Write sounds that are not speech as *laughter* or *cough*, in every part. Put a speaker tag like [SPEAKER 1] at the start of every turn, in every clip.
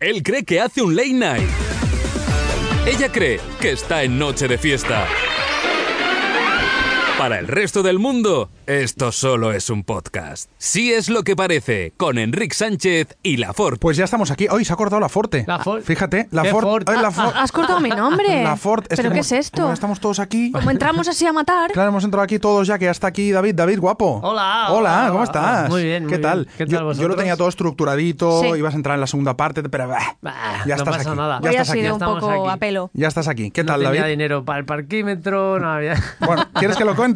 [SPEAKER 1] Él cree que hace un late night. Ella cree que está en noche de fiesta. Para el resto del mundo, esto solo es un podcast. Sí es lo que parece, con Enrique Sánchez y La Ford.
[SPEAKER 2] Pues ya estamos aquí. Hoy se ha cortado la Forte.
[SPEAKER 3] La Ford.
[SPEAKER 2] Fíjate, la
[SPEAKER 3] ¿Qué
[SPEAKER 2] Ford.
[SPEAKER 3] Ford?
[SPEAKER 2] ay, Pues la Ford.
[SPEAKER 4] Ah, Has cortado mi
[SPEAKER 2] *laughs*
[SPEAKER 4] nombre.
[SPEAKER 2] La Ford. Es que
[SPEAKER 4] ¿Pero qué
[SPEAKER 2] como-
[SPEAKER 4] es esto?
[SPEAKER 2] como estamos todos aquí.
[SPEAKER 4] Como entramos así a matar.
[SPEAKER 2] Claro, hemos entrado aquí todos ya, que ya está aquí David. David, guapo.
[SPEAKER 3] Hola, hola,
[SPEAKER 2] Hola, ¿cómo
[SPEAKER 3] hola.
[SPEAKER 2] estás?
[SPEAKER 3] Muy
[SPEAKER 2] ¿Qué
[SPEAKER 3] bien, muy bien.
[SPEAKER 2] tal?
[SPEAKER 3] ¿Qué tal
[SPEAKER 2] yo, yo lo
[SPEAKER 3] vosotros?
[SPEAKER 2] tenía todo estructuradito,
[SPEAKER 4] Sí.
[SPEAKER 2] ibas a entrar en la segunda parte, pero bah,
[SPEAKER 3] Bah,
[SPEAKER 2] ya
[SPEAKER 3] no
[SPEAKER 2] estás
[SPEAKER 3] pasa
[SPEAKER 2] aquí.
[SPEAKER 3] nada.
[SPEAKER 2] Ya
[SPEAKER 4] Hoy ha
[SPEAKER 2] estás aquí.
[SPEAKER 4] sido un
[SPEAKER 3] Estamos
[SPEAKER 4] poco
[SPEAKER 3] aquí.
[SPEAKER 4] a pelo.
[SPEAKER 2] Ya estás aquí. ¿Qué
[SPEAKER 3] no
[SPEAKER 2] tal,
[SPEAKER 3] tenía
[SPEAKER 2] David?
[SPEAKER 3] dinero para el parquímetro, no había. *laughs*
[SPEAKER 2] Bueno, ¿quieres que lo cuente?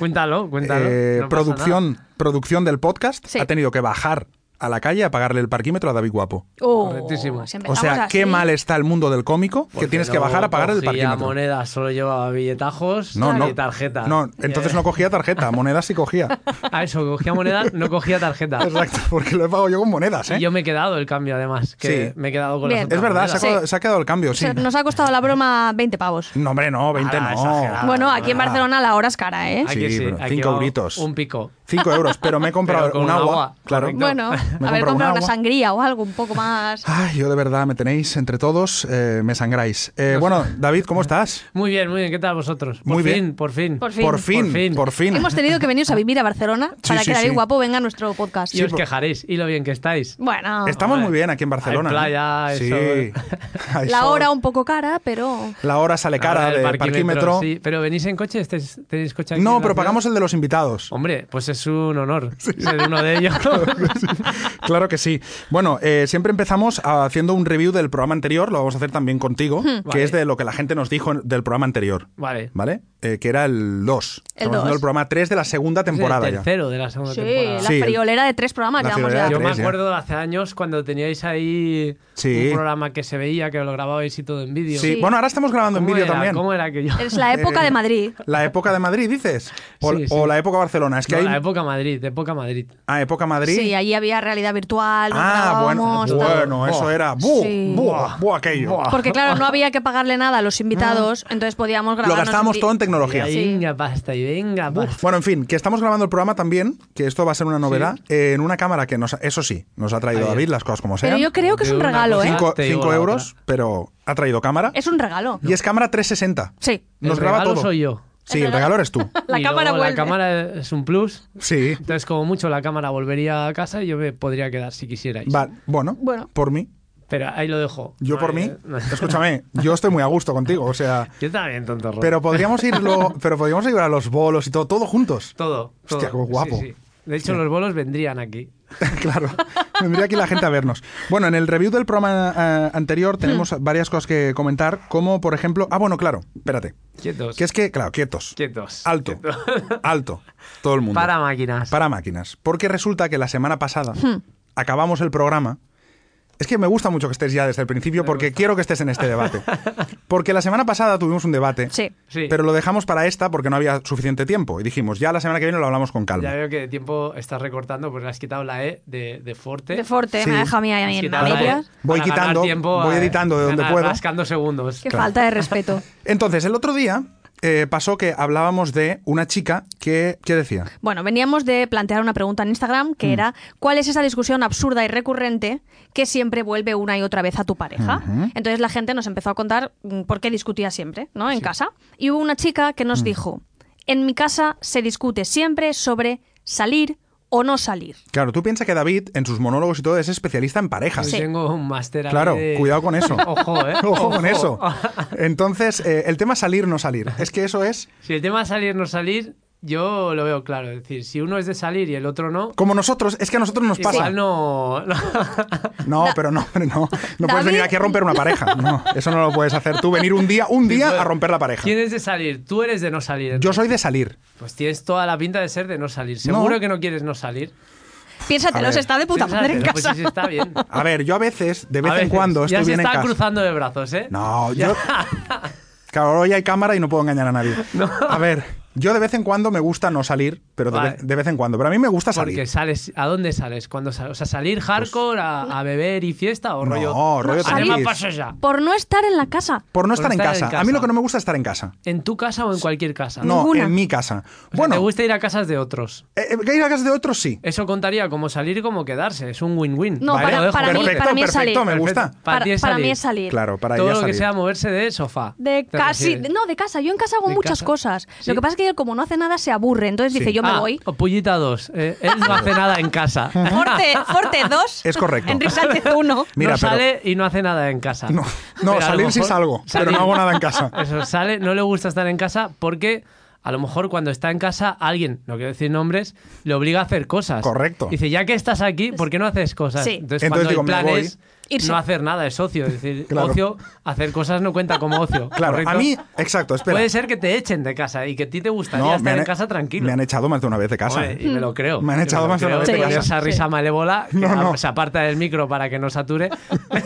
[SPEAKER 3] cuéntalo, *laughs* cuéntalo.
[SPEAKER 2] Eh,
[SPEAKER 3] no pasa
[SPEAKER 2] producción, producción del podcast
[SPEAKER 4] Sí.
[SPEAKER 2] ha tenido que bajar a la calle a pagarle el parquímetro a David Guapo.
[SPEAKER 4] Oh,
[SPEAKER 3] Correctísimo.
[SPEAKER 4] si
[SPEAKER 2] O
[SPEAKER 4] empezamos
[SPEAKER 2] sea, qué
[SPEAKER 4] así.
[SPEAKER 2] mal está el mundo del cómico
[SPEAKER 3] nada.
[SPEAKER 2] que tienes que
[SPEAKER 3] Porque
[SPEAKER 2] bajar a
[SPEAKER 3] no
[SPEAKER 2] pagar el
[SPEAKER 3] cogía
[SPEAKER 2] parquímetro.
[SPEAKER 3] moneda, solo llevaba billetajos
[SPEAKER 2] No, no.
[SPEAKER 3] y tarjeta. Eh,
[SPEAKER 2] No, entonces no cogía tarjeta, monedas sí
[SPEAKER 4] *laughs*
[SPEAKER 2] cogía.
[SPEAKER 3] *laughs* A eso, cogía moneda, no cogía tarjeta.
[SPEAKER 2] *laughs* Exacto, porque lo he pagado yo con monedas, ¿eh?
[SPEAKER 3] Y yo me he quedado el cambio, además. Que
[SPEAKER 2] Sí.
[SPEAKER 3] me he quedado con
[SPEAKER 4] Bien.
[SPEAKER 3] las otras
[SPEAKER 2] Es verdad, se ha,
[SPEAKER 3] monedas.
[SPEAKER 2] quedado,
[SPEAKER 4] Sí.
[SPEAKER 2] se ha quedado el cambio,
[SPEAKER 4] O
[SPEAKER 2] sí.
[SPEAKER 4] sea, nos ha costado la broma 20 pavos.
[SPEAKER 2] No, hombre, no, 20
[SPEAKER 3] Ala,
[SPEAKER 2] no.
[SPEAKER 3] exagerada.
[SPEAKER 4] Bueno, aquí en
[SPEAKER 2] Ah.
[SPEAKER 4] Barcelona la hora es cara, ¿eh?
[SPEAKER 2] Ay,
[SPEAKER 3] Aquí
[SPEAKER 2] Sí,
[SPEAKER 3] sí,
[SPEAKER 2] pero
[SPEAKER 3] aquí
[SPEAKER 2] cinco
[SPEAKER 3] va
[SPEAKER 2] euritos.
[SPEAKER 3] Un pico.
[SPEAKER 2] 5 euros, pero
[SPEAKER 3] *laughs*
[SPEAKER 2] me he comprado
[SPEAKER 3] Pero con
[SPEAKER 2] un
[SPEAKER 3] un
[SPEAKER 2] agua.
[SPEAKER 3] agua,
[SPEAKER 2] claro.
[SPEAKER 3] correcto.
[SPEAKER 4] Bueno,
[SPEAKER 2] *laughs* Me he
[SPEAKER 4] haber
[SPEAKER 2] comprado un
[SPEAKER 4] comprado una
[SPEAKER 2] agua. Ah,
[SPEAKER 4] sangría o algo un poco más.
[SPEAKER 2] Ay, yo de verdad me tenéis entre todos, eh, me sangráis. Eh, bueno, David, ¿cómo estás?
[SPEAKER 3] Muy bien, muy bien. ¿Qué tal vosotros? Por
[SPEAKER 2] Muy
[SPEAKER 3] fin,
[SPEAKER 2] bien.
[SPEAKER 3] por fin.
[SPEAKER 4] Por fin.
[SPEAKER 2] Por fin, por
[SPEAKER 3] Por
[SPEAKER 2] fin.
[SPEAKER 3] fin.
[SPEAKER 4] Hemos tenido que venirnos a vivir a Barcelona
[SPEAKER 2] Sí,
[SPEAKER 4] para
[SPEAKER 2] sí,
[SPEAKER 4] que David
[SPEAKER 2] sí.
[SPEAKER 4] Guapo venga a nuestro podcast.
[SPEAKER 3] Y os
[SPEAKER 2] por-
[SPEAKER 3] quejaréis. Y lo bien que estáis.
[SPEAKER 4] Bueno,
[SPEAKER 2] Estamos muy
[SPEAKER 3] hombre.
[SPEAKER 2] bien aquí en Barcelona. ¿eh?
[SPEAKER 3] Hay playa, hay
[SPEAKER 2] sí.
[SPEAKER 3] sol.
[SPEAKER 2] *laughs* Hay
[SPEAKER 4] la
[SPEAKER 2] sol.
[SPEAKER 4] hora un poco cara, pero...
[SPEAKER 2] La hora sale cara
[SPEAKER 3] Ahora el
[SPEAKER 2] del parquímetro.
[SPEAKER 3] sí. pero venís en coche, ¿Estáis- tenéis coche aquí. en
[SPEAKER 2] No,
[SPEAKER 3] la
[SPEAKER 2] pero
[SPEAKER 3] ciudad?
[SPEAKER 2] pagamos el de los invitados.
[SPEAKER 3] Hombre, pues es un honor ser uno de ellos.
[SPEAKER 2] *laughs* Claro que sí. Bueno, eh, siempre empezamos haciendo un review del programa anterior, lo vamos a hacer también contigo, que
[SPEAKER 4] Hmm.
[SPEAKER 3] Vale.
[SPEAKER 2] es de lo que la gente nos dijo en- del programa anterior,
[SPEAKER 3] vale.
[SPEAKER 2] ¿vale? Eh, que era el 2.
[SPEAKER 4] El
[SPEAKER 2] Estamos haciendo
[SPEAKER 4] 2.
[SPEAKER 2] el programa 3 de la segunda temporada
[SPEAKER 3] el
[SPEAKER 2] ya.
[SPEAKER 3] tercero de la segunda
[SPEAKER 4] Sí,
[SPEAKER 3] temporada.
[SPEAKER 4] la
[SPEAKER 2] Sí, el-
[SPEAKER 4] friolera de tres programas
[SPEAKER 2] La
[SPEAKER 4] llevamos
[SPEAKER 2] friolera
[SPEAKER 4] ya.
[SPEAKER 2] de
[SPEAKER 3] Yo me
[SPEAKER 2] tres, ya.
[SPEAKER 3] acuerdo de hace años cuando teníais ahí
[SPEAKER 2] Sí.
[SPEAKER 3] un programa que se veía, que lo grababais y todo en vídeo.
[SPEAKER 2] Sí.
[SPEAKER 4] Sí.
[SPEAKER 2] Bueno, ahora estamos grabando en
[SPEAKER 3] ¿Cómo
[SPEAKER 2] vídeo
[SPEAKER 3] era?
[SPEAKER 2] también.
[SPEAKER 3] ¿Cómo era que yo? *laughs*
[SPEAKER 4] Es
[SPEAKER 2] *laughs*
[SPEAKER 4] la época de Madrid.
[SPEAKER 2] La época de Madrid, dices. O,
[SPEAKER 3] Sí, sí.
[SPEAKER 2] o la época Barcelona. Es que
[SPEAKER 3] No,
[SPEAKER 2] hay...
[SPEAKER 3] La época Madrid, época Madrid.
[SPEAKER 2] Ah, época Madrid.
[SPEAKER 4] Sí, allí había realidad virtual, nos
[SPEAKER 2] ah, bueno,
[SPEAKER 4] grabábamos, tal.
[SPEAKER 2] bueno, eso
[SPEAKER 3] Buah.
[SPEAKER 2] era. ¡Buh!
[SPEAKER 4] Sí.
[SPEAKER 2] ¡Buah! ¡Buah! Aquello.
[SPEAKER 4] Porque claro, no había que pagarle nada
[SPEAKER 2] *laughs*
[SPEAKER 4] a los invitados, entonces podíamos grabar.
[SPEAKER 2] Lo ¿eh? gastábamos todo en
[SPEAKER 3] Y
[SPEAKER 2] tecnología.
[SPEAKER 3] ahí,
[SPEAKER 4] Sí.
[SPEAKER 3] venga, pasta, y venga, pasta.
[SPEAKER 2] Bueno, en fin, que estamos grabando el programa también, que esto va a ser una novedad, eh, en una cámara que nos, ha- eso sí, nos ha traído
[SPEAKER 3] Ahí es.
[SPEAKER 2] David, las cosas como
[SPEAKER 4] Pero
[SPEAKER 2] sean.
[SPEAKER 4] yo creo que es un
[SPEAKER 3] Una
[SPEAKER 4] regalo, ¿eh?
[SPEAKER 3] cosita.
[SPEAKER 2] Cinco-
[SPEAKER 3] Te digo
[SPEAKER 2] cinco
[SPEAKER 3] la
[SPEAKER 2] euros, pero ha traído cámara.
[SPEAKER 4] Es un regalo.
[SPEAKER 2] Y es cámara 360.
[SPEAKER 4] Sí.
[SPEAKER 2] Nos
[SPEAKER 3] el
[SPEAKER 2] graba
[SPEAKER 3] regalo
[SPEAKER 2] todo.
[SPEAKER 3] soy yo.
[SPEAKER 2] Sí, el regalo eres
[SPEAKER 4] *laughs*
[SPEAKER 2] tú.
[SPEAKER 4] La
[SPEAKER 3] Y
[SPEAKER 4] cámara
[SPEAKER 3] luego
[SPEAKER 4] vuelve.
[SPEAKER 3] La cámara es un plus.
[SPEAKER 2] Sí.
[SPEAKER 3] Entonces, como mucho, la cámara volvería a casa y yo me podría quedar si quisierais.
[SPEAKER 2] Va- bueno,
[SPEAKER 4] Bueno.
[SPEAKER 2] por mí.
[SPEAKER 3] Pero ahí lo dejo.
[SPEAKER 2] Yo
[SPEAKER 3] No,
[SPEAKER 2] por
[SPEAKER 3] eh,
[SPEAKER 2] mí.
[SPEAKER 3] no. *laughs*
[SPEAKER 2] Escúchame, yo estoy muy a gusto contigo, o sea,
[SPEAKER 3] Yo también, tonto Rob.
[SPEAKER 2] pero podríamos ir luego- pero podríamos ir a los bolos y todo, todo juntos.
[SPEAKER 3] Todo. todo.
[SPEAKER 2] Hostia, qué guapo.
[SPEAKER 3] Sí, sí. De hecho, los bolos vendrían aquí.
[SPEAKER 2] *laughs* claro. Vendría aquí la gente a vernos. Bueno, en el review del programa eh, anterior tenemos varias cosas que comentar, como por ejemplo, ah, bueno, claro, espérate.
[SPEAKER 3] Quietos.
[SPEAKER 2] Que es que, claro, quietos.
[SPEAKER 3] Quietos. *laughs*
[SPEAKER 2] Alto.
[SPEAKER 3] Quietos.
[SPEAKER 2] Alto. Todo el mundo.
[SPEAKER 3] Para máquinas.
[SPEAKER 2] Para máquinas. Porque resulta que la semana pasada acabamos el programa. Es que me gusta mucho que estés ya desde el principio porque quiero que estés en este
[SPEAKER 3] *laughs*
[SPEAKER 2] debate. Porque la semana pasada tuvimos un debate,
[SPEAKER 4] Sí.
[SPEAKER 3] Sí.
[SPEAKER 2] pero lo dejamos para esta porque no había suficiente tiempo. Y dijimos, ya la semana que viene lo hablamos con calma.
[SPEAKER 3] Ya veo que de tiempo estás recortando porque has quitado la E de, de Forte.
[SPEAKER 4] De Forte,
[SPEAKER 2] Sí.
[SPEAKER 4] me deja a mí ahí
[SPEAKER 3] Has
[SPEAKER 4] en
[SPEAKER 3] quitado la E
[SPEAKER 4] medias.
[SPEAKER 3] para
[SPEAKER 2] Voy
[SPEAKER 3] ganar
[SPEAKER 2] quitando,
[SPEAKER 3] tiempo,
[SPEAKER 2] voy
[SPEAKER 3] eh,
[SPEAKER 2] editando de donde
[SPEAKER 3] ganar-
[SPEAKER 2] puedo.
[SPEAKER 3] Rascando segundos.
[SPEAKER 4] Qué falta de respeto.
[SPEAKER 2] Entonces, el otro día eh, pasó que hablábamos de una chica que... ¿Qué decía?
[SPEAKER 4] Bueno, veníamos de plantear una pregunta en Instagram
[SPEAKER 3] Mm.
[SPEAKER 4] que era ¿cuál es esa discusión absurda y recurrente que siempre vuelve una y otra vez a tu pareja? Entonces la gente nos empezó a contar mm, por qué discutía siempre, ¿no? En casa. Y hubo una chica que
[SPEAKER 3] Mm.
[SPEAKER 4] nos dijo, en mi casa se discute siempre sobre salir o no salir.
[SPEAKER 2] Claro, tú piensas que David, en sus monólogos y todo, es especialista en parejas.
[SPEAKER 3] Yo
[SPEAKER 4] Sí.
[SPEAKER 3] Tengo un máster ahí
[SPEAKER 2] Claro,
[SPEAKER 3] de-
[SPEAKER 2] cuidado con eso.
[SPEAKER 3] *laughs* Ojo, ¿eh?
[SPEAKER 2] *laughs* Ojo con eso. Entonces, eh, el tema salir no salir. Es que eso es
[SPEAKER 3] Si el tema salir no salir, yo lo veo claro. Es decir, si uno es de salir y el otro no,
[SPEAKER 2] como nosotros, es que a nosotros nos pasa.
[SPEAKER 3] igual no.
[SPEAKER 2] No, pero no, hombre, no. No puedes
[SPEAKER 4] David-
[SPEAKER 2] venir aquí a romper una pareja. No, eso no lo puedes hacer tú. Venir un día, un día a romper la
[SPEAKER 3] *laughs*
[SPEAKER 2] pareja.
[SPEAKER 3] ¿Quién es de salir? Tú eres de no salir.
[SPEAKER 2] Yo
[SPEAKER 3] entonces.
[SPEAKER 2] soy de salir.
[SPEAKER 3] Pues tienes toda la pinta de ser de no salir.
[SPEAKER 2] No.
[SPEAKER 3] Seguro que no quieres no salir.
[SPEAKER 2] A
[SPEAKER 4] Piénsatelo,
[SPEAKER 2] ver.
[SPEAKER 4] se está de puta madre en
[SPEAKER 3] Piénsatelo, pues
[SPEAKER 4] casa.
[SPEAKER 3] sí, sí,
[SPEAKER 2] *laughs*
[SPEAKER 3] está bien.
[SPEAKER 2] A ver, yo a veces, de vez
[SPEAKER 3] A
[SPEAKER 2] en
[SPEAKER 3] veces.
[SPEAKER 2] cuando,
[SPEAKER 3] ya
[SPEAKER 2] estoy bien
[SPEAKER 3] se
[SPEAKER 2] en
[SPEAKER 3] está
[SPEAKER 2] casa.
[SPEAKER 3] cruzando de brazos, ¿eh?
[SPEAKER 2] *laughs* No, yo. Claro, hoy hay cámara y no puedo engañar a nadie. A ver, Yo de vez en cuando me gusta no salir, pero de,
[SPEAKER 3] Vale.
[SPEAKER 2] vez, de vez en cuando. Pero a mí me gusta salir. Pues
[SPEAKER 3] Porque sales, ¿a dónde sales? Cuando sal- o sea, salir hardcore a, a beber y fiesta o
[SPEAKER 2] No,
[SPEAKER 3] rollo.
[SPEAKER 2] rollo
[SPEAKER 3] Anema
[SPEAKER 2] salir.
[SPEAKER 3] paso ya.
[SPEAKER 4] Por no estar en la casa.
[SPEAKER 2] Por no
[SPEAKER 3] Por
[SPEAKER 2] estar, en,
[SPEAKER 3] estar en
[SPEAKER 2] casa. A mí
[SPEAKER 3] casa.
[SPEAKER 2] lo que no me gusta es estar en casa.
[SPEAKER 3] ¿En tu casa o en cualquier casa?
[SPEAKER 2] No,
[SPEAKER 4] Ninguna.
[SPEAKER 2] en mi casa.
[SPEAKER 3] O sea,
[SPEAKER 2] bueno,
[SPEAKER 3] ¿Te gusta ir a casas de otros?
[SPEAKER 2] eh, eh, que ir a casa de otros sí.
[SPEAKER 3] Eso contaría como salir como quedarse. Es un win-win.
[SPEAKER 4] No,
[SPEAKER 3] Te lo
[SPEAKER 4] para-
[SPEAKER 3] dejo.
[SPEAKER 4] para mí-
[SPEAKER 2] perfecto,
[SPEAKER 4] para mí es
[SPEAKER 2] perfecto,
[SPEAKER 4] salir.
[SPEAKER 2] me gusta.
[SPEAKER 3] Para
[SPEAKER 4] Para,
[SPEAKER 3] ti es
[SPEAKER 4] para
[SPEAKER 3] salir.
[SPEAKER 4] mí es salir.
[SPEAKER 2] Claro, para
[SPEAKER 3] Todo
[SPEAKER 2] ella
[SPEAKER 3] lo
[SPEAKER 2] salir.
[SPEAKER 3] que sea moverse de sofá.
[SPEAKER 4] De
[SPEAKER 3] ¿te
[SPEAKER 4] casi,
[SPEAKER 3] refieres?
[SPEAKER 4] no, de casa. Yo en casa hago
[SPEAKER 3] ¿De
[SPEAKER 4] muchas
[SPEAKER 3] casa?
[SPEAKER 4] cosas.
[SPEAKER 3] Sí.
[SPEAKER 4] Lo que pasa es que él, como no hace nada, se aburre. Entonces dice, yo me
[SPEAKER 3] Ah,
[SPEAKER 4] voy.
[SPEAKER 3] o Pullita 2. él
[SPEAKER 2] *laughs*
[SPEAKER 3] no hace nada en casa.
[SPEAKER 4] Forte, Forte 2.
[SPEAKER 2] Es correcto.
[SPEAKER 4] Enrique Sánchez 1.
[SPEAKER 2] Mira,
[SPEAKER 3] no
[SPEAKER 2] pero-
[SPEAKER 3] sale y no hace nada en casa.
[SPEAKER 2] No,
[SPEAKER 3] Pero
[SPEAKER 2] no,
[SPEAKER 3] a lo
[SPEAKER 2] salir sí
[SPEAKER 3] mejor-
[SPEAKER 2] salgo, pero
[SPEAKER 3] salir-
[SPEAKER 2] no hago nada en
[SPEAKER 3] *laughs*
[SPEAKER 2] casa.
[SPEAKER 3] Eso sale, no le gusta estar en casa porque a lo mejor cuando está en casa alguien, no quiero decir nombres, le obliga a hacer cosas.
[SPEAKER 2] Correcto.
[SPEAKER 3] Dice, ya que estás aquí, ¿por qué no haces cosas?
[SPEAKER 4] Sí.
[SPEAKER 3] Entonces,
[SPEAKER 2] Entonces digo,
[SPEAKER 3] cuando el
[SPEAKER 2] me
[SPEAKER 3] plan
[SPEAKER 2] voy.
[SPEAKER 3] es
[SPEAKER 4] Irse.
[SPEAKER 3] no hacer nada, es ocio. Es decir,
[SPEAKER 2] Claro.
[SPEAKER 3] ocio, hacer cosas no cuenta como ocio.
[SPEAKER 2] Claro,
[SPEAKER 3] ¿correcto?
[SPEAKER 2] a mí, exacto, espera.
[SPEAKER 3] Puede ser que te echen de casa y que a ti te gustaría
[SPEAKER 2] No,
[SPEAKER 3] estar
[SPEAKER 2] han- e-
[SPEAKER 3] en casa tranquilo.
[SPEAKER 2] me han echado más de una vez de casa.
[SPEAKER 3] Hombre,
[SPEAKER 2] ¿eh?
[SPEAKER 3] y me lo creo.
[SPEAKER 2] Me han
[SPEAKER 3] y
[SPEAKER 2] echado
[SPEAKER 3] lo
[SPEAKER 2] más de una
[SPEAKER 3] creo.
[SPEAKER 2] vez de
[SPEAKER 3] Con
[SPEAKER 4] casa.
[SPEAKER 3] esa
[SPEAKER 4] Mm. Sí.
[SPEAKER 3] risa malévola que
[SPEAKER 2] No,
[SPEAKER 3] a-
[SPEAKER 2] no.
[SPEAKER 3] se aparta del micro para que no sature. *laughs*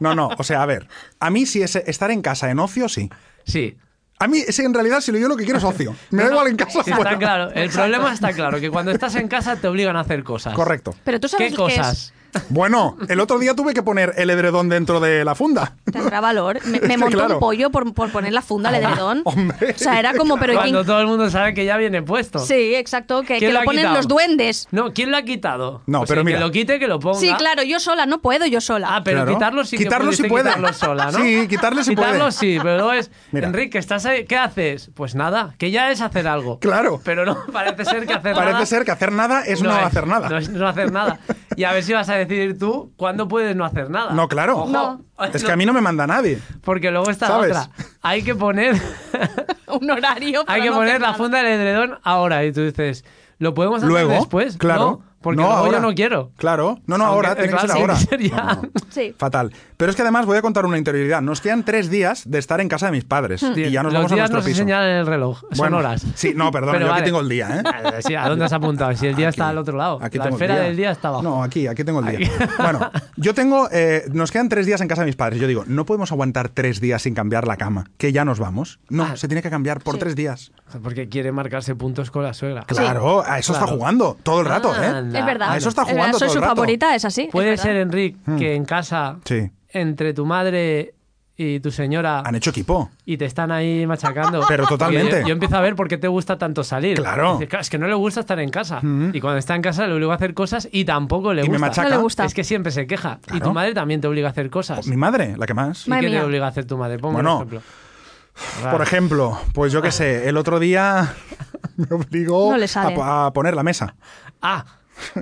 [SPEAKER 2] No, no, o sea, a ver, a mí sí es estar en casa en ocio, sí.
[SPEAKER 3] sí.
[SPEAKER 2] A mí, sí, en realidad, si lo, yo lo que quiero es
[SPEAKER 3] *laughs*
[SPEAKER 2] ocio. Me da igual en casa.
[SPEAKER 3] Sí,
[SPEAKER 2] o
[SPEAKER 3] está
[SPEAKER 2] fuera.
[SPEAKER 3] claro. El problema está claro, que cuando estás en casa te obligan a hacer cosas.
[SPEAKER 2] Correcto.
[SPEAKER 4] Pero tú sabes
[SPEAKER 3] ¿Qué
[SPEAKER 4] lo que
[SPEAKER 3] cosas?
[SPEAKER 2] Bueno, el otro día tuve que poner el edredón dentro de la funda.
[SPEAKER 4] es. Tendrá valor. Me,
[SPEAKER 2] Es *laughs* que
[SPEAKER 4] me montó
[SPEAKER 2] claro.
[SPEAKER 4] un pollo por, por poner la funda al edredón.
[SPEAKER 2] hombre.
[SPEAKER 4] O sea, era como, pero
[SPEAKER 3] Cuando
[SPEAKER 4] ¿quién-
[SPEAKER 3] todo el mundo sabe que ya viene puesto.
[SPEAKER 4] Sí, exacto.
[SPEAKER 3] ¿Quién
[SPEAKER 4] Que, que
[SPEAKER 3] lo
[SPEAKER 4] lo
[SPEAKER 3] ha
[SPEAKER 4] ponen
[SPEAKER 3] quitado?
[SPEAKER 4] los duendes.
[SPEAKER 3] No, ¿quién lo ha quitado? Pues
[SPEAKER 2] No, pero mira.
[SPEAKER 3] Que lo quite, que lo ponga.
[SPEAKER 4] Sí, claro, yo sola, no puedo yo sola.
[SPEAKER 3] Ah, pero
[SPEAKER 2] Claro.
[SPEAKER 3] quitarlo sí que
[SPEAKER 2] Quitarlo sí
[SPEAKER 3] pudiste
[SPEAKER 2] puede.
[SPEAKER 3] quitarlo sola,
[SPEAKER 2] *laughs*
[SPEAKER 3] ¿no?
[SPEAKER 2] Sí, quitarle sí
[SPEAKER 3] Quitarlo
[SPEAKER 2] puede.
[SPEAKER 3] sí, pero luego es,
[SPEAKER 2] *laughs* Mira.
[SPEAKER 3] Enrique, ¿estás ahí? ¿qué haces? Pues nada, que ya es hacer algo.
[SPEAKER 2] Claro.
[SPEAKER 3] Pero no, *laughs* parece ser que hacer
[SPEAKER 2] Parece
[SPEAKER 3] nada...
[SPEAKER 2] ser que hacer nada es no,
[SPEAKER 3] es-
[SPEAKER 2] hacer nada.
[SPEAKER 3] No es no hacer nada. Y a ver si vas a decidir tú cuándo puedes no hacer nada.
[SPEAKER 2] No, claro.
[SPEAKER 3] Ojo. *laughs*
[SPEAKER 4] No.
[SPEAKER 2] Es que a mí no me manda nadie.
[SPEAKER 3] Porque luego está la
[SPEAKER 2] ¿Sabes?
[SPEAKER 3] otra. Hay
[SPEAKER 2] *laughs*
[SPEAKER 3] que poner,
[SPEAKER 4] *laughs* Un horario. para
[SPEAKER 3] hay que
[SPEAKER 4] no
[SPEAKER 3] poner
[SPEAKER 4] hacer
[SPEAKER 3] la
[SPEAKER 4] nada.
[SPEAKER 3] funda del edredón ahora. Y tú dices, ¿lo podemos hacer
[SPEAKER 2] Luego,
[SPEAKER 3] después?
[SPEAKER 2] claro.
[SPEAKER 3] No, porque luego
[SPEAKER 2] ahora.
[SPEAKER 3] yo no quiero.
[SPEAKER 2] Claro. No, no,
[SPEAKER 3] Aunque-
[SPEAKER 2] ahora. Tiene que ser
[SPEAKER 3] claro, *laughs*
[SPEAKER 2] ahora.
[SPEAKER 3] tiene que ser ya.
[SPEAKER 2] No, no.
[SPEAKER 4] Sí.
[SPEAKER 2] Fatal. Pero es que además voy a contar una interioridad. Nos quedan tres días de estar en casa de mis padres. Y ya nos
[SPEAKER 3] Los
[SPEAKER 2] vamos a
[SPEAKER 3] días
[SPEAKER 2] nuestro
[SPEAKER 3] no se
[SPEAKER 2] piso.
[SPEAKER 3] señalan en el reloj, son
[SPEAKER 2] Bueno,
[SPEAKER 3] horas.
[SPEAKER 2] Sí, no, perdón,
[SPEAKER 3] *laughs* Pero
[SPEAKER 2] yo
[SPEAKER 3] vale.
[SPEAKER 2] aquí tengo el día, ¿eh?
[SPEAKER 3] Ah, sí, ¿A dónde has apuntado? Si el día está al otro lado.
[SPEAKER 2] Aquí
[SPEAKER 3] la
[SPEAKER 2] tengo el
[SPEAKER 3] esfera
[SPEAKER 2] día.
[SPEAKER 3] del día está abajo.
[SPEAKER 2] No, aquí, aquí tengo el día.
[SPEAKER 3] *laughs*
[SPEAKER 2] Bueno, yo tengo. eh, nos quedan tres días en casa de mis padres. Yo digo, no podemos aguantar tres días sin cambiar la cama, que ya nos vamos. No,
[SPEAKER 3] Ah.
[SPEAKER 2] se tiene que cambiar por tres días.
[SPEAKER 3] Porque quiere marcarse puntos con la suegra.
[SPEAKER 2] Claro, a eso está
[SPEAKER 3] Claro.
[SPEAKER 2] jugando todo el rato, ¿eh?
[SPEAKER 3] Anda.
[SPEAKER 4] Es verdad.
[SPEAKER 2] A eso está
[SPEAKER 4] Es verdad,
[SPEAKER 2] jugando
[SPEAKER 4] Soy
[SPEAKER 2] todo
[SPEAKER 4] su
[SPEAKER 2] el rato.
[SPEAKER 4] favorita, es así. es
[SPEAKER 3] Ah, Puede
[SPEAKER 4] verdad.
[SPEAKER 3] ser, Enrique, que en casa,
[SPEAKER 2] Hmm. Sí.
[SPEAKER 3] entre tu madre y tu señora,
[SPEAKER 2] Han hecho equipo.
[SPEAKER 3] y te están ahí machacando.
[SPEAKER 2] *laughs* Pero totalmente.
[SPEAKER 3] Porque Yo, yo empiezo a ver por qué te gusta tanto salir.
[SPEAKER 2] Claro. Mm.
[SPEAKER 3] Es, decir, claro, es que no le gusta estar en casa. Y cuando está en casa le obligo a hacer cosas y tampoco le
[SPEAKER 2] Y me
[SPEAKER 3] gusta.
[SPEAKER 2] machaca.
[SPEAKER 4] No le gusta.
[SPEAKER 3] Es que siempre se queja. Y
[SPEAKER 2] Claro. Oh,
[SPEAKER 3] tu madre también te obliga a hacer cosas.
[SPEAKER 2] Mi madre, la que más.
[SPEAKER 3] ¿Y
[SPEAKER 4] Madre
[SPEAKER 3] qué te
[SPEAKER 4] mía.
[SPEAKER 3] obliga a hacer tu madre? Ponme
[SPEAKER 2] Bueno,
[SPEAKER 3] un ejemplo.
[SPEAKER 2] Por ejemplo, pues yo qué sé, el otro
[SPEAKER 3] *laughs*
[SPEAKER 2] día me obligó
[SPEAKER 4] No le sale.
[SPEAKER 2] a, po- a poner la mesa. *laughs*
[SPEAKER 3] Ah,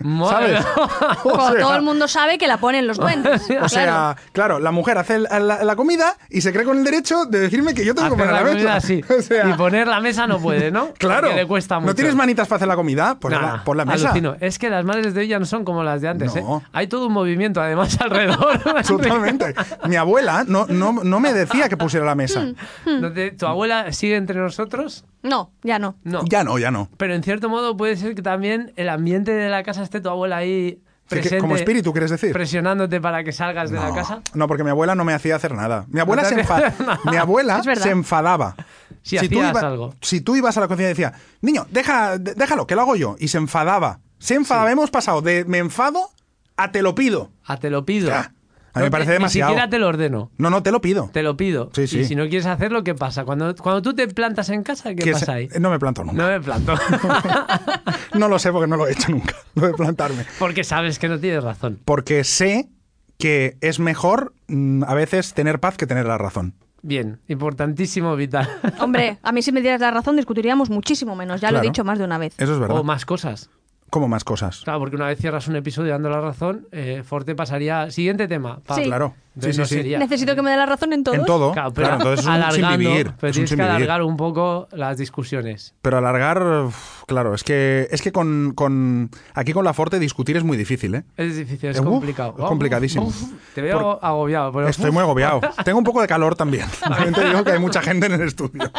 [SPEAKER 3] madre.
[SPEAKER 2] ¿Sabes? *laughs* O
[SPEAKER 4] Como
[SPEAKER 2] sea,
[SPEAKER 4] todo el mundo sabe que la ponen los
[SPEAKER 2] *laughs*
[SPEAKER 4] duendes.
[SPEAKER 2] O
[SPEAKER 3] *laughs*
[SPEAKER 4] claro.
[SPEAKER 2] sea, claro. la mujer hace la, la- la comida y se cree con el derecho de decirme que yo tengo que
[SPEAKER 3] Hacer
[SPEAKER 2] poner la
[SPEAKER 3] la comida
[SPEAKER 2] mesa.
[SPEAKER 3] así.
[SPEAKER 2] *laughs* O sea,
[SPEAKER 3] y poner la mesa no puede, ¿no?
[SPEAKER 2] *laughs* claro.
[SPEAKER 3] Porque le cuesta mucho.
[SPEAKER 2] ¿No tienes manitas para hacer la comida? Pues
[SPEAKER 3] Nah,
[SPEAKER 2] la, pon la mesa. *laughs*
[SPEAKER 3] alucino. Es que las madres de hoy ya no son como las de antes,
[SPEAKER 2] No.
[SPEAKER 3] ¿eh? Hay todo un movimiento, además, *laughs* alrededor.
[SPEAKER 2] Totalmente. Mi abuela no, no, no me decía que pusiera la mesa.
[SPEAKER 3] Entonces, ¿Tu abuela sigue entre nosotros?
[SPEAKER 4] No, ya no.
[SPEAKER 3] *laughs* No.
[SPEAKER 2] Ya no, ya no.
[SPEAKER 3] Pero en cierto modo puede ser que también el ambiente de la casa esté tu abuela ahí
[SPEAKER 2] Sí, que-
[SPEAKER 3] presente.
[SPEAKER 2] como espíritu, ¿quieres decir?
[SPEAKER 3] Presionándote para que salgas de la
[SPEAKER 2] No.
[SPEAKER 3] casa.
[SPEAKER 2] No, porque mi abuela no me hacía hacer nada. Mi abuela,
[SPEAKER 3] No te
[SPEAKER 2] se,
[SPEAKER 3] hacía
[SPEAKER 2] enfa-
[SPEAKER 3] *laughs* nada.
[SPEAKER 2] mi abuela
[SPEAKER 4] Es verdad.
[SPEAKER 2] se enfadaba.
[SPEAKER 3] Si hacías
[SPEAKER 2] iba-
[SPEAKER 3] algo.
[SPEAKER 2] si tú ibas a la cocina y decías, niño, deja, de- déjalo, que lo hago yo. Y se enfadaba. Se enfadaba. Hemos pasado de me enfado a te lo pido.
[SPEAKER 3] Ah, te lo pido.
[SPEAKER 2] Ya. A mí me
[SPEAKER 3] te-
[SPEAKER 2] parece
[SPEAKER 3] eh, Ni
[SPEAKER 2] demasiado.
[SPEAKER 3] siquiera te lo ordeno.
[SPEAKER 2] No, no, te lo pido.
[SPEAKER 3] Te lo pido.
[SPEAKER 2] Sí, sí.
[SPEAKER 3] Y si no quieres hacerlo, ¿qué pasa? Cuando, cuando tú te plantas en casa, ¿qué
[SPEAKER 2] Que
[SPEAKER 3] pasa
[SPEAKER 2] se- eh,
[SPEAKER 3] ahí?
[SPEAKER 2] No me planto nunca.
[SPEAKER 3] No
[SPEAKER 2] *laughs*
[SPEAKER 3] me planto.
[SPEAKER 2] No. lo sé porque no lo he hecho nunca. *laughs* Lo de plantarme.
[SPEAKER 3] Porque sabes que no tienes razón.
[SPEAKER 2] Porque sé que es mejor mm, a veces tener paz que tener la razón.
[SPEAKER 3] Bien, importantísimo, vital.
[SPEAKER 4] Hombre, a mí si me dieras la razón discutiríamos muchísimo menos. Ya lo
[SPEAKER 2] Claro.
[SPEAKER 4] he dicho más de una vez.
[SPEAKER 2] Eso es verdad.
[SPEAKER 3] O más cosas.
[SPEAKER 2] Como más cosas.
[SPEAKER 3] Claro, porque una vez cierras un episodio dando la razón, eh, Forte pasaría. Siguiente tema. pa.
[SPEAKER 4] Sí.
[SPEAKER 2] Claro. Sí,
[SPEAKER 3] Entonces
[SPEAKER 2] sí,
[SPEAKER 3] no
[SPEAKER 2] sí.
[SPEAKER 3] sería.
[SPEAKER 4] Necesito que me dé la razón en todo.
[SPEAKER 2] En todo. Claro,
[SPEAKER 3] Claro, pero
[SPEAKER 2] entonces es un sin
[SPEAKER 3] alargando,
[SPEAKER 2] vivir.
[SPEAKER 3] Pero
[SPEAKER 2] es un
[SPEAKER 3] tienes
[SPEAKER 2] sin
[SPEAKER 3] que
[SPEAKER 2] vivir.
[SPEAKER 3] alargar un poco las discusiones.
[SPEAKER 2] Pero alargar, uf, claro, es que es que con, con- aquí con la Forte discutir es muy difícil, ¿eh?
[SPEAKER 3] Es difícil, es
[SPEAKER 2] Eh, uf,
[SPEAKER 3] complicado.
[SPEAKER 2] es complicadísimo.
[SPEAKER 3] te veo agobiado. pero
[SPEAKER 2] Estoy
[SPEAKER 3] uf,
[SPEAKER 2] muy agobiado. Tengo un poco de calor
[SPEAKER 3] *laughs*
[SPEAKER 2] también. También te digo que hay mucha gente en el estudio.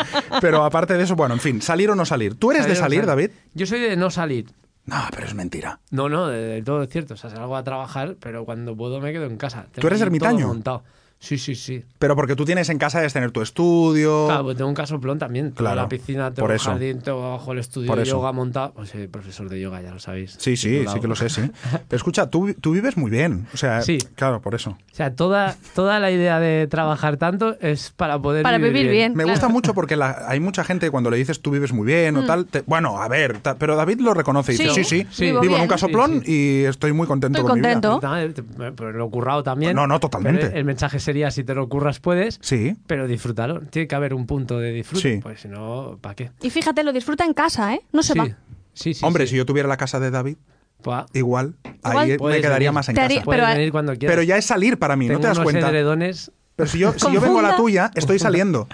[SPEAKER 2] Pero aparte de eso, bueno, en fin, salir o no salir. ¿Tú eres de
[SPEAKER 3] salir
[SPEAKER 2] salir,
[SPEAKER 3] o no
[SPEAKER 2] David?
[SPEAKER 3] Yo soy de no salir.
[SPEAKER 2] No, pero es mentira.
[SPEAKER 3] No, no, de, de todo es cierto. O sea, salgo a trabajar, pero cuando puedo me quedo en casa. Tengo
[SPEAKER 2] eres
[SPEAKER 3] todo
[SPEAKER 2] ermitaño?
[SPEAKER 3] montado. Sí, sí, sí.
[SPEAKER 2] Pero porque tú tienes en casa debes tener tu estudio.
[SPEAKER 3] Claro, pues tengo un casoplón también. Tengo
[SPEAKER 2] Claro,
[SPEAKER 3] la piscina, tengo
[SPEAKER 2] por
[SPEAKER 3] el
[SPEAKER 2] eso.
[SPEAKER 3] jardín, tengo abajo el estudio
[SPEAKER 2] Por
[SPEAKER 3] de
[SPEAKER 2] eso.
[SPEAKER 3] yoga montado. Pues soy profesor de yoga, ya lo sabéis.
[SPEAKER 2] Sí, sí,
[SPEAKER 3] titulado.
[SPEAKER 2] sí que lo sé, sí. Pero escucha, tú, tú vives muy bien. O sea,
[SPEAKER 3] Sí.
[SPEAKER 2] claro, por eso.
[SPEAKER 3] O sea, toda, toda la idea de trabajar tanto es para poder
[SPEAKER 4] Para vivir bien.
[SPEAKER 2] *laughs* Me
[SPEAKER 4] Claro.
[SPEAKER 2] gusta mucho porque la- hay mucha gente que cuando le dices tú vives muy bien o tal, te- bueno, a ver, ta- pero David lo reconoce y dice, sí,
[SPEAKER 4] Sí,
[SPEAKER 2] sí,
[SPEAKER 3] sí,
[SPEAKER 2] vivo,
[SPEAKER 4] vivo
[SPEAKER 2] en un
[SPEAKER 4] bien.
[SPEAKER 2] casoplón
[SPEAKER 3] Sí,
[SPEAKER 2] y estoy muy contento
[SPEAKER 4] Estoy
[SPEAKER 2] con mi vida".
[SPEAKER 4] contento.
[SPEAKER 3] Pero lo currado también.
[SPEAKER 2] No, no, totalmente.
[SPEAKER 3] Pero el mensaje sería, si te lo curras puedes,
[SPEAKER 2] Sí,
[SPEAKER 3] pero disfrútalo. Tiene que haber un punto de disfrute.
[SPEAKER 2] Sí.
[SPEAKER 3] Pues si no, ¿para qué?
[SPEAKER 4] Y fíjate, lo disfruta en casa, ¿eh? No se
[SPEAKER 3] sí.
[SPEAKER 4] va.
[SPEAKER 3] sí, sí.
[SPEAKER 2] hombre,
[SPEAKER 3] sí.
[SPEAKER 2] si yo tuviera la casa de David,
[SPEAKER 3] Buah,
[SPEAKER 2] igual,
[SPEAKER 4] Igual
[SPEAKER 2] ahí me
[SPEAKER 3] puedes
[SPEAKER 2] quedaría
[SPEAKER 3] venir.
[SPEAKER 2] más en
[SPEAKER 4] Te
[SPEAKER 2] casa.
[SPEAKER 4] haría-
[SPEAKER 3] puedes
[SPEAKER 4] pero-
[SPEAKER 3] venir cuando quieras.
[SPEAKER 2] Pero ya es salir para mí,
[SPEAKER 3] Tengo
[SPEAKER 2] ¿no te das
[SPEAKER 3] unos
[SPEAKER 2] cuenta?
[SPEAKER 3] edredones.
[SPEAKER 2] Pero si yo, si yo
[SPEAKER 4] Con
[SPEAKER 2] vengo a la
[SPEAKER 4] funda.
[SPEAKER 2] tuya, estoy saliendo.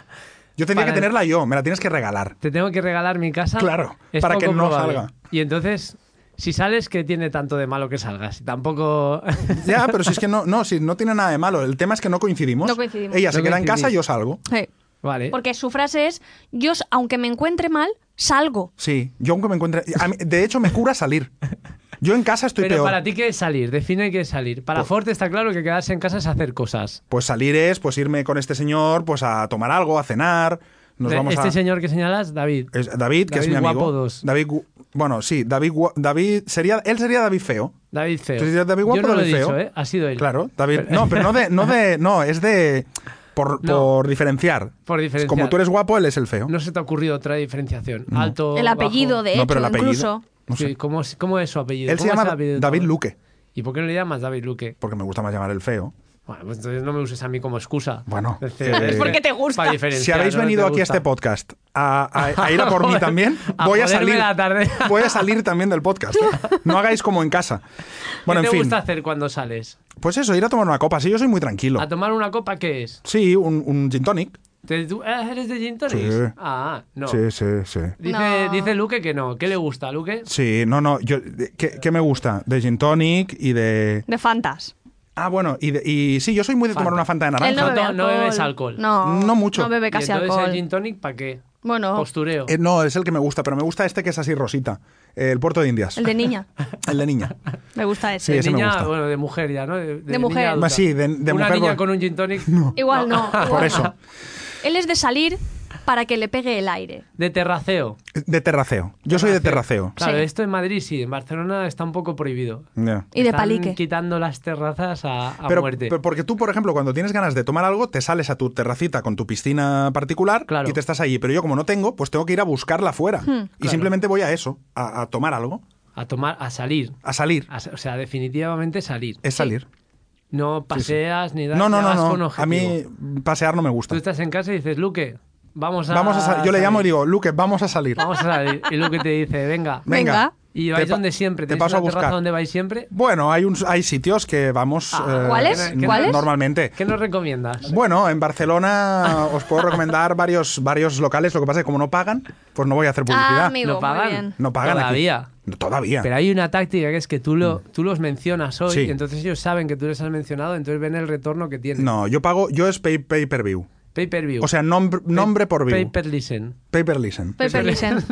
[SPEAKER 2] Yo tendría
[SPEAKER 3] Para-
[SPEAKER 2] que tenerla yo, me la tienes que regalar.
[SPEAKER 3] te tengo que regalar mi casa.
[SPEAKER 2] Claro, para que
[SPEAKER 3] poco
[SPEAKER 2] no
[SPEAKER 3] probable.
[SPEAKER 2] salga.
[SPEAKER 3] Y entonces, si sales, ¿qué tiene tanto de malo que salgas? Y Tampoco... *laughs*
[SPEAKER 2] Ya, pero si es que no, no, si no tiene nada de malo. El tema es que no coincidimos.
[SPEAKER 4] No coincidimos.
[SPEAKER 2] Ella se
[SPEAKER 3] No
[SPEAKER 2] queda en casa,
[SPEAKER 3] coincidís.
[SPEAKER 2] yo salgo.
[SPEAKER 4] Sí.
[SPEAKER 3] vale.
[SPEAKER 4] Porque su frase es, yo, s- aunque me encuentre mal, salgo.
[SPEAKER 2] Sí, yo aunque me encuentre. a mí- de hecho, me cura salir. Yo en casa estoy
[SPEAKER 3] Pero
[SPEAKER 2] peor.
[SPEAKER 3] para ti, ¿qué es salir? Define qué es salir. Para Ford está claro que quedarse en casa es hacer cosas.
[SPEAKER 2] Pues salir es, pues irme con este señor, pues a tomar algo, a cenar. Nos
[SPEAKER 3] De-
[SPEAKER 2] vamos
[SPEAKER 3] este
[SPEAKER 2] a.
[SPEAKER 3] señor que señalas, David.
[SPEAKER 2] es David, que es mi
[SPEAKER 3] David
[SPEAKER 2] amigo.
[SPEAKER 3] Guapo dos.
[SPEAKER 2] David, gu- bueno, sí, David, gua- David sería, él sería David feo.
[SPEAKER 3] David Feo.
[SPEAKER 2] Tú dices David Guapo,
[SPEAKER 3] Yo no lo he
[SPEAKER 2] David
[SPEAKER 3] dicho,
[SPEAKER 2] Feo.
[SPEAKER 3] ¿eh? Ha sido él.
[SPEAKER 2] Claro, David. No, pero no de, no de,
[SPEAKER 3] *laughs*
[SPEAKER 2] no, es de por,
[SPEAKER 3] No.
[SPEAKER 2] por diferenciar.
[SPEAKER 3] Por diferenciar.
[SPEAKER 2] Como tú eres guapo, él es el feo.
[SPEAKER 3] No se te ha ocurrido otra diferenciación. Alto,
[SPEAKER 4] El apellido,
[SPEAKER 3] bajo.
[SPEAKER 4] de hecho,
[SPEAKER 2] No, pero el apellido-
[SPEAKER 4] incluso.
[SPEAKER 2] no sé.
[SPEAKER 3] Sí, ¿cómo, es- cómo es su apellido?
[SPEAKER 2] Él se
[SPEAKER 3] ¿Cómo es el
[SPEAKER 2] llama
[SPEAKER 3] apellido de
[SPEAKER 2] David
[SPEAKER 3] todo?
[SPEAKER 2] Luque,
[SPEAKER 3] ¿Y por qué no le llamas David Luque?
[SPEAKER 2] porque me gusta más llamar el feo.
[SPEAKER 3] Bueno, pues entonces no me uses a mí como excusa.
[SPEAKER 2] Bueno,
[SPEAKER 3] Decir,
[SPEAKER 2] eh,
[SPEAKER 4] Es porque te gusta.
[SPEAKER 3] para
[SPEAKER 2] Si
[SPEAKER 3] diferenciar,
[SPEAKER 2] habéis
[SPEAKER 3] ¿no?
[SPEAKER 2] venido
[SPEAKER 3] ¿Te
[SPEAKER 2] aquí a
[SPEAKER 3] gusta?
[SPEAKER 2] este podcast a, a- a ir a
[SPEAKER 3] *laughs*
[SPEAKER 2] por mí
[SPEAKER 3] joder,
[SPEAKER 2] también,
[SPEAKER 3] a
[SPEAKER 2] voy a
[SPEAKER 3] joderme
[SPEAKER 2] salir.
[SPEAKER 3] la tarde.
[SPEAKER 2] *laughs* Voy a salir también del podcast. No hagáis como en casa. Bueno,
[SPEAKER 3] ¿Qué
[SPEAKER 2] en
[SPEAKER 3] te
[SPEAKER 2] fin.
[SPEAKER 3] gusta hacer cuando sales?
[SPEAKER 2] Pues eso, ir a tomar una copa. Sí, yo soy muy tranquilo.
[SPEAKER 3] ¿A tomar una copa qué es?
[SPEAKER 2] Sí, un, un gin tonic.
[SPEAKER 3] ¿Te- tú- ah, ¿Eres de gin tonics?
[SPEAKER 2] Sí.
[SPEAKER 3] Ah, no.
[SPEAKER 2] Sí, sí, sí.
[SPEAKER 3] Dice,
[SPEAKER 4] No.
[SPEAKER 3] dice Luque que no. ¿Qué le gusta, Luque?
[SPEAKER 2] Sí, no, no. Yo, de- ¿qué, qué me gusta? De gin tonic y de.
[SPEAKER 4] De fantas.
[SPEAKER 2] Ah, bueno, y, de- y sí, yo soy muy de tomar
[SPEAKER 3] Fanta.
[SPEAKER 2] una fanta de
[SPEAKER 4] Él no,
[SPEAKER 2] naranja.
[SPEAKER 4] bebe
[SPEAKER 3] No, no
[SPEAKER 4] alcohol.
[SPEAKER 3] bebes alcohol.
[SPEAKER 4] No,
[SPEAKER 2] No mucho.
[SPEAKER 4] No bebe
[SPEAKER 3] ¿Y
[SPEAKER 4] casi
[SPEAKER 3] entonces
[SPEAKER 4] alcohol.
[SPEAKER 3] el gin tonic para qué?
[SPEAKER 4] Bueno,
[SPEAKER 3] Postureo.
[SPEAKER 2] Eh, no, es el que me gusta, pero me gusta este que es así rosita. El puerto de Indias.
[SPEAKER 4] el de niña.
[SPEAKER 2] El de
[SPEAKER 3] *laughs*
[SPEAKER 2] niña.
[SPEAKER 4] Me gusta
[SPEAKER 2] Sí,
[SPEAKER 4] ese.
[SPEAKER 2] ese me
[SPEAKER 3] niña,
[SPEAKER 2] gusta.
[SPEAKER 3] bueno, de mujer ya, ¿no? De,
[SPEAKER 4] De mujer.
[SPEAKER 3] niña adulta.
[SPEAKER 2] Ah, sí, de- de
[SPEAKER 3] Una
[SPEAKER 2] mujer,
[SPEAKER 3] niña
[SPEAKER 2] bueno.
[SPEAKER 3] con un
[SPEAKER 2] *laughs*
[SPEAKER 3] gin tonic. No.
[SPEAKER 4] Igual no.
[SPEAKER 2] Por
[SPEAKER 4] igual
[SPEAKER 2] eso.
[SPEAKER 4] no. Él es de salir para que le pegue el aire.
[SPEAKER 3] De terraceo.
[SPEAKER 2] De terraceo. Yo soy de terraceo.
[SPEAKER 3] Claro,
[SPEAKER 4] Sí.
[SPEAKER 3] esto en Madrid sí, en Barcelona está un poco prohibido.
[SPEAKER 2] Ya.
[SPEAKER 4] Y de
[SPEAKER 3] Están
[SPEAKER 4] palique.
[SPEAKER 3] quitando las terrazas a, a
[SPEAKER 2] pero,
[SPEAKER 3] muerte.
[SPEAKER 2] pero porque tú, por ejemplo, cuando tienes ganas de tomar algo, te sales a tu terracita con tu piscina particular
[SPEAKER 3] Claro.
[SPEAKER 2] y te estás allí. Pero yo como no tengo, pues tengo que ir a buscarla fuera.
[SPEAKER 4] Hmm.
[SPEAKER 2] y simplemente voy a eso, a, a tomar algo,
[SPEAKER 3] A tomar, a salir.
[SPEAKER 2] a salir.
[SPEAKER 3] A sa- o sea, definitivamente salir.
[SPEAKER 2] Es salir.
[SPEAKER 3] No paseas ni das
[SPEAKER 2] No, no,
[SPEAKER 3] ni vas
[SPEAKER 2] no,
[SPEAKER 3] con
[SPEAKER 2] no. A
[SPEAKER 3] objetivo.
[SPEAKER 2] mí pasear no me gusta.
[SPEAKER 3] Tú estás en casa y dices, Luque, vamos a.
[SPEAKER 2] Vamos a sal- Yo le
[SPEAKER 3] salir".
[SPEAKER 2] llamo y digo, Luque, vamos a salir.
[SPEAKER 3] Vamos a salir. Y Luque te dice, venga.
[SPEAKER 2] Venga.
[SPEAKER 4] Venga.
[SPEAKER 3] Y
[SPEAKER 2] Te
[SPEAKER 3] vais
[SPEAKER 2] pa-
[SPEAKER 3] donde siempre.
[SPEAKER 2] Te
[SPEAKER 3] ¿Tenéis
[SPEAKER 2] paso a
[SPEAKER 3] una terraza
[SPEAKER 2] buscar.
[SPEAKER 3] donde vais siempre?
[SPEAKER 2] Bueno, hay, un, hay sitios que vamos...
[SPEAKER 4] Ah, ¿cuáles?
[SPEAKER 2] n-
[SPEAKER 4] ¿Cuáles?
[SPEAKER 2] Normalmente.
[SPEAKER 3] ¿Qué nos recomiendas?
[SPEAKER 2] Bueno, en Barcelona os puedo recomendar varios, varios locales. Lo que pasa es que como no pagan, pues no voy a hacer
[SPEAKER 4] Ah,
[SPEAKER 2] publicidad.
[SPEAKER 4] amigo,
[SPEAKER 3] ¿Lo pagan?
[SPEAKER 4] muy bien.
[SPEAKER 2] No pagan aquí.
[SPEAKER 3] Todavía.
[SPEAKER 2] No, Todavía.
[SPEAKER 3] Pero hay una táctica que es que tú, lo, tú los mencionas hoy
[SPEAKER 2] Sí.
[SPEAKER 3] y entonces ellos saben que tú les has mencionado, entonces ven el retorno que tienen.
[SPEAKER 2] No, yo pago, yo es pay, pay per view.
[SPEAKER 3] Pay per view.
[SPEAKER 2] O sea, nombre, nombre por view.
[SPEAKER 3] Pay
[SPEAKER 2] Pay per,
[SPEAKER 3] per listen.
[SPEAKER 2] listen. *laughs*
[SPEAKER 4] Pepe Lisen.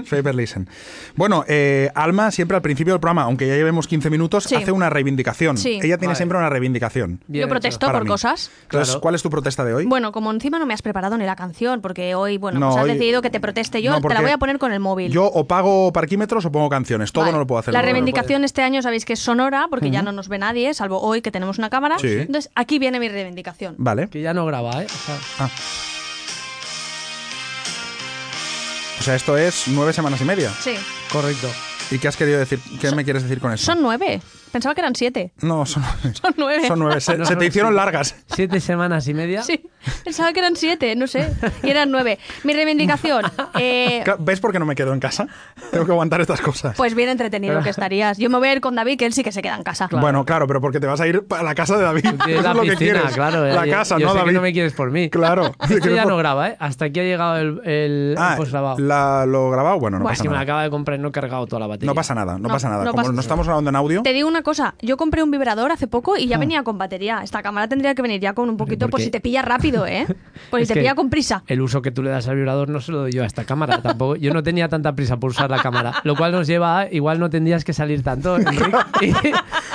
[SPEAKER 2] Pay per listen. Bueno, eh, Alma siempre al principio del programa, aunque ya llevemos 15 minutos,
[SPEAKER 4] Sí.
[SPEAKER 2] hace una reivindicación.
[SPEAKER 4] Sí.
[SPEAKER 2] Ella tiene
[SPEAKER 3] Vale.
[SPEAKER 2] siempre una reivindicación.
[SPEAKER 3] *laughs* Bien
[SPEAKER 4] Yo protesto
[SPEAKER 2] Para
[SPEAKER 4] por
[SPEAKER 2] mí.
[SPEAKER 4] cosas.
[SPEAKER 2] Entonces,
[SPEAKER 3] Claro.
[SPEAKER 2] ¿cuál es tu protesta de hoy?
[SPEAKER 4] Bueno, como encima no me has preparado ni la canción, porque hoy, bueno,
[SPEAKER 2] No,
[SPEAKER 4] pues has
[SPEAKER 2] hoy-
[SPEAKER 4] decidido que te proteste yo,
[SPEAKER 2] No,
[SPEAKER 4] te
[SPEAKER 2] porque
[SPEAKER 4] la voy a poner con el móvil.
[SPEAKER 2] Yo o pago parquímetros o pongo canciones. Todo
[SPEAKER 4] Vale.
[SPEAKER 2] no lo puedo hacer.
[SPEAKER 4] La
[SPEAKER 2] luego.
[SPEAKER 4] reivindicación este año sabéis que es sonora, porque ya no nos ve nadie, salvo hoy que tenemos una cámara.
[SPEAKER 2] Sí.
[SPEAKER 4] Entonces, aquí viene mi reivindicación.
[SPEAKER 2] Vale.
[SPEAKER 3] Que ya no graba, ¿eh? O sea,
[SPEAKER 2] O sea, esto es nueve semanas y media.
[SPEAKER 4] Sí.
[SPEAKER 3] correcto.
[SPEAKER 2] ¿Y qué has querido decir? ¿Qué me quieres decir con eso?
[SPEAKER 4] Son nueve. Pensaba que eran siete.
[SPEAKER 2] No, son,
[SPEAKER 4] *laughs* Son nueve.
[SPEAKER 2] son nueve. Se,
[SPEAKER 3] No,
[SPEAKER 2] se
[SPEAKER 3] no,
[SPEAKER 2] te
[SPEAKER 3] sí.
[SPEAKER 2] hicieron largas.
[SPEAKER 3] Siete semanas y media.
[SPEAKER 4] Sí. Pensaba que eran siete, no sé. Y eran nueve.
[SPEAKER 2] *laughs*
[SPEAKER 4] Mi reivindicación. eh,
[SPEAKER 2] Claro, ¿Ves por qué no me quedo en
[SPEAKER 3] *laughs*
[SPEAKER 2] casa? Tengo que aguantar estas cosas.
[SPEAKER 4] pues bien entretenido
[SPEAKER 2] *laughs*
[SPEAKER 4] que estarías. Yo me voy a ir con David, que él sí que se queda en casa.
[SPEAKER 2] Bueno, claro, pero porque te vas a ir a la casa de David.
[SPEAKER 3] De
[SPEAKER 2] *laughs* Eso
[SPEAKER 3] la
[SPEAKER 2] es lo que
[SPEAKER 3] piscina,
[SPEAKER 2] quieres.
[SPEAKER 3] claro. eh,
[SPEAKER 2] La
[SPEAKER 3] Yo-
[SPEAKER 2] casa,
[SPEAKER 3] yo
[SPEAKER 2] no
[SPEAKER 3] sé que
[SPEAKER 2] David.
[SPEAKER 3] no me quieres por mí.
[SPEAKER 2] Claro.
[SPEAKER 3] *laughs* Esto ya no pues, graba, ¿eh? Hasta aquí ha llegado el, el
[SPEAKER 2] Ah,
[SPEAKER 3] post grabado.
[SPEAKER 2] la- lo grabado, bueno, no
[SPEAKER 4] Bueno,
[SPEAKER 3] Es
[SPEAKER 2] pasa
[SPEAKER 3] que me la
[SPEAKER 2] nada.
[SPEAKER 3] acaba de comprar y no he cargado toda la batería.
[SPEAKER 2] No pasa nada, no,
[SPEAKER 4] No,
[SPEAKER 2] pasa nada.
[SPEAKER 4] no
[SPEAKER 2] Como
[SPEAKER 4] pasa
[SPEAKER 2] no
[SPEAKER 4] nada.
[SPEAKER 2] estamos grabando en audio,
[SPEAKER 4] Te digo una cosa, yo compré un vibrador hace poco
[SPEAKER 2] Ah.
[SPEAKER 4] y ya venía con batería. Esta cámara tendría que venir ya con un poquito,
[SPEAKER 3] ¿por
[SPEAKER 4] por
[SPEAKER 3] qué?
[SPEAKER 4] si te pilla rápido,
[SPEAKER 2] *laughs*
[SPEAKER 4] ¿eh? Por si
[SPEAKER 3] Es
[SPEAKER 4] te
[SPEAKER 3] que
[SPEAKER 4] pilla con prisa.
[SPEAKER 3] El uso que tú le das al vibrador no se lo doy yo a esta cámara tampoco. Yo no tenía tanta prisa por usar la cámara, lo cual nos lleva a igual no tendrías que salir tanto. Enric,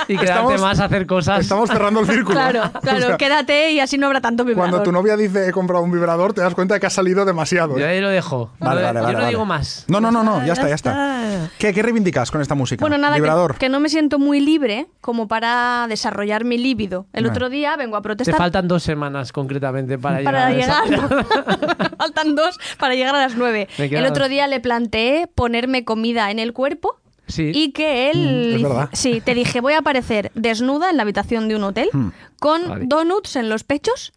[SPEAKER 3] y quedarte
[SPEAKER 2] Estamos-
[SPEAKER 3] más a hacer cosas.
[SPEAKER 2] Estamos cerrando
[SPEAKER 3] *laughs*
[SPEAKER 2] el círculo.
[SPEAKER 4] Claro,
[SPEAKER 2] *laughs*
[SPEAKER 4] claro,
[SPEAKER 2] O sea,
[SPEAKER 4] quédate y así no habrá tanto vibrador.
[SPEAKER 2] Cuando tu novia dice he comprado un vibrador, te das cuenta de que has salido demasiado. ¿eh?
[SPEAKER 3] Yo ahí lo dejo.
[SPEAKER 2] Vale,
[SPEAKER 3] Yo
[SPEAKER 2] vale,
[SPEAKER 3] no
[SPEAKER 2] vale, vale.
[SPEAKER 3] digo más. Ah,
[SPEAKER 2] No, no, no, no, ya
[SPEAKER 3] Ya
[SPEAKER 2] está, ya está.
[SPEAKER 3] está.
[SPEAKER 2] ¿Qué, qué reivindicas con esta música?
[SPEAKER 4] Bueno, nada,
[SPEAKER 2] Vibrador.
[SPEAKER 4] que, que no me siento muy libre como para desarrollar mi líbido. El
[SPEAKER 2] Vale.
[SPEAKER 4] otro día vengo a
[SPEAKER 3] Te
[SPEAKER 4] protestar
[SPEAKER 3] faltan dos semanas concretamente para,
[SPEAKER 4] para
[SPEAKER 3] a
[SPEAKER 4] llegar.
[SPEAKER 3] esa-
[SPEAKER 4] *laughs* Faltan dos para llegar a las nueve.
[SPEAKER 3] Me quedan
[SPEAKER 4] El otro
[SPEAKER 3] dos.
[SPEAKER 4] día le planteé ponerme comida en el cuerpo.
[SPEAKER 3] *laughs* Sí.
[SPEAKER 4] Y que él.
[SPEAKER 2] Mm, es verdad.
[SPEAKER 4] Sí, te dije, voy a aparecer desnuda en la habitación de un hotel
[SPEAKER 2] Mm.
[SPEAKER 4] con
[SPEAKER 3] Vale.
[SPEAKER 4] donuts en los pechos.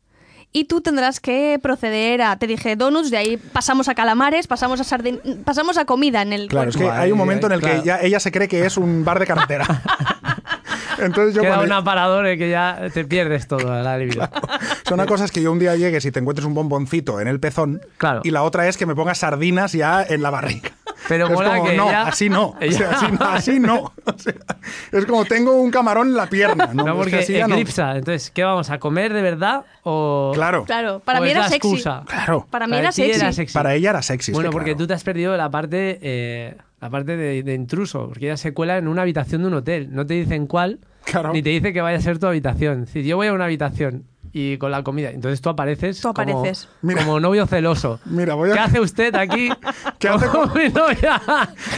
[SPEAKER 4] Y tú tendrás que proceder a. Te dije donuts, de ahí pasamos a calamares, pasamos a sardin, pasamos a comida en el
[SPEAKER 2] Claro, es
[SPEAKER 4] cuerpo.
[SPEAKER 2] que
[SPEAKER 3] Madre
[SPEAKER 2] hay un
[SPEAKER 3] mía,
[SPEAKER 2] momento en el
[SPEAKER 3] claro.
[SPEAKER 2] que ya- ella se cree que es un bar de carretera.
[SPEAKER 3] *laughs*
[SPEAKER 2] Entonces yo
[SPEAKER 3] Queda
[SPEAKER 2] cuando-
[SPEAKER 3] un aparador eh, que ya te pierdes todo la libido.
[SPEAKER 2] Son cosas que yo un día llegues y te encuentres un bomboncito en el pezón.
[SPEAKER 3] Claro.
[SPEAKER 2] Y la otra es que me pongas sardinas ya en la barriga.
[SPEAKER 3] Pero
[SPEAKER 2] es
[SPEAKER 3] mola
[SPEAKER 2] como,
[SPEAKER 3] que
[SPEAKER 2] no,
[SPEAKER 3] ella-
[SPEAKER 2] así no. O sea,
[SPEAKER 3] ella-
[SPEAKER 2] así no. así no.
[SPEAKER 3] *laughs*
[SPEAKER 2] O sea, es como tengo un camarón en la pierna. No,
[SPEAKER 3] No,
[SPEAKER 2] Es que
[SPEAKER 3] porque
[SPEAKER 2] así ya no.
[SPEAKER 3] eclipsa. Entonces, ¿qué vamos a comer de verdad o
[SPEAKER 2] Claro.
[SPEAKER 4] Claro, para
[SPEAKER 3] o
[SPEAKER 4] mí
[SPEAKER 3] es
[SPEAKER 4] era
[SPEAKER 3] la
[SPEAKER 4] sexy.
[SPEAKER 3] excusa?
[SPEAKER 2] Claro.
[SPEAKER 4] Para mí
[SPEAKER 3] Para
[SPEAKER 4] era
[SPEAKER 3] ti era
[SPEAKER 4] sexy.
[SPEAKER 3] sexy.
[SPEAKER 2] Para ella era sexy. este es
[SPEAKER 3] Bueno,
[SPEAKER 2] que
[SPEAKER 3] porque
[SPEAKER 2] claro.
[SPEAKER 3] tú te has perdido la parte, eh, la parte de, de intruso, porque ella se cuela en una habitación de un hotel. No te dicen cuál,
[SPEAKER 2] Claro.
[SPEAKER 3] ni te dice que vaya a ser tu habitación. Es decir, yo voy a una habitación y con la comida. Entonces tú apareces,
[SPEAKER 4] Tú
[SPEAKER 3] como-
[SPEAKER 4] apareces.
[SPEAKER 2] Mira.
[SPEAKER 3] Como, novio celoso.
[SPEAKER 2] Mira, voy a-
[SPEAKER 3] ¿Qué hace usted aquí?
[SPEAKER 2] *laughs* ¿Qué
[SPEAKER 3] *laughs*
[SPEAKER 2] hace
[SPEAKER 3] con
[SPEAKER 2] con-
[SPEAKER 3] mi novia?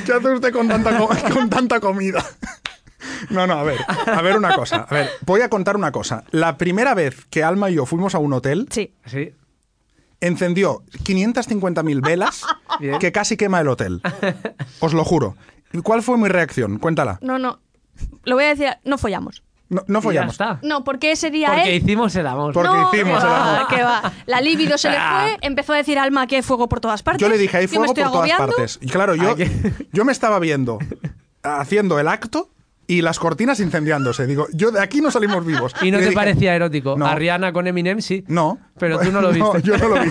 [SPEAKER 2] ¿Qué hace usted con tanta, co- *laughs* con tanta comida? No, no, a ver, a ver una cosa. A ver, voy a contar una cosa. La primera vez que Alma y yo fuimos a un hotel,
[SPEAKER 4] Sí.
[SPEAKER 3] Sí.
[SPEAKER 2] encendió 550.000 velas
[SPEAKER 3] Bien.
[SPEAKER 2] que casi quema el hotel. Os lo juro. ¿Y cuál fue mi reacción? Cuéntala.
[SPEAKER 4] No, no. Lo voy a decir, no follamos.
[SPEAKER 2] No, no
[SPEAKER 3] Y ya
[SPEAKER 2] follamos.
[SPEAKER 3] está.
[SPEAKER 4] No, porque ese día
[SPEAKER 3] Porque
[SPEAKER 4] él.
[SPEAKER 3] hicimos el amor.
[SPEAKER 2] Porque
[SPEAKER 4] no,
[SPEAKER 2] hicimos
[SPEAKER 4] que
[SPEAKER 2] el
[SPEAKER 4] va,
[SPEAKER 2] amor.
[SPEAKER 4] que va. La libido se le
[SPEAKER 3] Ah.
[SPEAKER 4] fue, empezó a decir Alma que hay fuego por todas partes.
[SPEAKER 2] Yo le dije, hay
[SPEAKER 4] yo me
[SPEAKER 2] fuego
[SPEAKER 4] estoy
[SPEAKER 2] por todas
[SPEAKER 4] agobiando.
[SPEAKER 2] partes. Y claro, yo,
[SPEAKER 3] Hay que-
[SPEAKER 2] yo me estaba viendo haciendo el acto y las cortinas incendiándose. Digo, yo de aquí no salimos vivos.
[SPEAKER 3] Y no
[SPEAKER 2] le
[SPEAKER 3] te
[SPEAKER 2] dije,
[SPEAKER 3] parecía erótico.
[SPEAKER 2] No.
[SPEAKER 3] A Rihanna con Eminem sí.
[SPEAKER 2] No.
[SPEAKER 3] Pero tú no lo viste.
[SPEAKER 2] yo *laughs* no lo
[SPEAKER 3] *laughs*
[SPEAKER 2] vi.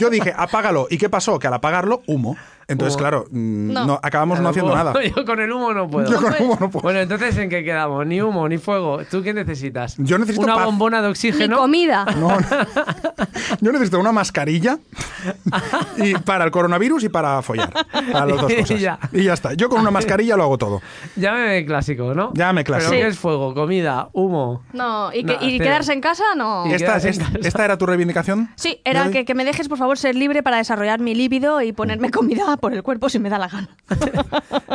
[SPEAKER 2] Yo dije, apágalo. ¿Y qué pasó? Que al apagarlo, humo. Entonces,
[SPEAKER 3] Humo.
[SPEAKER 2] claro, mm,
[SPEAKER 4] No.
[SPEAKER 2] no, acabamos no haciendo
[SPEAKER 3] Humo.
[SPEAKER 2] nada.
[SPEAKER 3] *laughs* Yo con el humo no
[SPEAKER 2] *laughs*
[SPEAKER 3] puedo.
[SPEAKER 2] Yo con humo no puedo.
[SPEAKER 3] Bueno, entonces ¿en qué quedamos? Ni humo, ni fuego. ¿Tú qué necesitas?
[SPEAKER 2] Yo necesito
[SPEAKER 3] Una
[SPEAKER 2] paz.
[SPEAKER 3] bombona de
[SPEAKER 4] Ni
[SPEAKER 3] oxígeno.
[SPEAKER 4] comida.
[SPEAKER 2] No, no. Yo necesito una mascarilla y para el coronavirus y para follar. Para las dos
[SPEAKER 3] *laughs* Y
[SPEAKER 2] cosas.
[SPEAKER 3] ya.
[SPEAKER 2] Y ya está. Yo con una mascarilla lo hago todo.
[SPEAKER 3] Llámeme clásico, ¿no?
[SPEAKER 2] Llámame clásico.
[SPEAKER 3] Pero
[SPEAKER 4] Sí.
[SPEAKER 3] ¿qué es fuego? ¿Comida? ¿Humo?
[SPEAKER 4] No, y, que-
[SPEAKER 3] No,
[SPEAKER 4] y
[SPEAKER 3] cero.
[SPEAKER 4] quedarse en casa no.
[SPEAKER 3] Y
[SPEAKER 2] Esta,
[SPEAKER 3] quedas en
[SPEAKER 2] es-
[SPEAKER 3] casa.
[SPEAKER 2] esta era tu reivindicación?
[SPEAKER 4] Sí, era
[SPEAKER 2] Yoli?
[SPEAKER 4] que, que me dejes, por favor, ser libre para desarrollar mi líbido y ponerme comida por el cuerpo si me da
[SPEAKER 3] *laughs*
[SPEAKER 4] la gana.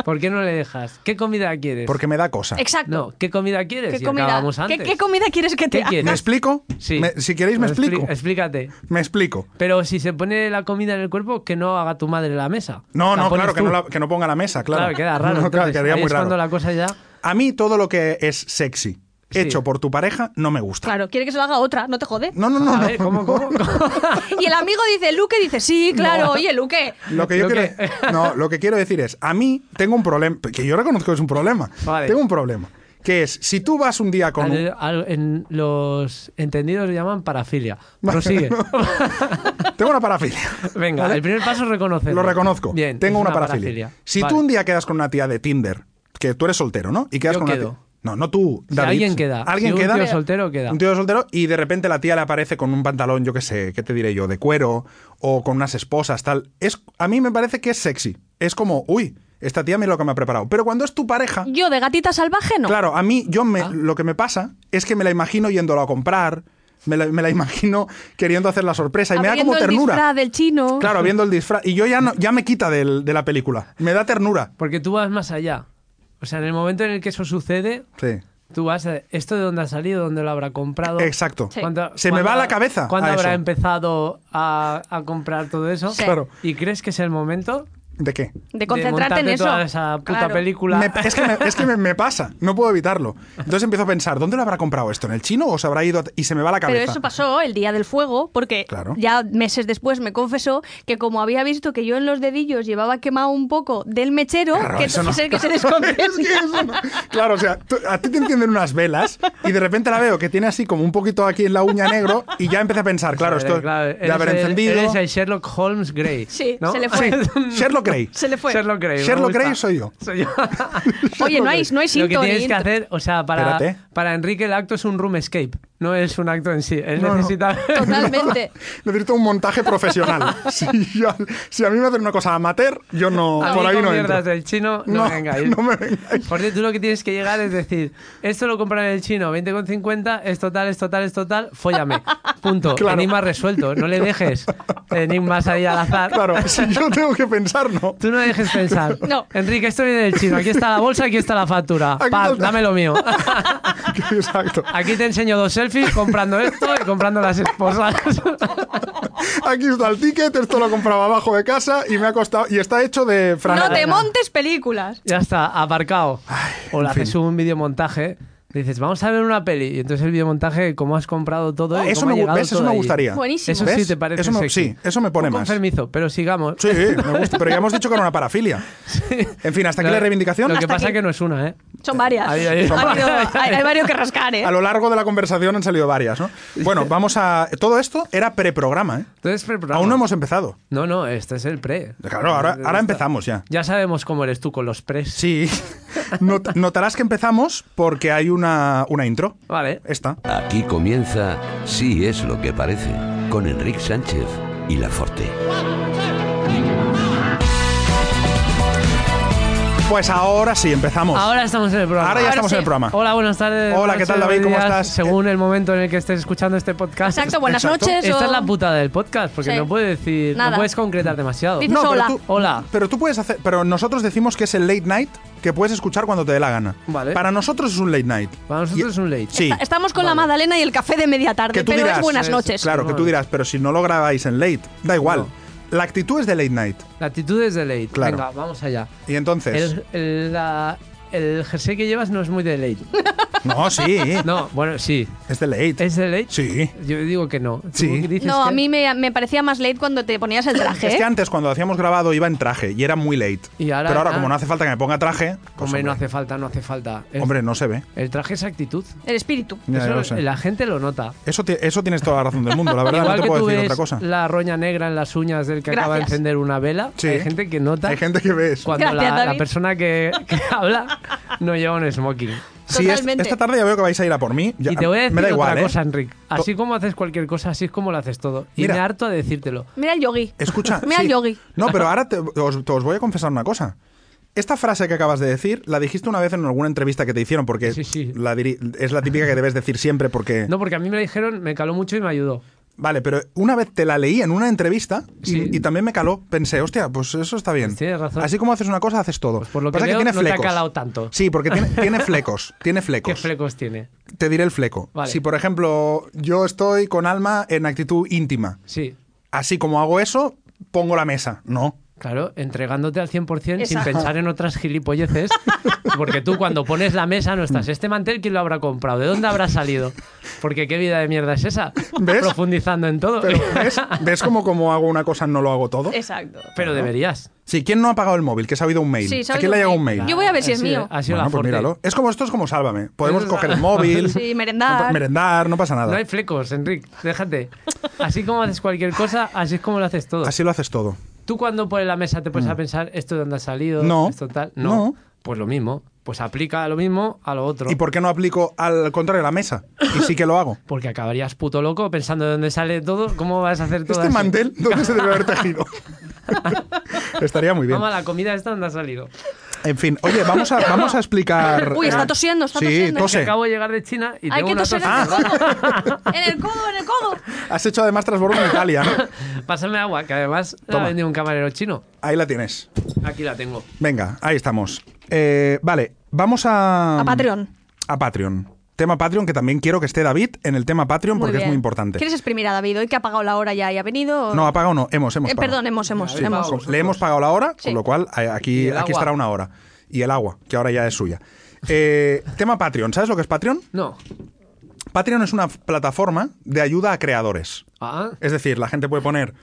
[SPEAKER 3] ¿Por qué no le dejas? ¿Qué comida quieres?
[SPEAKER 2] Porque me da cosa.
[SPEAKER 4] Exacto.
[SPEAKER 3] No, ¿qué comida quieres?
[SPEAKER 4] ¿Qué,
[SPEAKER 3] Y
[SPEAKER 4] comida,
[SPEAKER 3] acabamos
[SPEAKER 4] ¿qué-
[SPEAKER 3] antes.
[SPEAKER 4] qué comida quieres que
[SPEAKER 3] ¿Qué
[SPEAKER 4] te
[SPEAKER 2] ¿Me
[SPEAKER 4] haga?
[SPEAKER 3] quieres?
[SPEAKER 2] explico?
[SPEAKER 3] Sí. Pues
[SPEAKER 2] Me- si queréis, me
[SPEAKER 3] Expli-
[SPEAKER 2] explico.
[SPEAKER 3] Explícate.
[SPEAKER 2] Me explico.
[SPEAKER 3] Pero si se pone la comida en el cuerpo, que no haga tu madre la mesa.
[SPEAKER 2] No,
[SPEAKER 3] La
[SPEAKER 2] no,
[SPEAKER 3] pones
[SPEAKER 2] claro, que
[SPEAKER 3] tú.
[SPEAKER 2] no, la- que no ponga la mesa, claro.
[SPEAKER 3] Claro, queda
[SPEAKER 2] *laughs*
[SPEAKER 3] raro.
[SPEAKER 2] No, claro,
[SPEAKER 3] entonces,
[SPEAKER 2] quedaría
[SPEAKER 3] ahí
[SPEAKER 2] muy
[SPEAKER 3] es cuando
[SPEAKER 2] raro.
[SPEAKER 3] la cosa ya...
[SPEAKER 2] A mí todo lo que es sexy,
[SPEAKER 3] Sí.
[SPEAKER 2] hecho por tu pareja, no me gusta.
[SPEAKER 4] Claro, quiere que se lo haga otra, no te jode.
[SPEAKER 2] No, no, no.
[SPEAKER 3] A
[SPEAKER 2] no.
[SPEAKER 3] ver, ¿cómo, cómo,
[SPEAKER 2] *laughs*
[SPEAKER 3] cómo?
[SPEAKER 4] *laughs* Y el amigo dice, Luque, dice, sí, claro,
[SPEAKER 3] *laughs*
[SPEAKER 4] oye, Luque.
[SPEAKER 2] Lo que yo
[SPEAKER 3] Lo
[SPEAKER 2] quiero, *laughs* no, lo que quiero decir es, a mí tengo un problema, que yo reconozco que es un problema.
[SPEAKER 3] Vale.
[SPEAKER 2] Tengo un problema, que es, si tú vas un día con... un-
[SPEAKER 3] Al- al- en los entendidos le llaman parafilia.
[SPEAKER 2] *laughs*
[SPEAKER 3] Prosigue.
[SPEAKER 2] tengo una parafilia.
[SPEAKER 3] *laughs* Venga,
[SPEAKER 2] ¿Vale?
[SPEAKER 3] el primer paso es reconocerlo.
[SPEAKER 2] Lo reconozco.
[SPEAKER 3] Bien,
[SPEAKER 2] tengo
[SPEAKER 3] es
[SPEAKER 2] una, parafilia. Si
[SPEAKER 3] Vale.
[SPEAKER 2] tú un día quedas con una tía de Tinder, que tú eres soltero, ¿no? Y quedas
[SPEAKER 3] Yo
[SPEAKER 2] con una
[SPEAKER 3] quedo.
[SPEAKER 2] tía- No, no tú.
[SPEAKER 3] Si
[SPEAKER 2] David.
[SPEAKER 3] alguien queda.
[SPEAKER 2] Alguien
[SPEAKER 3] Si
[SPEAKER 2] queda.
[SPEAKER 3] Un tío soltero queda.
[SPEAKER 2] Un tío soltero y de repente la tía le aparece con un pantalón, yo qué sé, qué te diré yo, de cuero o con unas esposas, tal. Es, a mí me parece que es sexy. Es como, uy, esta tía mira lo que me ha preparado. Pero cuando es tu pareja,
[SPEAKER 4] Yo de gatita salvaje no.
[SPEAKER 2] claro, a mí yo me,
[SPEAKER 3] Ah.
[SPEAKER 2] lo que me pasa es que me la imagino yéndolo a comprar, me la, *laughs* me la imagino queriendo hacer la sorpresa y me da
[SPEAKER 4] Abriendo
[SPEAKER 2] como
[SPEAKER 4] el
[SPEAKER 2] ternura.
[SPEAKER 4] disfraz del chino.
[SPEAKER 2] Claro, viendo el disfraz. Y yo ya, no, ya me quita del- de la película. Me da ternura.
[SPEAKER 3] Porque tú vas más allá. O sea, en el momento en el que eso sucede,
[SPEAKER 2] Sí.
[SPEAKER 3] tú vas a... ¿Esto de dónde ha salido? ¿Dónde lo habrá comprado?
[SPEAKER 2] Exacto.
[SPEAKER 4] Sí.
[SPEAKER 3] ¿Cuándo-
[SPEAKER 2] Se me
[SPEAKER 3] cuándo-
[SPEAKER 2] va la cabeza
[SPEAKER 3] ¿Cuándo
[SPEAKER 2] a
[SPEAKER 3] habrá
[SPEAKER 2] eso.
[SPEAKER 3] empezado a, a comprar todo eso?
[SPEAKER 4] Sí.
[SPEAKER 2] Claro.
[SPEAKER 3] ¿Y crees que es el momento
[SPEAKER 2] ¿De qué?
[SPEAKER 4] De concentrarte en
[SPEAKER 3] montarte
[SPEAKER 4] eso.
[SPEAKER 3] toda esa puta
[SPEAKER 4] Claro.
[SPEAKER 3] película?
[SPEAKER 2] Me-
[SPEAKER 3] *laughs*
[SPEAKER 2] es que, me, es que me, me pasa, no puedo evitarlo. Entonces empiezo a pensar, ¿dónde lo habrá comprado esto? ¿En el chino o se habrá ido? a- Y se me va la cabeza.
[SPEAKER 4] Pero eso pasó el día del fuego, porque
[SPEAKER 2] Claro.
[SPEAKER 4] ya meses después me confesó que como había visto que yo en los dedillos llevaba quemado un poco del mechero,
[SPEAKER 2] Claro,
[SPEAKER 4] que,
[SPEAKER 2] eso no-
[SPEAKER 4] sé
[SPEAKER 2] *laughs*
[SPEAKER 4] que se
[SPEAKER 2] Es que
[SPEAKER 4] desconciencia.
[SPEAKER 2] *laughs* eso no- Claro, o sea, tú- a ti te encienden unas velas y de repente la veo que tiene así como un poquito aquí en la uña negro y ya empecé a pensar, claro, esto de
[SPEAKER 3] eres
[SPEAKER 2] haber
[SPEAKER 3] el-
[SPEAKER 2] encendido.
[SPEAKER 3] Eres el Sherlock Holmes Grey.
[SPEAKER 4] Sí,
[SPEAKER 3] ¿no?
[SPEAKER 4] se
[SPEAKER 3] *laughs*
[SPEAKER 4] le fue. *laughs*
[SPEAKER 2] Sherlock Grey.
[SPEAKER 4] *laughs* Se le fue.
[SPEAKER 3] Sherlock Grey. me
[SPEAKER 2] Sherlock
[SPEAKER 3] gusta.
[SPEAKER 2] Grey soy yo.
[SPEAKER 4] *laughs*
[SPEAKER 3] Soy yo.
[SPEAKER 4] Oye, no hay, no hay
[SPEAKER 3] Lo que
[SPEAKER 4] sintonía.
[SPEAKER 3] tienes que hacer, o sea, para,
[SPEAKER 2] Espérate.
[SPEAKER 3] para Enrique el acto es un room escape. no es un acto en sí. Él
[SPEAKER 2] No, no.
[SPEAKER 4] *laughs*
[SPEAKER 3] necesita.
[SPEAKER 4] *laughs*
[SPEAKER 3] *laughs*
[SPEAKER 4] Totalmente.
[SPEAKER 2] Necesito un montaje profesional. Si, yo- si a mí me hacen una cosa amateur, yo no.
[SPEAKER 3] A
[SPEAKER 2] por
[SPEAKER 3] mí
[SPEAKER 2] ahí
[SPEAKER 3] con
[SPEAKER 2] no
[SPEAKER 3] mierdas
[SPEAKER 2] entro.
[SPEAKER 3] del chino, no,
[SPEAKER 2] No,
[SPEAKER 3] vengáis.
[SPEAKER 2] no
[SPEAKER 3] *laughs*
[SPEAKER 2] me vengáis.
[SPEAKER 3] Porque tú lo que tienes que llegar es decir, esto lo compran en el chino, 20,50, es total, es total, es total, fóllame. Punto.
[SPEAKER 2] *laughs* Claro.
[SPEAKER 3] Enigma resuelto. No le dejes enigmas ahí al azar. *laughs*
[SPEAKER 2] Claro, si yo tengo que pensar, no. *laughs*
[SPEAKER 3] Tú no dejes pensar.
[SPEAKER 4] No.
[SPEAKER 3] Enrique, esto viene del chino. Aquí está la bolsa, aquí está la factura.
[SPEAKER 2] Aquí
[SPEAKER 3] Pam,
[SPEAKER 2] está-
[SPEAKER 3] dame lo
[SPEAKER 2] *laughs*
[SPEAKER 3] mío.
[SPEAKER 2] Exacto.
[SPEAKER 3] Aquí te enseño dos selfies comprando esto y comprando las esposas. *laughs*
[SPEAKER 2] Aquí está el ticket, esto lo compraba abajo de casa y me ha costado. Y está hecho de franela.
[SPEAKER 4] No te montes películas.
[SPEAKER 3] ya está, aparcado. O le
[SPEAKER 2] en fin.
[SPEAKER 3] haces un videomontaje. Dices, vamos a ver una peli. Y entonces el videomontaje, cómo has comprado todo. y
[SPEAKER 2] Eso
[SPEAKER 3] cómo
[SPEAKER 2] me,
[SPEAKER 3] ha
[SPEAKER 2] gu-
[SPEAKER 3] llegado
[SPEAKER 2] ¿ves? Eso
[SPEAKER 3] todo
[SPEAKER 2] me
[SPEAKER 3] allí.
[SPEAKER 2] gustaría.
[SPEAKER 4] Buenísimo.
[SPEAKER 3] Eso sí
[SPEAKER 2] ¿Ves?
[SPEAKER 3] te parece
[SPEAKER 2] Eso me-
[SPEAKER 3] sexy.
[SPEAKER 2] sí, eso me pone
[SPEAKER 3] Un
[SPEAKER 2] más.
[SPEAKER 3] Enfermizo, pero sigamos.
[SPEAKER 2] Sí, me gusta. Pero ya hemos dicho que era una parafilia. En fin, hasta aquí
[SPEAKER 3] Lo-
[SPEAKER 2] la reivindicación.
[SPEAKER 3] Lo que
[SPEAKER 4] Hasta
[SPEAKER 3] pasa
[SPEAKER 4] aquí.
[SPEAKER 3] que no es una, ¿eh?
[SPEAKER 4] Son varias.
[SPEAKER 3] Ahí, ahí.
[SPEAKER 4] Ha habido- hay, hay varios que rascar, ¿eh?
[SPEAKER 2] A lo largo de la conversación han salido varias, ¿no? Bueno, vamos a. Todo esto era preprograma, ¿eh?
[SPEAKER 3] Entonces, preprograma.
[SPEAKER 2] Aún no hemos empezado.
[SPEAKER 3] No, no, este es el pre.
[SPEAKER 2] Claro, ahora, ahora empezamos ya.
[SPEAKER 3] Ya sabemos cómo eres tú con los pres.
[SPEAKER 2] Sí. Not- notarás que empezamos porque hay una, una intro.
[SPEAKER 3] Vale.
[SPEAKER 2] Esta.
[SPEAKER 5] Aquí comienza Sí es lo que parece, con Enrique Sánchez y La Forte.
[SPEAKER 2] Pues ahora sí, empezamos.
[SPEAKER 3] Ahora estamos en el programa.
[SPEAKER 2] Ahora ya estamos en el programa.
[SPEAKER 3] Hola, buenas tardes.
[SPEAKER 2] Hola, ¿qué tal,
[SPEAKER 3] noches,
[SPEAKER 2] David? ¿Cómo
[SPEAKER 3] buenos días,
[SPEAKER 2] estás?
[SPEAKER 3] Según el momento en el que estés escuchando este podcast.
[SPEAKER 4] Exacto, buenas
[SPEAKER 2] Exacto.
[SPEAKER 4] noches.
[SPEAKER 3] Esta
[SPEAKER 4] o-
[SPEAKER 3] es la putada del podcast, porque
[SPEAKER 4] Sí.
[SPEAKER 3] no puedes decir, no
[SPEAKER 4] Nada.
[SPEAKER 3] puedes concretar demasiado.
[SPEAKER 4] Dices
[SPEAKER 2] pero
[SPEAKER 4] hola.
[SPEAKER 2] tú-
[SPEAKER 3] Hola.
[SPEAKER 2] Pero tú puedes hacer. Pero nosotros decimos que es el late night que puedes escuchar cuando te dé la gana.
[SPEAKER 3] Vale.
[SPEAKER 2] Para nosotros es un late night.
[SPEAKER 3] Para nosotros es un late.
[SPEAKER 2] Sí.
[SPEAKER 4] Está- Estamos con la Madalena y el café de media tarde,
[SPEAKER 2] Que tú
[SPEAKER 4] pero
[SPEAKER 2] dirás.
[SPEAKER 4] es buenas
[SPEAKER 3] Sí,
[SPEAKER 4] noches.
[SPEAKER 2] Claro, que tú dirás, pero si no lo grabáis en late, da igual. La actitud es de late night.
[SPEAKER 3] La actitud es de late.
[SPEAKER 2] Claro.
[SPEAKER 3] Venga, vamos allá.
[SPEAKER 2] Y entonces.
[SPEAKER 3] El, el- la- el jersey que llevas no es muy de late.
[SPEAKER 2] No, sí.
[SPEAKER 3] *laughs*
[SPEAKER 4] *laughs*
[SPEAKER 3] No, bueno, sí.
[SPEAKER 2] Es de late.
[SPEAKER 3] ¿Es de late?
[SPEAKER 2] Sí.
[SPEAKER 3] Yo digo que no. ¿Tú
[SPEAKER 2] Sí.
[SPEAKER 3] dices
[SPEAKER 4] No, a
[SPEAKER 3] que-
[SPEAKER 4] mí me, me parecía más late cuando te ponías el traje.
[SPEAKER 2] Es
[SPEAKER 4] ¿eh?
[SPEAKER 2] que antes, cuando hacíamos grabado, iba en traje y era muy late.
[SPEAKER 3] Y ahora
[SPEAKER 2] Pero ahora,
[SPEAKER 3] ya-
[SPEAKER 2] como no hace falta que me ponga traje. pues,
[SPEAKER 3] Hombre, no hace falta, no hace falta. Es-
[SPEAKER 2] hombre, no se ve.
[SPEAKER 3] El traje es actitud.
[SPEAKER 4] El espíritu.
[SPEAKER 2] Ya, ya
[SPEAKER 3] Eso
[SPEAKER 2] lo sé.
[SPEAKER 3] la gente lo nota.
[SPEAKER 2] Eso, ti- eso tienes toda la razón del mundo, la verdad, no
[SPEAKER 3] Igual
[SPEAKER 2] te
[SPEAKER 3] que
[SPEAKER 2] puedo
[SPEAKER 3] tú
[SPEAKER 2] decir
[SPEAKER 3] ves
[SPEAKER 2] otra cosa.
[SPEAKER 3] la roña negra en las uñas del que acaba de
[SPEAKER 4] Gracias.
[SPEAKER 3] encender una vela.
[SPEAKER 2] Sí.
[SPEAKER 3] Hay gente que nota
[SPEAKER 2] Hay gente que ve eso.
[SPEAKER 3] cuando
[SPEAKER 4] Gracias,
[SPEAKER 3] la, la
[SPEAKER 4] David.
[SPEAKER 3] persona que, que *laughs* habla no lleva un smoking.
[SPEAKER 2] Sí, es-
[SPEAKER 4] Totalmente.
[SPEAKER 2] esta tarde ya veo que vais a ir a por mí. Ya-
[SPEAKER 3] y te voy a decir
[SPEAKER 2] me da
[SPEAKER 3] otra
[SPEAKER 2] igual, ¿eh?
[SPEAKER 3] cosa, Enric. Así como haces cualquier cosa, así es como lo haces todo. Y
[SPEAKER 2] Mira.
[SPEAKER 3] me harto de decírtelo.
[SPEAKER 4] Mira el yogi.
[SPEAKER 2] Escucha.
[SPEAKER 4] *laughs* Mira el
[SPEAKER 2] sí.
[SPEAKER 4] yogi.
[SPEAKER 2] No, pero ahora te, os, te- os voy a confesar una cosa. Esta frase que acabas de decir la dijiste una vez en alguna entrevista que te hicieron, porque
[SPEAKER 3] Sí, sí.
[SPEAKER 2] la diri- es la típica que debes decir siempre, porque.
[SPEAKER 3] No, porque a mí me la dijeron, me caló mucho y me ayudó.
[SPEAKER 2] Vale, pero una vez te la leí en una entrevista y,
[SPEAKER 3] Sí.
[SPEAKER 2] y también me caló. Pensé, hostia, pues eso está bien.
[SPEAKER 3] Pues tienes razón.
[SPEAKER 2] Así como haces una cosa, haces todo.
[SPEAKER 3] Pues por lo que
[SPEAKER 2] Pasa
[SPEAKER 3] veo,
[SPEAKER 2] tiene
[SPEAKER 3] no te ha
[SPEAKER 2] flecos.
[SPEAKER 3] calado tanto.
[SPEAKER 2] Sí, porque
[SPEAKER 3] *laughs*
[SPEAKER 2] tiene, tiene flecos. Tiene
[SPEAKER 3] ¿Qué
[SPEAKER 2] flecos.
[SPEAKER 3] flecos tiene?
[SPEAKER 2] te diré el fleco.
[SPEAKER 3] Vale.
[SPEAKER 2] Si, por ejemplo, yo estoy con Alma en actitud íntima,
[SPEAKER 3] Sí.
[SPEAKER 2] así como hago eso, pongo la mesa. No.
[SPEAKER 3] Claro, entregándote al 100% sin
[SPEAKER 4] Exacto.
[SPEAKER 3] pensar en otras gilipolleces, *laughs* porque tú cuando pones la mesa no estás. ¿Este mantel quién lo habrá comprado? ¿De dónde habrá salido? Porque qué vida de mierda es esa,
[SPEAKER 2] ¿Ves?
[SPEAKER 3] profundizando en todo.
[SPEAKER 2] Pero
[SPEAKER 3] Pero, *laughs*
[SPEAKER 2] ¿ves, ¿ves cómo como hago una cosa no lo hago todo?
[SPEAKER 4] Exacto.
[SPEAKER 3] deberías.
[SPEAKER 2] Sí, ¿quién no ha pagado el móvil? Que se ha habido un mail.
[SPEAKER 4] Sí, se ha
[SPEAKER 2] ¿A
[SPEAKER 4] habido
[SPEAKER 2] quién le ha llegado un
[SPEAKER 4] un
[SPEAKER 2] mail?
[SPEAKER 4] Yo voy a ver si es
[SPEAKER 3] Ha sido-
[SPEAKER 4] mío.
[SPEAKER 3] Ha sido
[SPEAKER 2] Bueno,
[SPEAKER 3] la
[SPEAKER 2] pues
[SPEAKER 3] forte.
[SPEAKER 2] míralo. Es como esto es como sálvame. Podemos
[SPEAKER 3] Es-
[SPEAKER 2] coger el móvil.
[SPEAKER 4] *laughs* Sí, merendar.
[SPEAKER 2] Merendar, no pasa
[SPEAKER 3] No
[SPEAKER 2] nada.
[SPEAKER 3] hay flecos, Enric, déjate. Así como haces cualquier cosa, así es como lo haces todo.
[SPEAKER 2] Así lo haces todo.
[SPEAKER 3] Tú cuando pones la mesa te pones a pensar, ¿esto de dónde ha salido?
[SPEAKER 2] No.
[SPEAKER 3] ¿Esto tal?
[SPEAKER 2] No.
[SPEAKER 3] Pues lo mismo. Pues aplica lo mismo a lo otro.
[SPEAKER 2] ¿Y por qué no aplico al contrario la mesa? Y sí que lo hago.
[SPEAKER 3] Porque acabarías puto loco pensando de dónde sale todo, cómo vas a hacer *laughs* todo
[SPEAKER 2] Este
[SPEAKER 3] así?
[SPEAKER 2] mantel, ¿dónde se debe haber
[SPEAKER 3] *laughs*
[SPEAKER 2] tejido? Estaría muy bien.
[SPEAKER 3] Mamá, la comida esta dónde ha salido.
[SPEAKER 2] En fin, oye, vamos a, vamos a explicar.
[SPEAKER 4] Uy, está
[SPEAKER 2] eh,
[SPEAKER 4] tosiendo, está
[SPEAKER 2] sí,
[SPEAKER 4] tosiendo.
[SPEAKER 3] Que
[SPEAKER 2] tose.
[SPEAKER 3] acabo de llegar de China y
[SPEAKER 4] Hay
[SPEAKER 3] tengo
[SPEAKER 4] que
[SPEAKER 3] una
[SPEAKER 4] toser
[SPEAKER 3] tos.
[SPEAKER 4] en el codo. en el codo, en el codo.
[SPEAKER 2] Has hecho además transbordo en Italia. ¿no?
[SPEAKER 3] *laughs* *laughs* Pásame agua, que además la
[SPEAKER 2] Toma.
[SPEAKER 3] ha vendido un camarero chino.
[SPEAKER 2] Ahí la tienes.
[SPEAKER 3] Aquí la tengo.
[SPEAKER 2] Venga, ahí estamos. Eh, vale, vamos a. mm,
[SPEAKER 4] A Patreon.
[SPEAKER 2] A Patreon. Tema Patreon, que también quiero que esté David en el tema Patreon porque es
[SPEAKER 4] bien.
[SPEAKER 2] muy importante.
[SPEAKER 4] ¿Quieres exprimir a David hoy que ha pagado la hora ya y ha venido?
[SPEAKER 2] No, ha pagado no, hemos, hemos.
[SPEAKER 4] Eh,
[SPEAKER 2] pagado.
[SPEAKER 4] perdón, hemos, hemos,
[SPEAKER 2] Sí,
[SPEAKER 4] hemos.
[SPEAKER 2] Le hemos pagado la hora,
[SPEAKER 4] Sí.
[SPEAKER 2] con lo cual eh,
[SPEAKER 3] Y
[SPEAKER 2] aquí,
[SPEAKER 3] el
[SPEAKER 2] aquí
[SPEAKER 3] agua.
[SPEAKER 2] estará una hora. Y el agua, que ahora ya es suya. Eh, tema Patreon, ¿sabes lo que es Patreon?
[SPEAKER 3] No.
[SPEAKER 2] Patreon es una plataforma de ayuda a creadores.
[SPEAKER 3] Ah,
[SPEAKER 2] Es decir, la gente puede poner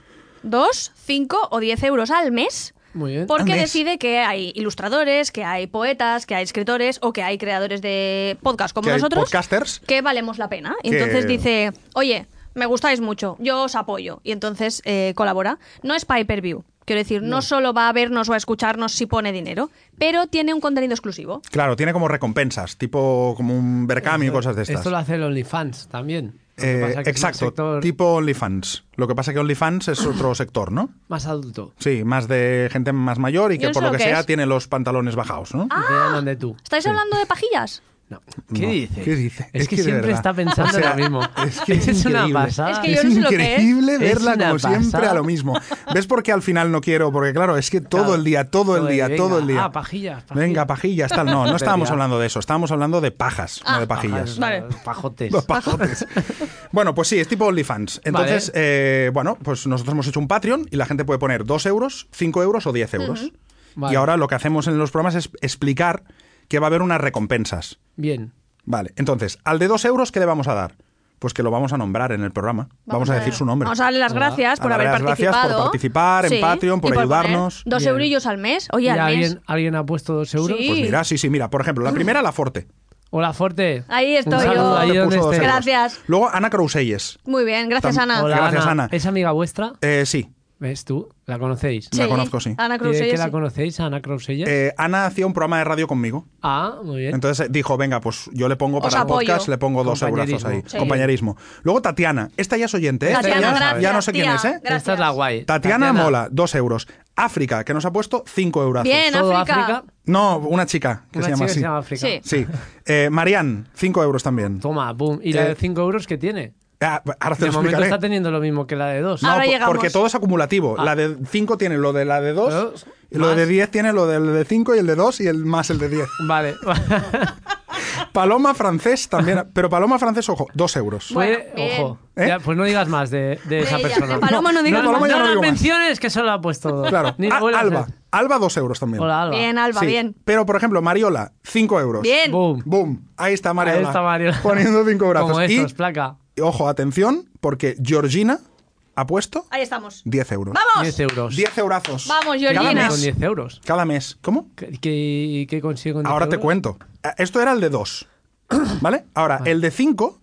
[SPEAKER 4] Dos, cinco o diez euros al mes.
[SPEAKER 3] muy bien.
[SPEAKER 4] Porque
[SPEAKER 2] Al mes.
[SPEAKER 4] decide que hay ilustradores, que hay poetas, que hay escritores o que hay creadores de podcast como
[SPEAKER 2] Que hay
[SPEAKER 4] nosotros.
[SPEAKER 2] podcasters.
[SPEAKER 4] Que valemos la pena. Y
[SPEAKER 2] Que-
[SPEAKER 4] Entonces dice, oye, me gustáis mucho, yo os apoyo. Y entonces eh, colabora. No es pay per view. Quiero decir, no. solo va a vernos o a escucharnos si pone dinero, pero tiene un contenido exclusivo.
[SPEAKER 2] Claro, tiene como recompensas, tipo como un Berkami y cosas de estas.
[SPEAKER 3] Esto lo hace el OnlyFans también. Lo que
[SPEAKER 2] Eh,
[SPEAKER 3] pasa que es un
[SPEAKER 2] exacto,
[SPEAKER 3] sector Ah.
[SPEAKER 2] tipo OnlyFans. Lo que pasa que OnlyFans es otro sector, ¿no?
[SPEAKER 3] Más adulto.
[SPEAKER 2] Sí, más de gente más mayor y
[SPEAKER 4] Yo
[SPEAKER 2] que
[SPEAKER 4] no
[SPEAKER 2] por
[SPEAKER 4] sé
[SPEAKER 2] lo
[SPEAKER 4] lo
[SPEAKER 2] que,
[SPEAKER 4] que
[SPEAKER 2] sea
[SPEAKER 4] es. Ah,
[SPEAKER 2] tiene los pantalones bajados, ¿no?
[SPEAKER 3] Y te llaman de tú.
[SPEAKER 4] ¿Estáis hablando de pajillas?
[SPEAKER 3] No. ¿Qué
[SPEAKER 2] No.
[SPEAKER 3] dices?
[SPEAKER 2] ¿Qué dice?
[SPEAKER 3] Es,
[SPEAKER 2] Es
[SPEAKER 3] que,
[SPEAKER 2] que de
[SPEAKER 3] siempre
[SPEAKER 2] verdad.
[SPEAKER 3] está pensando
[SPEAKER 2] O sea,
[SPEAKER 3] lo mismo.
[SPEAKER 2] es que es
[SPEAKER 3] una
[SPEAKER 2] increíble.
[SPEAKER 3] pasada.
[SPEAKER 4] Es que
[SPEAKER 2] Es
[SPEAKER 4] yo no sé lo que
[SPEAKER 2] increíble
[SPEAKER 3] es.
[SPEAKER 2] verla
[SPEAKER 3] Es una
[SPEAKER 2] como siempre
[SPEAKER 3] pasada.
[SPEAKER 2] a lo mismo. ¿Ves por qué al final no quiero? Porque claro, es que todo
[SPEAKER 3] Claro.
[SPEAKER 2] el día, todo el
[SPEAKER 3] Joder,
[SPEAKER 2] día,
[SPEAKER 3] venga.
[SPEAKER 2] todo el día.
[SPEAKER 3] Ah, pajillas, pajillas.
[SPEAKER 2] Venga, pajillas, tal.
[SPEAKER 3] *laughs*
[SPEAKER 2] No, no estábamos
[SPEAKER 3] Verga.
[SPEAKER 2] hablando de eso, estábamos hablando de pajas, no de pajillas.
[SPEAKER 3] Ah, Pajas,
[SPEAKER 4] Vale.
[SPEAKER 2] *laughs*
[SPEAKER 3] Pajotes.
[SPEAKER 2] Los pajotes.
[SPEAKER 3] *laughs*
[SPEAKER 2] bueno, pues sí, es tipo OnlyFans. Entonces, eh, bueno, pues nosotros hemos hecho un Patreon y la gente puede poner 2 euros, 5 euros o 10 euros.
[SPEAKER 3] Vale.
[SPEAKER 2] Y ahora lo que hacemos en los programas es explicar que va a haber unas recompensas.
[SPEAKER 3] Bien.
[SPEAKER 2] Vale, entonces, al de 2 euros, ¿qué le vamos a dar? Pues que lo vamos a nombrar en el programa. Vamos, a decir su nombre.
[SPEAKER 4] Vamos a darle las gracias por
[SPEAKER 2] A
[SPEAKER 4] haber
[SPEAKER 2] darle las gracias
[SPEAKER 4] participado.
[SPEAKER 2] por participar en Patreon, por
[SPEAKER 4] y poner
[SPEAKER 2] ayudarnos.
[SPEAKER 4] Dos
[SPEAKER 3] Bien.
[SPEAKER 4] eurillos al mes.
[SPEAKER 3] ¿Y
[SPEAKER 4] Oye, al mes.
[SPEAKER 3] alguien, alguien ha puesto dos euros?
[SPEAKER 4] Sí.
[SPEAKER 2] Pues mira, sí, sí, mira. Por ejemplo, la primera, la Forte. pues
[SPEAKER 3] Hola, Forte.
[SPEAKER 4] Ahí estoy
[SPEAKER 3] Un saludo
[SPEAKER 4] yo.
[SPEAKER 3] ahí
[SPEAKER 2] Te
[SPEAKER 3] donde
[SPEAKER 2] puso dos
[SPEAKER 3] estés.
[SPEAKER 2] euros.
[SPEAKER 4] Gracias.
[SPEAKER 2] Luego, Ana Krauselles.
[SPEAKER 4] Muy bien, gracias
[SPEAKER 2] Tam-
[SPEAKER 4] Ana.
[SPEAKER 2] Hola. Gracias, Ana.
[SPEAKER 3] ¿Es amiga vuestra?
[SPEAKER 2] Eh, sí.
[SPEAKER 3] ¿Ves tú? ¿La conocéis?
[SPEAKER 2] La conozco, sí.
[SPEAKER 4] Ana
[SPEAKER 3] ¿Y
[SPEAKER 4] Cruz,
[SPEAKER 3] de
[SPEAKER 4] ella
[SPEAKER 3] qué la
[SPEAKER 4] sí.
[SPEAKER 3] conocéis, a Ana Krausella?
[SPEAKER 2] Eh, Ana hacía un programa de radio conmigo.
[SPEAKER 3] ah, muy bien.
[SPEAKER 2] Entonces eh, dijo, venga, pues yo le pongo
[SPEAKER 4] Os
[SPEAKER 2] para el
[SPEAKER 4] apoyo.
[SPEAKER 2] podcast, le pongo dos euros ahí.
[SPEAKER 3] Compañerismo.
[SPEAKER 4] Sí.
[SPEAKER 2] Compañerismo. Luego Tatiana. Esta ya es oyente, ¿eh? Esta
[SPEAKER 4] Tatiana,
[SPEAKER 2] ya,
[SPEAKER 4] gracias,
[SPEAKER 2] ya no sé quién
[SPEAKER 4] tía.
[SPEAKER 2] es, ¿eh?
[SPEAKER 4] Gracias.
[SPEAKER 3] Esta es la guay.
[SPEAKER 2] Tatiana, Mola, dos euros. África, que nos ha puesto cinco euros.
[SPEAKER 4] Bien,
[SPEAKER 3] Todo
[SPEAKER 4] África.
[SPEAKER 3] África.
[SPEAKER 2] No, una chica que
[SPEAKER 3] Una
[SPEAKER 2] se llama
[SPEAKER 3] chica que
[SPEAKER 2] así.
[SPEAKER 3] se llama África.
[SPEAKER 4] Sí.
[SPEAKER 2] Sí. Eh, Marian, 5 euros también.
[SPEAKER 3] Toma, boom. ¿Y la
[SPEAKER 2] Eh,
[SPEAKER 3] de 5 euros que tiene?
[SPEAKER 2] Ah, ahora te
[SPEAKER 3] De
[SPEAKER 2] lo
[SPEAKER 3] momento
[SPEAKER 2] explicaré.
[SPEAKER 3] está teniendo lo mismo que la de 2.
[SPEAKER 2] No,
[SPEAKER 4] Ahora
[SPEAKER 2] po-
[SPEAKER 4] llegamos.
[SPEAKER 2] porque todo es acumulativo. La de 5 tiene lo de la de 2,
[SPEAKER 3] Pero,
[SPEAKER 2] lo
[SPEAKER 3] más.
[SPEAKER 2] de 10 tiene lo del de 5 y el de 2 y el más el de
[SPEAKER 4] *laughs*
[SPEAKER 2] 10.
[SPEAKER 3] Vale. *laughs* Pues,
[SPEAKER 2] Paloma francés también. Pero Paloma francés, ojo, 2 euros.
[SPEAKER 4] Bueno,
[SPEAKER 3] Fue-
[SPEAKER 4] bien.
[SPEAKER 3] ojo.
[SPEAKER 2] ¿Eh?
[SPEAKER 3] Ya, pues no digas más de, de esa
[SPEAKER 4] ella,
[SPEAKER 3] persona.
[SPEAKER 4] de Paloma no digas
[SPEAKER 2] más.
[SPEAKER 3] No,
[SPEAKER 2] Paloma ya no
[SPEAKER 3] las
[SPEAKER 2] digo más.
[SPEAKER 3] menciones que solo ha puesto dos.
[SPEAKER 2] Claro.
[SPEAKER 3] Ni
[SPEAKER 2] Ah,
[SPEAKER 3] vuelvas a
[SPEAKER 2] Alba.
[SPEAKER 3] hacer.
[SPEAKER 2] Alba, 2 euros también.
[SPEAKER 3] Hola, Alba.
[SPEAKER 4] Bien, Alba,
[SPEAKER 2] Sí.
[SPEAKER 4] bien.
[SPEAKER 2] Pero, por ejemplo, Mariola, 5 euros.
[SPEAKER 4] Bien.
[SPEAKER 3] Boom.
[SPEAKER 2] Boom. Ahí está Mariola.
[SPEAKER 3] Ahí está Mariola.
[SPEAKER 2] Poniendo 5 brazos.
[SPEAKER 3] Como
[SPEAKER 2] y,
[SPEAKER 3] estos, placa.
[SPEAKER 2] ojo, atención, porque Georgina ha puesto
[SPEAKER 4] Ahí estamos.
[SPEAKER 2] 10 euros.
[SPEAKER 4] ¡Vamos!
[SPEAKER 3] 10 euros.
[SPEAKER 2] 10 eurazos.
[SPEAKER 4] Vamos,
[SPEAKER 2] Cada
[SPEAKER 4] Georgina.
[SPEAKER 2] mes.
[SPEAKER 3] Con 10 euros.
[SPEAKER 2] Cada mes. ¿Cómo?
[SPEAKER 3] ¿Qué, qué, qué consigo con 10
[SPEAKER 2] Ahora te
[SPEAKER 3] euros?
[SPEAKER 2] cuento. Eh, Esto era el de 2. *coughs* ¿Vale? Ahora, el de 5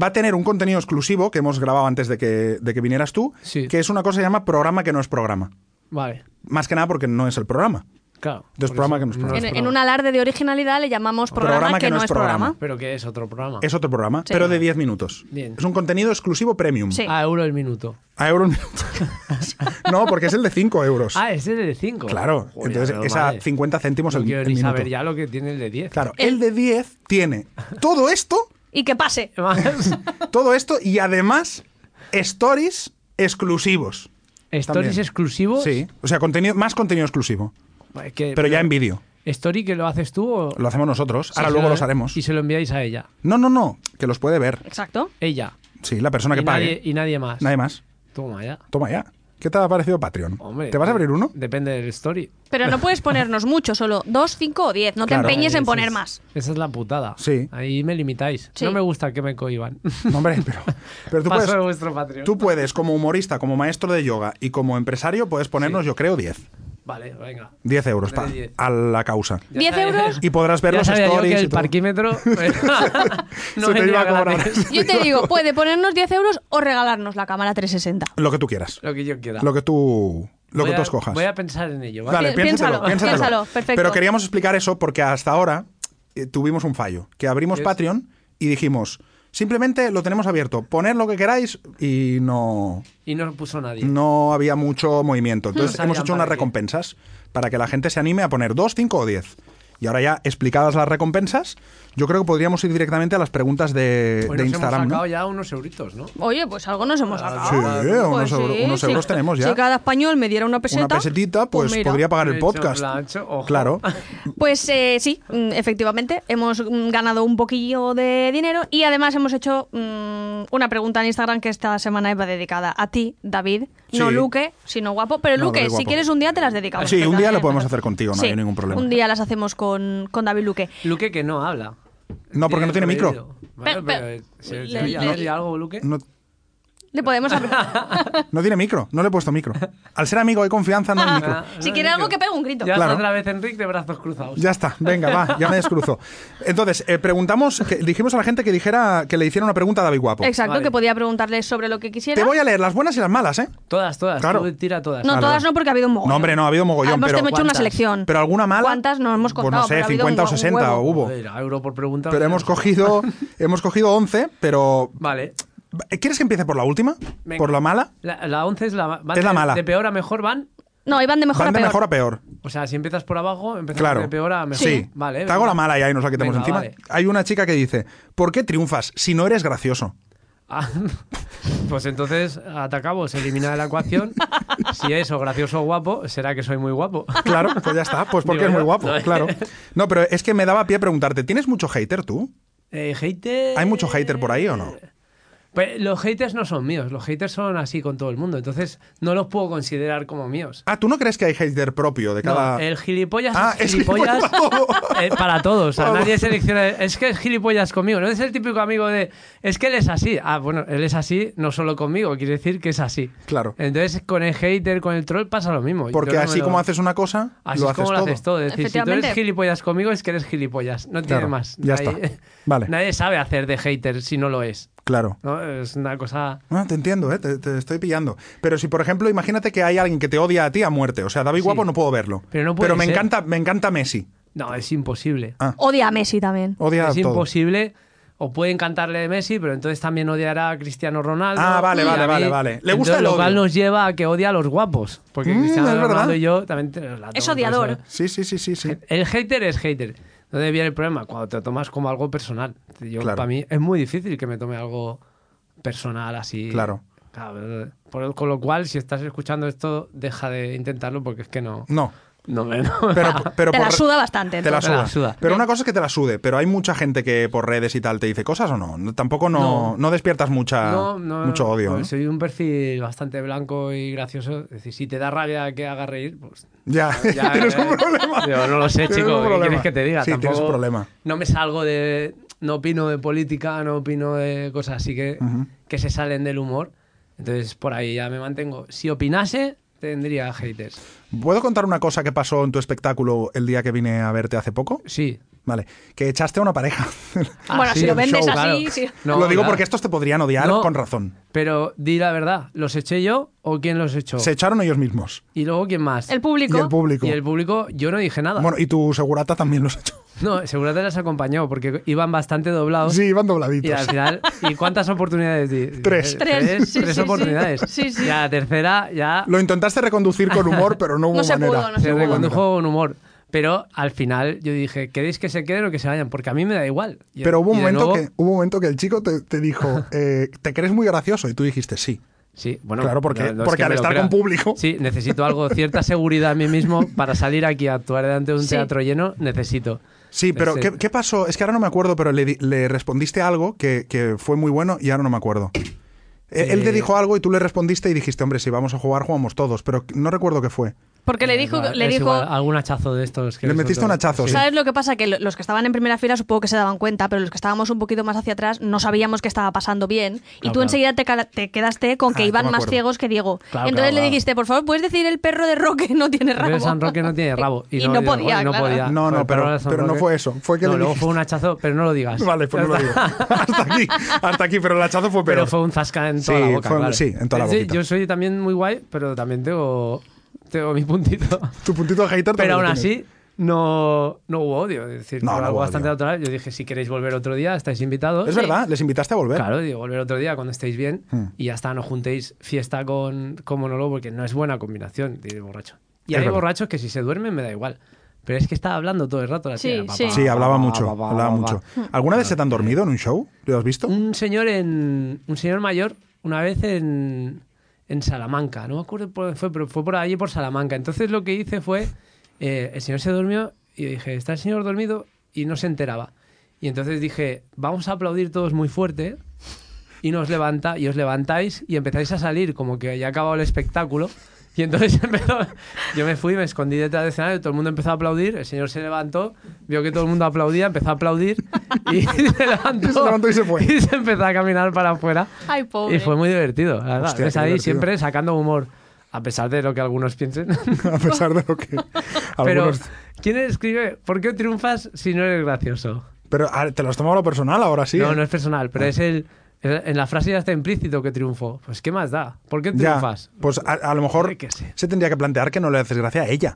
[SPEAKER 2] va a tener un contenido exclusivo que hemos grabado antes de que, de que vinieras tú,
[SPEAKER 3] Sí.
[SPEAKER 2] que es una cosa que se llama programa que no es programa.
[SPEAKER 3] Vale.
[SPEAKER 2] Más que nada porque no es el programa.
[SPEAKER 3] Claro.
[SPEAKER 2] Dos
[SPEAKER 3] por
[SPEAKER 2] programas
[SPEAKER 3] eso
[SPEAKER 2] que nos
[SPEAKER 3] no
[SPEAKER 2] programas.
[SPEAKER 3] es
[SPEAKER 4] En, en un alarde de originalidad le llamamos programa, que, no, es programa.
[SPEAKER 3] Pero que es otro programa.
[SPEAKER 2] Es otro programa,
[SPEAKER 4] Sí.
[SPEAKER 2] pero de 10 minutos.
[SPEAKER 3] Bien.
[SPEAKER 2] Es un contenido exclusivo premium.
[SPEAKER 4] Sí.
[SPEAKER 3] A Ah, euro el minuto.
[SPEAKER 2] A euro el minuto. *laughs* no, porque es el de 5 euros.
[SPEAKER 3] Ah, ese es el de 5.
[SPEAKER 2] claro. Entonces es a 50 céntimos
[SPEAKER 3] No
[SPEAKER 2] el,
[SPEAKER 3] quiero
[SPEAKER 2] el
[SPEAKER 3] ni
[SPEAKER 2] minuto.
[SPEAKER 3] saber ya lo que tiene el de 10.
[SPEAKER 2] Claro, el de 10 tiene todo esto
[SPEAKER 4] Y que pase.
[SPEAKER 2] *laughs*
[SPEAKER 3] Más
[SPEAKER 2] todo esto y además stories exclusivos.
[SPEAKER 3] stories exclusivos.
[SPEAKER 2] Sí, o sea, contenido, más contenido exclusivo,
[SPEAKER 3] Pues que-
[SPEAKER 2] pero ya en vídeo.
[SPEAKER 3] ¿Story que lo haces tú o.?
[SPEAKER 2] Lo hacemos nosotros, ahora
[SPEAKER 3] Sí,
[SPEAKER 2] luego
[SPEAKER 3] se lo-
[SPEAKER 2] los haremos.
[SPEAKER 3] Y se lo enviáis a ella.
[SPEAKER 2] No, no, no, que los puede ver.
[SPEAKER 4] Exacto.
[SPEAKER 3] Ella.
[SPEAKER 2] Sí, la persona
[SPEAKER 3] y,
[SPEAKER 2] que
[SPEAKER 3] nadie,
[SPEAKER 2] pague.
[SPEAKER 3] y nadie más.
[SPEAKER 2] Nadie más.
[SPEAKER 3] Toma ya.
[SPEAKER 2] Toma ya. ¿Qué te ha parecido Patreon?
[SPEAKER 3] Hombre.
[SPEAKER 2] ¿Te vas a abrir
[SPEAKER 3] *laughs*
[SPEAKER 2] uno?
[SPEAKER 3] Depende del story.
[SPEAKER 4] Pero no puedes ponernos mucho, solo dos, cinco o diez. No
[SPEAKER 2] Claro.
[SPEAKER 4] te empeñes
[SPEAKER 3] Esa
[SPEAKER 4] en poner
[SPEAKER 3] es-
[SPEAKER 4] más.
[SPEAKER 3] Esa es la putada.
[SPEAKER 2] Sí.
[SPEAKER 3] Ahí me limitáis.
[SPEAKER 4] Sí.
[SPEAKER 3] No me gusta que me cohiban.
[SPEAKER 2] No, hombre, pero, pero tú,
[SPEAKER 3] *laughs* Paso de
[SPEAKER 2] puedes,
[SPEAKER 3] vuestro Patreon.
[SPEAKER 2] tú puedes, como humorista, como maestro de yoga y como empresario, puedes ponernos, yo creo, 10.
[SPEAKER 3] Vale, venga.
[SPEAKER 2] 10 euros pa-
[SPEAKER 3] Dale 10.
[SPEAKER 2] a la causa.
[SPEAKER 3] Ya
[SPEAKER 4] ¿Diez
[SPEAKER 3] sabía-
[SPEAKER 4] euros?
[SPEAKER 2] Y podrás ver
[SPEAKER 3] ya
[SPEAKER 2] los
[SPEAKER 3] sabía yo
[SPEAKER 2] stories
[SPEAKER 3] que
[SPEAKER 2] y
[SPEAKER 3] el
[SPEAKER 2] todo. *laughs*
[SPEAKER 3] parquímetro eh, no
[SPEAKER 2] Se te
[SPEAKER 3] vendría
[SPEAKER 2] iba a cobrar.
[SPEAKER 3] gratis.
[SPEAKER 4] Yo te digo, puede ponernos 10 euros o regalarnos la cámara 360.
[SPEAKER 2] Lo que tú quieras.
[SPEAKER 3] *laughs* Lo que yo quiera.
[SPEAKER 2] Lo que tú, lo
[SPEAKER 3] Voy
[SPEAKER 2] que tú
[SPEAKER 3] a-
[SPEAKER 2] escojas.
[SPEAKER 3] Voy a pensar en ello, ¿vale?
[SPEAKER 2] Vale,
[SPEAKER 4] Pi-
[SPEAKER 2] piénsatelo,
[SPEAKER 4] piénsalo,
[SPEAKER 2] piénsatelo.
[SPEAKER 4] piénsalo, perfecto.
[SPEAKER 2] Pero queríamos explicar eso porque hasta ahora eh, tuvimos un fallo, que abrimos
[SPEAKER 3] ¿Qué es?
[SPEAKER 2] Patreon y dijimos, simplemente lo tenemos abierto, poned lo que queráis y no,
[SPEAKER 3] Y no lo puso nadie.
[SPEAKER 2] no había mucho movimiento. Entonces
[SPEAKER 3] No
[SPEAKER 2] hemos
[SPEAKER 3] sabían
[SPEAKER 2] hecho
[SPEAKER 3] para
[SPEAKER 2] unas
[SPEAKER 3] qué.
[SPEAKER 2] recompensas para que la gente se anime a poner 2, 5 o 10. Y ahora ya explicadas las recompensas, yo creo que podríamos ir directamente a las preguntas de,
[SPEAKER 3] Pues
[SPEAKER 2] de
[SPEAKER 3] nos
[SPEAKER 2] Instagram.
[SPEAKER 3] hemos
[SPEAKER 2] ¿no?
[SPEAKER 3] sacado ya unos euritos, ¿no?
[SPEAKER 4] Oye, pues algo nos hemos sacado.
[SPEAKER 2] Ah, Sí, eh, unos euro- unos euros
[SPEAKER 4] Pues si-
[SPEAKER 2] tenemos ya.
[SPEAKER 4] Si cada español me diera una peseta.
[SPEAKER 2] Una pesetita, pues,
[SPEAKER 4] mira.
[SPEAKER 2] podría pagar el
[SPEAKER 3] Hecho,
[SPEAKER 2] podcast.
[SPEAKER 3] plancho, ojo.
[SPEAKER 2] Claro.
[SPEAKER 4] Pues eh, sí, mm, efectivamente, hemos mm, ganado un poquillo de dinero y además hemos hecho mm, una pregunta en Instagram que esta semana iba dedicada a ti, David. No
[SPEAKER 2] Sí.
[SPEAKER 4] Luque, sino guapo. Pero
[SPEAKER 2] No,
[SPEAKER 4] Luque,
[SPEAKER 2] David
[SPEAKER 4] si
[SPEAKER 2] guapo.
[SPEAKER 4] quieres un día te las dedicamos.
[SPEAKER 2] Sí, un día lo
[SPEAKER 4] También.
[SPEAKER 2] podemos hacer contigo, no
[SPEAKER 4] Sí,
[SPEAKER 2] hay ningún problema.
[SPEAKER 4] Un día las hacemos con, con David Luque.
[SPEAKER 3] Luque que no habla.
[SPEAKER 2] No, porque no tiene micro. Mm,
[SPEAKER 3] Bueno,
[SPEAKER 4] Pero-
[SPEAKER 3] pero, eh,
[SPEAKER 4] pero-
[SPEAKER 3] se-
[SPEAKER 4] le-
[SPEAKER 3] ¿te voy a
[SPEAKER 4] le-
[SPEAKER 3] decir algo, Luque?
[SPEAKER 2] No-
[SPEAKER 4] Le podemos
[SPEAKER 2] *laughs* No tiene micro, no le he puesto micro. Al ser amigo hay confianza, no hay micro.
[SPEAKER 3] *laughs* Ah,
[SPEAKER 4] Si quiere algo que pegue un grito.
[SPEAKER 3] Ya
[SPEAKER 2] Claro.
[SPEAKER 3] está otra vez Enric de brazos cruzados.
[SPEAKER 2] Ya está, venga, va, ya me descruzo. Entonces, eh, preguntamos, que- dijimos a la gente que dijera que le hiciera una pregunta a David Guapo.
[SPEAKER 4] Exacto,
[SPEAKER 3] Vale.
[SPEAKER 4] que podía preguntarle sobre lo que quisiera.
[SPEAKER 2] Te voy a leer las buenas y las malas, ¿eh?
[SPEAKER 3] Todas, todas.
[SPEAKER 2] Claro.
[SPEAKER 3] Tú tira todas.
[SPEAKER 4] No,
[SPEAKER 2] Vale,
[SPEAKER 4] todas
[SPEAKER 2] vale.
[SPEAKER 4] no, porque ha habido un mogollón.
[SPEAKER 2] No, hombre, no, ha habido mogollón,
[SPEAKER 4] Además,
[SPEAKER 2] pero-
[SPEAKER 4] te hemos hecho una
[SPEAKER 3] ¿Cuántas?
[SPEAKER 4] selección.
[SPEAKER 2] Pero alguna mala.
[SPEAKER 4] ¿Cuántas no hemos
[SPEAKER 2] Pues
[SPEAKER 4] contado?
[SPEAKER 2] no
[SPEAKER 4] pero
[SPEAKER 2] sé,
[SPEAKER 4] ha habido
[SPEAKER 2] 50 o
[SPEAKER 4] un hue- un
[SPEAKER 2] 60
[SPEAKER 4] huevo.
[SPEAKER 2] hubo.
[SPEAKER 3] Joder, a euro por pregunta.
[SPEAKER 2] Pero hemos
[SPEAKER 3] *laughs*
[SPEAKER 2] cogido, hemos cogido 11, pero.
[SPEAKER 3] Vale.
[SPEAKER 2] ¿Quieres que empiece por la última?
[SPEAKER 3] Venga.
[SPEAKER 2] ¿Por la mala?
[SPEAKER 3] La, la 11 es la, van
[SPEAKER 2] Es la
[SPEAKER 3] de-
[SPEAKER 2] mala.
[SPEAKER 3] De peor a mejor van.
[SPEAKER 4] No, iban de mejor
[SPEAKER 2] Van
[SPEAKER 4] a
[SPEAKER 2] de
[SPEAKER 4] peor.
[SPEAKER 2] mejor a peor.
[SPEAKER 3] O sea, si empiezas por abajo, empezamos
[SPEAKER 2] Claro.
[SPEAKER 3] de peor a mejor.
[SPEAKER 2] Sí.
[SPEAKER 3] Vale.
[SPEAKER 2] Te hago la
[SPEAKER 3] venga.
[SPEAKER 2] mala y ahí nos la quitamos
[SPEAKER 3] Venga,
[SPEAKER 2] encima.
[SPEAKER 3] vale.
[SPEAKER 2] Hay una chica que dice: ¿Por qué triunfas si no eres gracioso?
[SPEAKER 3] Ah, *laughs* pues entonces atacamos, elimina de la
[SPEAKER 2] *laughs*
[SPEAKER 3] ecuación. si es o gracioso o guapo, será que soy muy guapo.
[SPEAKER 2] Claro, pues ya está, pues porque
[SPEAKER 3] Digo
[SPEAKER 2] es muy
[SPEAKER 3] yo. *laughs*
[SPEAKER 2] guapo,
[SPEAKER 3] No.
[SPEAKER 2] claro. No, pero es que me daba pie a preguntarte, ¿tienes mucho hater tú?
[SPEAKER 3] Eh, hater.
[SPEAKER 2] ¿Hay mucho hater por ahí o no?
[SPEAKER 3] Pues los haters no son míos, los haters son así con todo el mundo, entonces no los puedo considerar como míos.
[SPEAKER 2] Ah, ¿tú no crees que hay hater propio de
[SPEAKER 3] No, eh,
[SPEAKER 2] cada...?
[SPEAKER 3] el gilipollas
[SPEAKER 2] Ah,
[SPEAKER 3] es
[SPEAKER 2] es
[SPEAKER 3] gilipollas
[SPEAKER 2] para todo.
[SPEAKER 3] eh, para todos. o sea,
[SPEAKER 2] Vamos.
[SPEAKER 3] nadie selecciona. Es que es gilipollas conmigo. No es el típico amigo de. Es que él es así. Ah, bueno, él es así no solo conmigo, quiere decir que es así.
[SPEAKER 2] Claro.
[SPEAKER 3] Entonces con el hater, con el troll pasa lo mismo. Yo
[SPEAKER 2] Porque
[SPEAKER 3] no me
[SPEAKER 2] así
[SPEAKER 3] lo-
[SPEAKER 2] como haces una cosa,
[SPEAKER 3] Así
[SPEAKER 2] lo
[SPEAKER 3] es
[SPEAKER 2] haces
[SPEAKER 3] como
[SPEAKER 2] todo.
[SPEAKER 3] lo haces todo. Es decir, si tú eres
[SPEAKER 4] Efectivamente.
[SPEAKER 3] gilipollas conmigo, es que eres gilipollas. No tiene
[SPEAKER 2] Claro,
[SPEAKER 3] más.
[SPEAKER 2] ya
[SPEAKER 3] Nadie- *laughs*
[SPEAKER 2] está. Vale.
[SPEAKER 3] Nadie sabe hacer de hater si no lo es.
[SPEAKER 2] Claro.
[SPEAKER 3] ¿no? Es una cosa.
[SPEAKER 2] Ah, te entiendo, ¿eh? te, te estoy pillando. Pero si, por ejemplo, imagínate que hay alguien que te odia a ti a muerte. O sea, David Guapo no puedo verlo.
[SPEAKER 3] Pero no puede
[SPEAKER 2] me,
[SPEAKER 3] ser.
[SPEAKER 2] encanta, me encanta Messi.
[SPEAKER 3] No, es imposible.
[SPEAKER 2] Ah.
[SPEAKER 4] Odia a Messi también.
[SPEAKER 2] Odia
[SPEAKER 3] es
[SPEAKER 2] a todo.
[SPEAKER 3] imposible. O puede encantarle de Messi, pero entonces también odiará a Cristiano Ronaldo.
[SPEAKER 2] Ah, vale,
[SPEAKER 3] y
[SPEAKER 2] vale,
[SPEAKER 3] a mí.
[SPEAKER 2] vale, vale. Le gusta
[SPEAKER 3] Entonces,
[SPEAKER 2] el
[SPEAKER 3] Lo cual
[SPEAKER 2] odio.
[SPEAKER 3] nos lleva a que odia a los guapos. Porque
[SPEAKER 2] Mm,
[SPEAKER 3] Cristiano
[SPEAKER 2] es verdad.
[SPEAKER 3] Ronaldo y yo también. te- la
[SPEAKER 4] Es
[SPEAKER 3] tomo por
[SPEAKER 4] odiador.
[SPEAKER 3] eso.
[SPEAKER 2] Sí, sí, sí, sí, sí.
[SPEAKER 3] El hater es hater. ¿Dónde viene el problema? Cuando te lo tomas como algo personal. Yo,
[SPEAKER 2] Claro.
[SPEAKER 3] para mí, es muy difícil que me tome algo personal así.
[SPEAKER 2] Claro.
[SPEAKER 3] Claro, por- con lo cual, si estás escuchando esto, deja de intentarlo porque es que no.
[SPEAKER 2] No.
[SPEAKER 3] No me. no.
[SPEAKER 2] Pero, pero
[SPEAKER 4] *laughs* Te
[SPEAKER 2] por
[SPEAKER 4] la
[SPEAKER 2] re-
[SPEAKER 4] suda bastante.
[SPEAKER 2] Te la
[SPEAKER 4] entonces.
[SPEAKER 2] suda.
[SPEAKER 3] la suda.
[SPEAKER 2] Pero una cosa es que te la sude, pero hay mucha gente que por redes y tal te dice cosas o no. No- Tampoco no,
[SPEAKER 3] No.
[SPEAKER 2] no despiertas mucha,
[SPEAKER 3] No, no, Pues
[SPEAKER 2] mucho
[SPEAKER 3] no,
[SPEAKER 2] odio.
[SPEAKER 3] no,
[SPEAKER 2] ¿eh?
[SPEAKER 3] Soy un perfil bastante blanco y gracioso. Es decir, si te da rabia que haga reír, pues.
[SPEAKER 2] Ya, *laughs*
[SPEAKER 3] ya,
[SPEAKER 2] tienes un
[SPEAKER 3] eh,
[SPEAKER 2] problema.
[SPEAKER 3] *laughs* Yo no lo sé,
[SPEAKER 2] Tienes un
[SPEAKER 3] chico. ¿Qué
[SPEAKER 2] problema.
[SPEAKER 3] quieres que te diga?
[SPEAKER 2] Sí, tienes un
[SPEAKER 3] Tampoco-
[SPEAKER 2] problema.
[SPEAKER 3] No me salgo de. No opino de política, no opino de cosas así que, que se salen del humor. Entonces, por ahí ya me mantengo. Si opinase, tendría haters.
[SPEAKER 2] ¿Puedo contar una cosa que pasó en tu espectáculo el día que vine a verte hace poco?
[SPEAKER 3] Sí.
[SPEAKER 2] Vale, que echaste a una pareja.
[SPEAKER 4] Bueno, si
[SPEAKER 3] Ah, sí,
[SPEAKER 4] lo
[SPEAKER 3] el
[SPEAKER 4] vendes
[SPEAKER 3] show,
[SPEAKER 4] así,
[SPEAKER 3] claro.
[SPEAKER 4] sí.
[SPEAKER 3] *laughs* No,
[SPEAKER 2] Lo digo
[SPEAKER 3] claro.
[SPEAKER 2] porque estos te podrían odiar
[SPEAKER 3] No.
[SPEAKER 2] con razón.
[SPEAKER 3] Pero di la verdad, ¿los eché yo o quién los echó?
[SPEAKER 2] Se echaron ellos mismos.
[SPEAKER 3] Y luego, ¿quién más?
[SPEAKER 4] El público.
[SPEAKER 2] Y el público.
[SPEAKER 3] Y el público, yo no dije nada.
[SPEAKER 2] Bueno, y tu segurata también los echó.
[SPEAKER 3] No, seguramente las acompañó porque iban bastante doblados.
[SPEAKER 2] Sí, iban
[SPEAKER 3] Y
[SPEAKER 2] dobladitos.
[SPEAKER 3] al final, ¿y cuántas oportunidades
[SPEAKER 2] *laughs*
[SPEAKER 3] di? eh,
[SPEAKER 2] Tres.
[SPEAKER 4] Tres,
[SPEAKER 3] Tres,
[SPEAKER 4] sí,
[SPEAKER 3] tres
[SPEAKER 4] sí,
[SPEAKER 3] oportunidades.
[SPEAKER 4] sí. Sí, sí.
[SPEAKER 3] Y a la tercera ya
[SPEAKER 2] Lo intentaste reconducir con humor, pero no hubo
[SPEAKER 4] No se
[SPEAKER 2] manera.
[SPEAKER 4] pudo, no se
[SPEAKER 3] se
[SPEAKER 4] hubo
[SPEAKER 3] recondujo con humor. Pero al final yo dije, ¿queréis que se queden o que se vayan? Porque a mí me da igual. Y-
[SPEAKER 2] Pero hubo un,
[SPEAKER 3] y de
[SPEAKER 2] momento
[SPEAKER 3] nuevo-
[SPEAKER 2] que, hubo un momento que el chico te, te dijo, eh, ¿te crees muy gracioso? Y tú dijiste, sí.
[SPEAKER 3] Sí, bueno,
[SPEAKER 2] Claro, porque-
[SPEAKER 3] es
[SPEAKER 2] porque
[SPEAKER 3] que
[SPEAKER 2] al
[SPEAKER 3] me lo
[SPEAKER 2] estar
[SPEAKER 3] crea.
[SPEAKER 2] con público-
[SPEAKER 3] Sí, necesito algo, cierta seguridad a mí mismo para salir aquí a actuar delante de un
[SPEAKER 4] Sí.
[SPEAKER 3] teatro lleno, necesito.
[SPEAKER 2] Sí, pero
[SPEAKER 3] Ese-
[SPEAKER 2] ¿qué, qué pasó? Es que ahora no me acuerdo, pero le, di- le respondiste algo que, que fue muy bueno y ahora no me acuerdo. Eh, Él te
[SPEAKER 3] Eh.
[SPEAKER 2] dijo algo y tú le respondiste y dijiste, hombre, si vamos a jugar, jugamos todos, pero no recuerdo qué fue.
[SPEAKER 4] Porque le
[SPEAKER 3] Es
[SPEAKER 4] dijo,
[SPEAKER 3] igual,
[SPEAKER 4] le
[SPEAKER 3] es
[SPEAKER 4] dijo,
[SPEAKER 3] igual, ah, algún hachazo de estos. Que
[SPEAKER 2] Le
[SPEAKER 3] les
[SPEAKER 2] metiste
[SPEAKER 3] suelto.
[SPEAKER 2] un hachazo, sí.
[SPEAKER 4] ¿Sabes lo que pasa? Que lo- los que estaban en primera fila supongo que se daban cuenta, pero los que estábamos un poquito más hacia atrás no sabíamos qué estaba pasando bien. y
[SPEAKER 3] Claro,
[SPEAKER 4] tú
[SPEAKER 3] claro.
[SPEAKER 4] enseguida te, cala- te quedaste con que
[SPEAKER 2] Ah,
[SPEAKER 4] iban
[SPEAKER 2] esto me
[SPEAKER 4] más
[SPEAKER 2] acuerdo.
[SPEAKER 4] ciegos que Diego.
[SPEAKER 3] Claro,
[SPEAKER 4] Entonces
[SPEAKER 3] claro,
[SPEAKER 4] le
[SPEAKER 3] claro.
[SPEAKER 4] dijiste, por favor, ¿puedes decir el perro de Roque no tiene
[SPEAKER 3] Pero
[SPEAKER 4] rabo?
[SPEAKER 3] el San Roque no
[SPEAKER 4] *laughs*
[SPEAKER 3] tiene rabo. Y,
[SPEAKER 4] Y no
[SPEAKER 3] digo,
[SPEAKER 4] podía,
[SPEAKER 3] no
[SPEAKER 4] claro.
[SPEAKER 3] podía.
[SPEAKER 2] No,
[SPEAKER 3] Fue
[SPEAKER 2] no, pero-
[SPEAKER 3] el perro de San
[SPEAKER 2] pero no
[SPEAKER 3] Roque.
[SPEAKER 2] fue eso, fue que
[SPEAKER 3] No,
[SPEAKER 2] le
[SPEAKER 3] luego
[SPEAKER 2] dijiste.
[SPEAKER 3] fue un hachazo, pero no lo digas.
[SPEAKER 2] Vale, pues no lo
[SPEAKER 3] *laughs*
[SPEAKER 2] digo. Hasta aquí, hasta aquí, pero el hachazo fue
[SPEAKER 3] Pero
[SPEAKER 2] peor.
[SPEAKER 3] fue un zasca en toda
[SPEAKER 2] Sí,
[SPEAKER 3] la boca.
[SPEAKER 2] fue un-
[SPEAKER 3] claro.
[SPEAKER 2] sí, en toda la
[SPEAKER 3] Sí,
[SPEAKER 2] boquita.
[SPEAKER 3] Yo soy también muy guay, pero también tengo, tengo mi puntito.
[SPEAKER 2] *laughs* Tu puntito de hater
[SPEAKER 3] pero
[SPEAKER 2] también
[SPEAKER 3] aún
[SPEAKER 2] lo tienes.
[SPEAKER 3] así, no, no hubo odio. Es decir,
[SPEAKER 2] No,
[SPEAKER 3] fue
[SPEAKER 2] no
[SPEAKER 3] algo
[SPEAKER 2] hubo
[SPEAKER 3] bastante
[SPEAKER 2] odio.
[SPEAKER 3] natural. Yo dije, si queréis volver otro día, estáis invitados.
[SPEAKER 2] Es verdad, les invitaste a volver. Hmm.
[SPEAKER 3] Claro, digo, volver otro día cuando estéis bien y ya está, no juntéis fiesta con, con monólogo porque no es buena combinación, dice borracho. Y
[SPEAKER 2] Es
[SPEAKER 3] hay
[SPEAKER 2] verdad.
[SPEAKER 3] borrachos que si se duermen me da igual. Pero es que estaba hablando todo el rato la
[SPEAKER 4] Sí,
[SPEAKER 3] tía. pa,
[SPEAKER 4] sí.
[SPEAKER 3] pa,
[SPEAKER 2] Sí, hablaba
[SPEAKER 3] pa, pa,
[SPEAKER 2] mucho,
[SPEAKER 3] pa, pa,
[SPEAKER 2] hablaba
[SPEAKER 3] pa, pa.
[SPEAKER 2] mucho. ¿Alguna vez se te han dormido en un show? ¿Lo has
[SPEAKER 3] *laughs*
[SPEAKER 2] visto?
[SPEAKER 3] Un señor en. Un señor mayor, una vez en. en Salamanca. No me acuerdo por dónde fue, pero fue por allí por Salamanca. Entonces lo que hice fue. eh, el señor se durmió y dije, está el señor dormido y no se enteraba. Y entonces dije, vamos a aplaudir todos muy fuerte. Y nos levanta, y os levantáis y empezáis a salir como que ya ha acabado el espectáculo. Y entonces *laughs* empezó, yo me fui, me escondí detrás del escenario, todo el mundo empezó a aplaudir, el señor se levantó, vio que todo el mundo aplaudía, empezó a aplaudir y *laughs* se levantó,
[SPEAKER 2] Y se levantó y se fue.
[SPEAKER 3] Y *laughs* se empezó a caminar para afuera.
[SPEAKER 4] Ay, pobre.
[SPEAKER 3] Y fue muy divertido, la verdad.
[SPEAKER 2] Hostia,
[SPEAKER 3] Ves
[SPEAKER 2] qué
[SPEAKER 3] ahí
[SPEAKER 2] divertido.
[SPEAKER 3] siempre sacando humor, a pesar de lo que algunos piensen. *laughs*
[SPEAKER 2] a pesar de lo que.
[SPEAKER 3] Pero,
[SPEAKER 2] algunos-
[SPEAKER 3] ¿quién escribe? ¿Por qué triunfas si no eres gracioso?
[SPEAKER 2] Pero, ah, ¿te lo has tomado a lo personal ahora sí?
[SPEAKER 3] No,
[SPEAKER 2] eh?
[SPEAKER 3] no es personal, pero es el. En la frase ya está implícito que triunfo. Pues, ¿qué más da? ¿Por qué
[SPEAKER 2] Ya,
[SPEAKER 3] triunfas?
[SPEAKER 2] pues a, a lo
[SPEAKER 3] Ay,
[SPEAKER 2] mejor
[SPEAKER 3] qué sé.
[SPEAKER 2] se tendría que plantear que no le haces gracia a ella.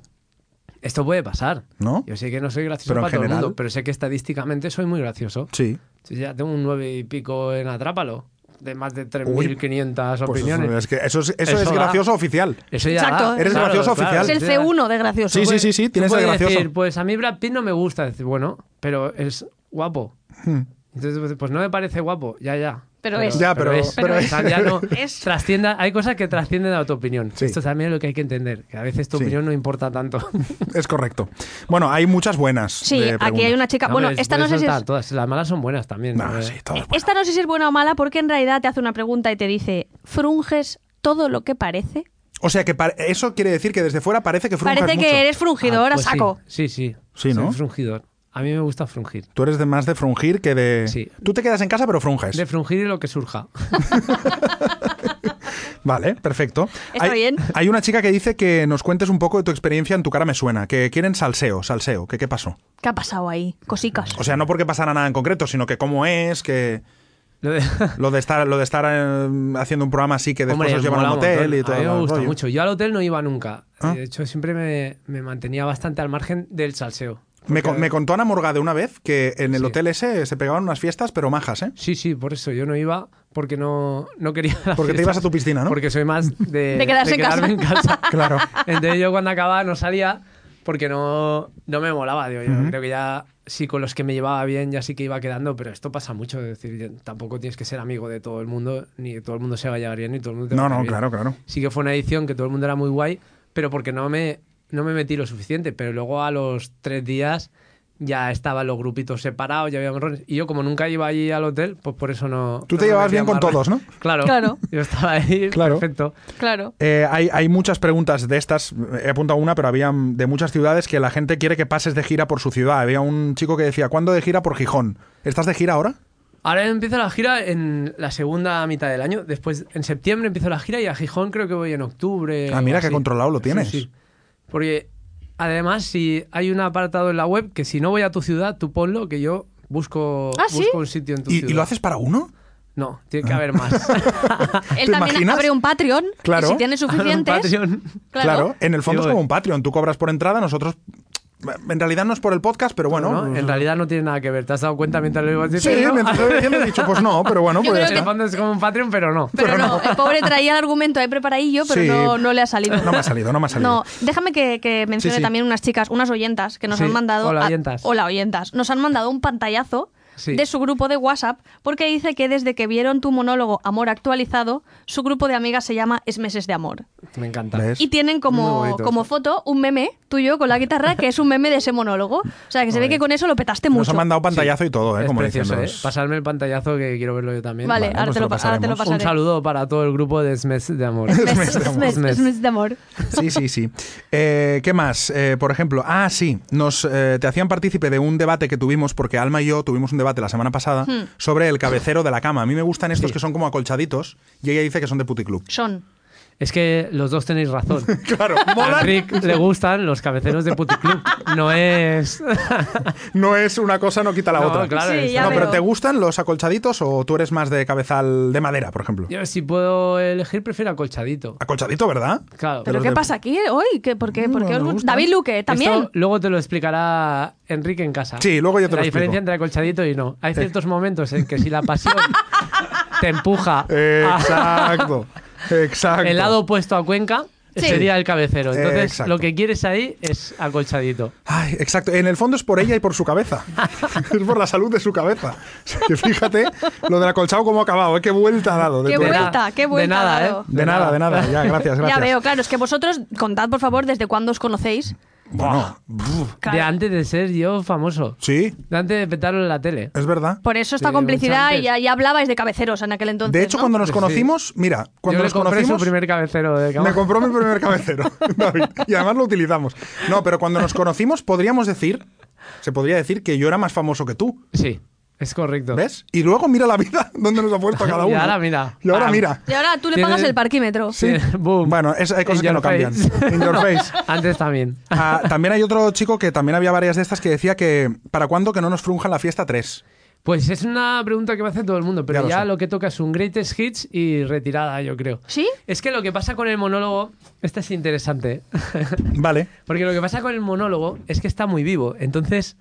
[SPEAKER 3] Esto puede pasar.
[SPEAKER 2] ¿No?
[SPEAKER 3] Yo sé que no soy gracioso
[SPEAKER 2] Pero en
[SPEAKER 3] para todo
[SPEAKER 2] general-
[SPEAKER 3] el mundo, pero sé que estadísticamente soy muy gracioso.
[SPEAKER 2] Sí.
[SPEAKER 3] Si ya tengo un 9 y pico en Atrápalo, de más de
[SPEAKER 2] Uy,
[SPEAKER 3] 3.500
[SPEAKER 2] Pues eso,
[SPEAKER 3] opiniones.
[SPEAKER 2] es que eso, es, eso
[SPEAKER 3] Eso
[SPEAKER 2] es
[SPEAKER 3] da.
[SPEAKER 2] gracioso
[SPEAKER 3] *laughs*
[SPEAKER 2] oficial.
[SPEAKER 3] Eso ya
[SPEAKER 4] Exacto.
[SPEAKER 3] da,
[SPEAKER 4] Eres
[SPEAKER 2] gracioso oficial.
[SPEAKER 4] Es el
[SPEAKER 3] eso ya da.
[SPEAKER 4] C1 de gracioso.
[SPEAKER 2] Sí, sí, sí, sí,
[SPEAKER 3] Tú
[SPEAKER 2] tienes el
[SPEAKER 3] puedes
[SPEAKER 2] gracioso.
[SPEAKER 3] decir, pues a mí Brad Pitt no me gusta. Decir, bueno, pero es guapo.
[SPEAKER 2] Hmm.
[SPEAKER 3] Entonces, pues, pues no me parece guapo. Ya, ya.
[SPEAKER 4] Pero es.
[SPEAKER 2] Ya, pero-
[SPEAKER 4] pero
[SPEAKER 3] o
[SPEAKER 4] es.
[SPEAKER 3] sea, ya no-
[SPEAKER 4] *laughs* Es.
[SPEAKER 3] trascienda- hay cosas que trascienden a tu opinión.
[SPEAKER 2] Sí.
[SPEAKER 3] Esto también es lo que hay que entender. Que a veces tu
[SPEAKER 2] Sí.
[SPEAKER 3] opinión no importa tanto.
[SPEAKER 2] Es correcto. Bueno, hay muchas buenas.
[SPEAKER 4] Sí,
[SPEAKER 2] de
[SPEAKER 4] aquí hay una chica. bueno,
[SPEAKER 3] hombre,
[SPEAKER 4] esta no
[SPEAKER 3] puedes
[SPEAKER 4] sé si
[SPEAKER 3] soltar
[SPEAKER 4] es,
[SPEAKER 3] todas. Las malas son buenas también.
[SPEAKER 2] preguntas.
[SPEAKER 3] ¿no? Ah,
[SPEAKER 2] Nah, sí, todo es bueno.
[SPEAKER 4] esta no sé si es buena o mala porque en realidad te hace una pregunta y te dice, ¿frunges todo lo que parece?
[SPEAKER 2] O sea que pare- eso quiere decir que desde fuera parece que frunges
[SPEAKER 4] parece
[SPEAKER 2] mucho.
[SPEAKER 4] que eres frungidor
[SPEAKER 3] Ah,
[SPEAKER 4] a
[SPEAKER 3] pues sí,
[SPEAKER 4] saco.
[SPEAKER 3] Sí, sí.
[SPEAKER 2] Sí, ¿no?
[SPEAKER 3] Soy frungidor. A mí me gusta frungir.
[SPEAKER 2] Tú eres de más de frungir que de.
[SPEAKER 3] Sí.
[SPEAKER 2] Tú te quedas en casa pero frunges.
[SPEAKER 3] De frungir y lo
[SPEAKER 2] *laughs*
[SPEAKER 3] que surja.
[SPEAKER 2] Vale, perfecto.
[SPEAKER 4] Está
[SPEAKER 2] hay,
[SPEAKER 4] bien.
[SPEAKER 2] Hay una chica que dice que nos cuentes un poco de tu experiencia en tu cara me suena, que quieren salseo, salseo, que qué pasó.
[SPEAKER 4] ¿Qué ha pasado ahí? Cosicas.
[SPEAKER 2] O sea, no porque pasara nada en concreto, sino que cómo es, que
[SPEAKER 3] Lo de-
[SPEAKER 2] lo de estar, lo de estar eh, haciendo un programa así que después
[SPEAKER 3] Hombre,
[SPEAKER 2] os llevan a
[SPEAKER 3] mola
[SPEAKER 2] un
[SPEAKER 3] un
[SPEAKER 2] hotel
[SPEAKER 3] montón.
[SPEAKER 2] y todo.
[SPEAKER 3] A mí me
[SPEAKER 2] el
[SPEAKER 3] gusta
[SPEAKER 2] rollo.
[SPEAKER 3] mucho. Yo al hotel no iba nunca.
[SPEAKER 2] Ah.
[SPEAKER 3] De hecho, siempre me, me mantenía bastante al margen del salseo.
[SPEAKER 2] Me, con- me contó Ana Morgade una vez que en el
[SPEAKER 3] Sí.
[SPEAKER 2] hotel ese se pegaban unas fiestas, pero majas, ¿eh?
[SPEAKER 3] Sí, sí, por eso yo no iba porque no, no quería. la
[SPEAKER 2] Porque te
[SPEAKER 3] fiesta.
[SPEAKER 2] ibas a tu piscina, ¿no?
[SPEAKER 3] Porque soy más de,
[SPEAKER 4] De quedarse en
[SPEAKER 3] quedarme en casa.
[SPEAKER 2] Claro.
[SPEAKER 3] Entonces yo cuando acababa no salía porque no, no me molaba. Digo, yo creo que ya sí con los que me llevaba bien ya sí que iba quedando, pero esto pasa mucho. Es decir, ya tampoco tienes que ser amigo de todo el mundo, ni todo el mundo se va a llevar bien, ni todo el mundo *laughs* te va a
[SPEAKER 2] No,
[SPEAKER 3] caer
[SPEAKER 2] no,
[SPEAKER 3] bien.
[SPEAKER 2] claro, claro.
[SPEAKER 3] Sí que fue una edición que todo el mundo era muy guay, pero porque no me, no me metí lo suficiente. Pero luego a los tres días ya estaban los grupitos separados, ya había morrones. Y yo como nunca iba allí al hotel, pues por eso no...
[SPEAKER 2] Tú
[SPEAKER 3] no
[SPEAKER 2] te
[SPEAKER 3] me
[SPEAKER 2] llevabas
[SPEAKER 3] metía
[SPEAKER 2] bien con
[SPEAKER 3] marrón.
[SPEAKER 2] todos, ¿no?
[SPEAKER 3] Claro,
[SPEAKER 4] Claro.
[SPEAKER 3] *laughs* yo estaba ahí,
[SPEAKER 2] Claro.
[SPEAKER 3] perfecto.
[SPEAKER 4] Claro.
[SPEAKER 2] Eh, hay, hay muchas preguntas de estas. He apuntado una, pero había mm, de muchas ciudades que la gente quiere que pases de gira por su ciudad. Había un chico que decía, ¿cuándo de gira por Gijón? ¿Estás de gira ahora?
[SPEAKER 3] Ahora empieza la gira en la segunda mitad del año. Después, en septiembre empiezo la gira y a Gijón creo que voy en octubre.
[SPEAKER 2] Ah,
[SPEAKER 3] o
[SPEAKER 2] mira,
[SPEAKER 3] así.
[SPEAKER 2] qué controlado lo
[SPEAKER 3] Sí,
[SPEAKER 2] tienes.
[SPEAKER 3] sí. Porque además, si hay un apartado en la web que si no voy a tu ciudad, tú ponlo, que yo busco,
[SPEAKER 4] ¿Ah, sí?
[SPEAKER 3] busco un sitio en tu
[SPEAKER 2] ¿Y,
[SPEAKER 3] ciudad.
[SPEAKER 2] y lo Ah. haces para uno?
[SPEAKER 3] No, tiene que haber
[SPEAKER 2] *laughs*
[SPEAKER 3] más.
[SPEAKER 4] Él
[SPEAKER 2] ¿Te
[SPEAKER 4] también
[SPEAKER 2] imaginas?
[SPEAKER 4] abre un Patreon.
[SPEAKER 2] Claro.
[SPEAKER 4] Y si
[SPEAKER 2] *laughs*
[SPEAKER 4] tiene
[SPEAKER 3] Un *laughs*
[SPEAKER 4] suficientes.
[SPEAKER 3] Patreon.
[SPEAKER 4] claro.
[SPEAKER 2] en el fondo
[SPEAKER 3] Sí,
[SPEAKER 2] es como
[SPEAKER 3] voy.
[SPEAKER 2] un Patreon. Tú cobras por entrada, nosotros. En realidad no es por el podcast, pero bueno. pues,
[SPEAKER 3] ¿no? En realidad no tiene nada que ver. ¿Te has dado cuenta mientras lo iba
[SPEAKER 2] Sí,
[SPEAKER 3] diciendo? *laughs*
[SPEAKER 2] mientras lo he diciendo he dicho, pues no, pero bueno,
[SPEAKER 4] Yo
[SPEAKER 2] pues ya
[SPEAKER 4] creo
[SPEAKER 3] En el
[SPEAKER 2] está.
[SPEAKER 3] fondo es como un Patreon, pero no.
[SPEAKER 4] Pero,
[SPEAKER 2] Pero
[SPEAKER 4] no,
[SPEAKER 2] no.
[SPEAKER 4] el pobre traía el argumento ahí preparadillo, pero
[SPEAKER 2] Sí.
[SPEAKER 4] no, no le ha salido.
[SPEAKER 2] No me ha salido, no me ha salido.
[SPEAKER 4] *laughs* No, déjame que, que mencione
[SPEAKER 2] Sí, sí.
[SPEAKER 4] también unas chicas, unas oyentas que nos
[SPEAKER 3] Sí,
[SPEAKER 4] han mandado.
[SPEAKER 3] hola,
[SPEAKER 4] a-
[SPEAKER 3] oyentas.
[SPEAKER 4] hola, oyentas. Nos han mandado un pantallazo
[SPEAKER 3] Sí.
[SPEAKER 4] de su grupo de WhatsApp porque dice que desde que vieron tu monólogo Amor actualizado, su grupo de amigas se llama Es Meses de Amor.
[SPEAKER 3] Me encanta.
[SPEAKER 2] ¿Ves?
[SPEAKER 4] Y tienen
[SPEAKER 2] Muy
[SPEAKER 4] como,
[SPEAKER 2] bonito
[SPEAKER 4] como
[SPEAKER 2] eso.
[SPEAKER 4] foto un meme tuyo con la guitarra que es un meme de ese monólogo. O sea, que se ve que con eso lo petaste
[SPEAKER 2] Nos
[SPEAKER 4] mucho.
[SPEAKER 2] han mandado pantallazo y todo, ¿eh?
[SPEAKER 3] es
[SPEAKER 2] como
[SPEAKER 3] precioso,
[SPEAKER 2] diciendo,
[SPEAKER 3] ¿eh?
[SPEAKER 2] es-
[SPEAKER 3] Pasarme el pantallazo que quiero verlo yo también.
[SPEAKER 4] Vale,
[SPEAKER 2] Vale,
[SPEAKER 4] ahora,
[SPEAKER 2] pues
[SPEAKER 4] te
[SPEAKER 2] lo
[SPEAKER 4] lo, pa- ahora te lo
[SPEAKER 2] pasaremos.
[SPEAKER 4] pasaré.
[SPEAKER 3] Un saludo para todo el grupo de Smes de
[SPEAKER 4] *laughs*
[SPEAKER 3] Amor.
[SPEAKER 4] Es
[SPEAKER 2] *laughs*
[SPEAKER 4] Meses
[SPEAKER 2] de
[SPEAKER 4] es
[SPEAKER 2] Amor.
[SPEAKER 4] Meses-
[SPEAKER 3] Es
[SPEAKER 4] es Meses de Amor.
[SPEAKER 2] Sí, sí, sí. Eh, ¿Qué más? Eh, por ejemplo, ah, sí, nos eh, te hacían partícipe de un debate que tuvimos, porque Alma y yo tuvimos un debate la semana pasada
[SPEAKER 4] Hmm.
[SPEAKER 2] sobre el cabecero de la cama. A mí me gustan estos que son como acolchaditos y ella dice que son de puticlub.
[SPEAKER 3] *laughs*
[SPEAKER 4] Son.
[SPEAKER 3] Es que los dos tenéis
[SPEAKER 4] *laughs*
[SPEAKER 3] razón.
[SPEAKER 2] Claro,
[SPEAKER 3] A
[SPEAKER 2] molan.
[SPEAKER 3] Rick le gustan los cabeceros de Puticlub. No
[SPEAKER 2] *laughs*
[SPEAKER 3] es.
[SPEAKER 2] No es una cosa, no quita la
[SPEAKER 3] No,
[SPEAKER 2] otra.
[SPEAKER 3] claro,
[SPEAKER 4] Sí,
[SPEAKER 3] es-
[SPEAKER 4] ya
[SPEAKER 2] no, pero
[SPEAKER 4] veo.
[SPEAKER 2] ¿te gustan los acolchaditos o tú eres más de cabezal de madera, por ejemplo?
[SPEAKER 3] Yo, si puedo elegir, prefiero acolchadito.
[SPEAKER 2] Acolchadito, ¿verdad?
[SPEAKER 3] Claro.
[SPEAKER 4] ¿Pero
[SPEAKER 2] los
[SPEAKER 4] qué
[SPEAKER 2] de-
[SPEAKER 4] pasa aquí hoy? ¿Qué, ¿Por qué?
[SPEAKER 2] No,
[SPEAKER 4] ¿Por qué
[SPEAKER 2] me
[SPEAKER 4] os gusta?
[SPEAKER 2] gusta.
[SPEAKER 4] David Luque, también.
[SPEAKER 3] Esto luego te lo explicará Enrique en casa.
[SPEAKER 2] Sí, luego yo te
[SPEAKER 3] la
[SPEAKER 2] lo explico.
[SPEAKER 3] diferencia entre acolchadito y no. Hay ciertos momentos en que si la
[SPEAKER 4] *laughs*
[SPEAKER 3] pasión te empuja a *laughs*
[SPEAKER 2] Exacto, exacto.
[SPEAKER 3] Ah. el lado opuesto a Cuenca,
[SPEAKER 4] Sí.
[SPEAKER 3] sería el cabecero. Entonces,
[SPEAKER 2] Exacto.
[SPEAKER 3] lo que quieres ahí es acolchadito.
[SPEAKER 2] Ay, exacto. En el fondo es por ella y por su
[SPEAKER 3] *laughs*
[SPEAKER 2] cabeza. es por la salud de su cabeza. O sea, que fíjate lo del acolchado cómo ha acabado. ¿eh? Qué vuelta ha dado. De,
[SPEAKER 4] Qué
[SPEAKER 2] todo.
[SPEAKER 3] De
[SPEAKER 4] vuelta,
[SPEAKER 3] nada-
[SPEAKER 4] qué vuelta
[SPEAKER 3] De
[SPEAKER 4] ha
[SPEAKER 3] nada, ¿eh?
[SPEAKER 4] dado. *laughs*
[SPEAKER 2] de nada, de nada. Ya, gracias, gracias.
[SPEAKER 4] Ya veo, claro, es que vosotros contad por favor desde cuándo os conocéis
[SPEAKER 2] Bueno, pf,
[SPEAKER 4] Claro.
[SPEAKER 3] De antes de ser yo famoso.
[SPEAKER 2] sí,
[SPEAKER 3] De antes de petarlo en la tele.
[SPEAKER 2] es verdad.
[SPEAKER 4] Por eso esta
[SPEAKER 3] Sí,
[SPEAKER 4] complicidad
[SPEAKER 3] mucho
[SPEAKER 4] y ya, ya hablabais de cabeceros en aquel Pues entonces.
[SPEAKER 2] De hecho,
[SPEAKER 4] ¿no?
[SPEAKER 2] cuando nos conocimos, mira, cuando
[SPEAKER 3] Pues yo le
[SPEAKER 2] nos
[SPEAKER 3] compré
[SPEAKER 2] conocimos,
[SPEAKER 3] su primer cabecero de
[SPEAKER 2] me
[SPEAKER 3] cama.
[SPEAKER 2] compró mi primer
[SPEAKER 3] *laughs*
[SPEAKER 2] cabecero, *laughs* David, y además lo utilizamos. No, pero cuando nos conocimos, podríamos decir, se podría decir que yo era más famoso que tú,
[SPEAKER 3] Sí, es correcto.
[SPEAKER 2] ¿ves? Y luego mira la vida *laughs* donde nos ha puesto a cada
[SPEAKER 3] Y
[SPEAKER 2] uno.
[SPEAKER 3] ahora mira. Ah,
[SPEAKER 2] Y ahora
[SPEAKER 3] Pam.
[SPEAKER 2] mira.
[SPEAKER 4] Y ahora Ah, tú le
[SPEAKER 3] Tiene-
[SPEAKER 4] pagas el parquímetro.
[SPEAKER 3] Sí, *laughs* boom.
[SPEAKER 2] Bueno, es- hay cosas
[SPEAKER 3] In
[SPEAKER 2] que
[SPEAKER 3] your
[SPEAKER 2] no cambian.
[SPEAKER 3] face. *laughs*
[SPEAKER 2] In your face.
[SPEAKER 3] Antes también.
[SPEAKER 2] Ah, también hay otro chico que también había varias de estas que decía que ¿para cuándo que no nos frunjan la fiesta 3?
[SPEAKER 3] Pues es una pregunta que me hace todo el mundo, pero
[SPEAKER 2] Ya lo
[SPEAKER 3] ya,
[SPEAKER 2] sé.
[SPEAKER 3] lo que toca es un greatest hits y retirada, yo creo.
[SPEAKER 4] ¿Sí?
[SPEAKER 3] Es que lo que pasa con el monólogo, este es interesante, *laughs*
[SPEAKER 2] Vale.
[SPEAKER 3] porque lo que pasa con el monólogo es que está muy vivo. Entonces,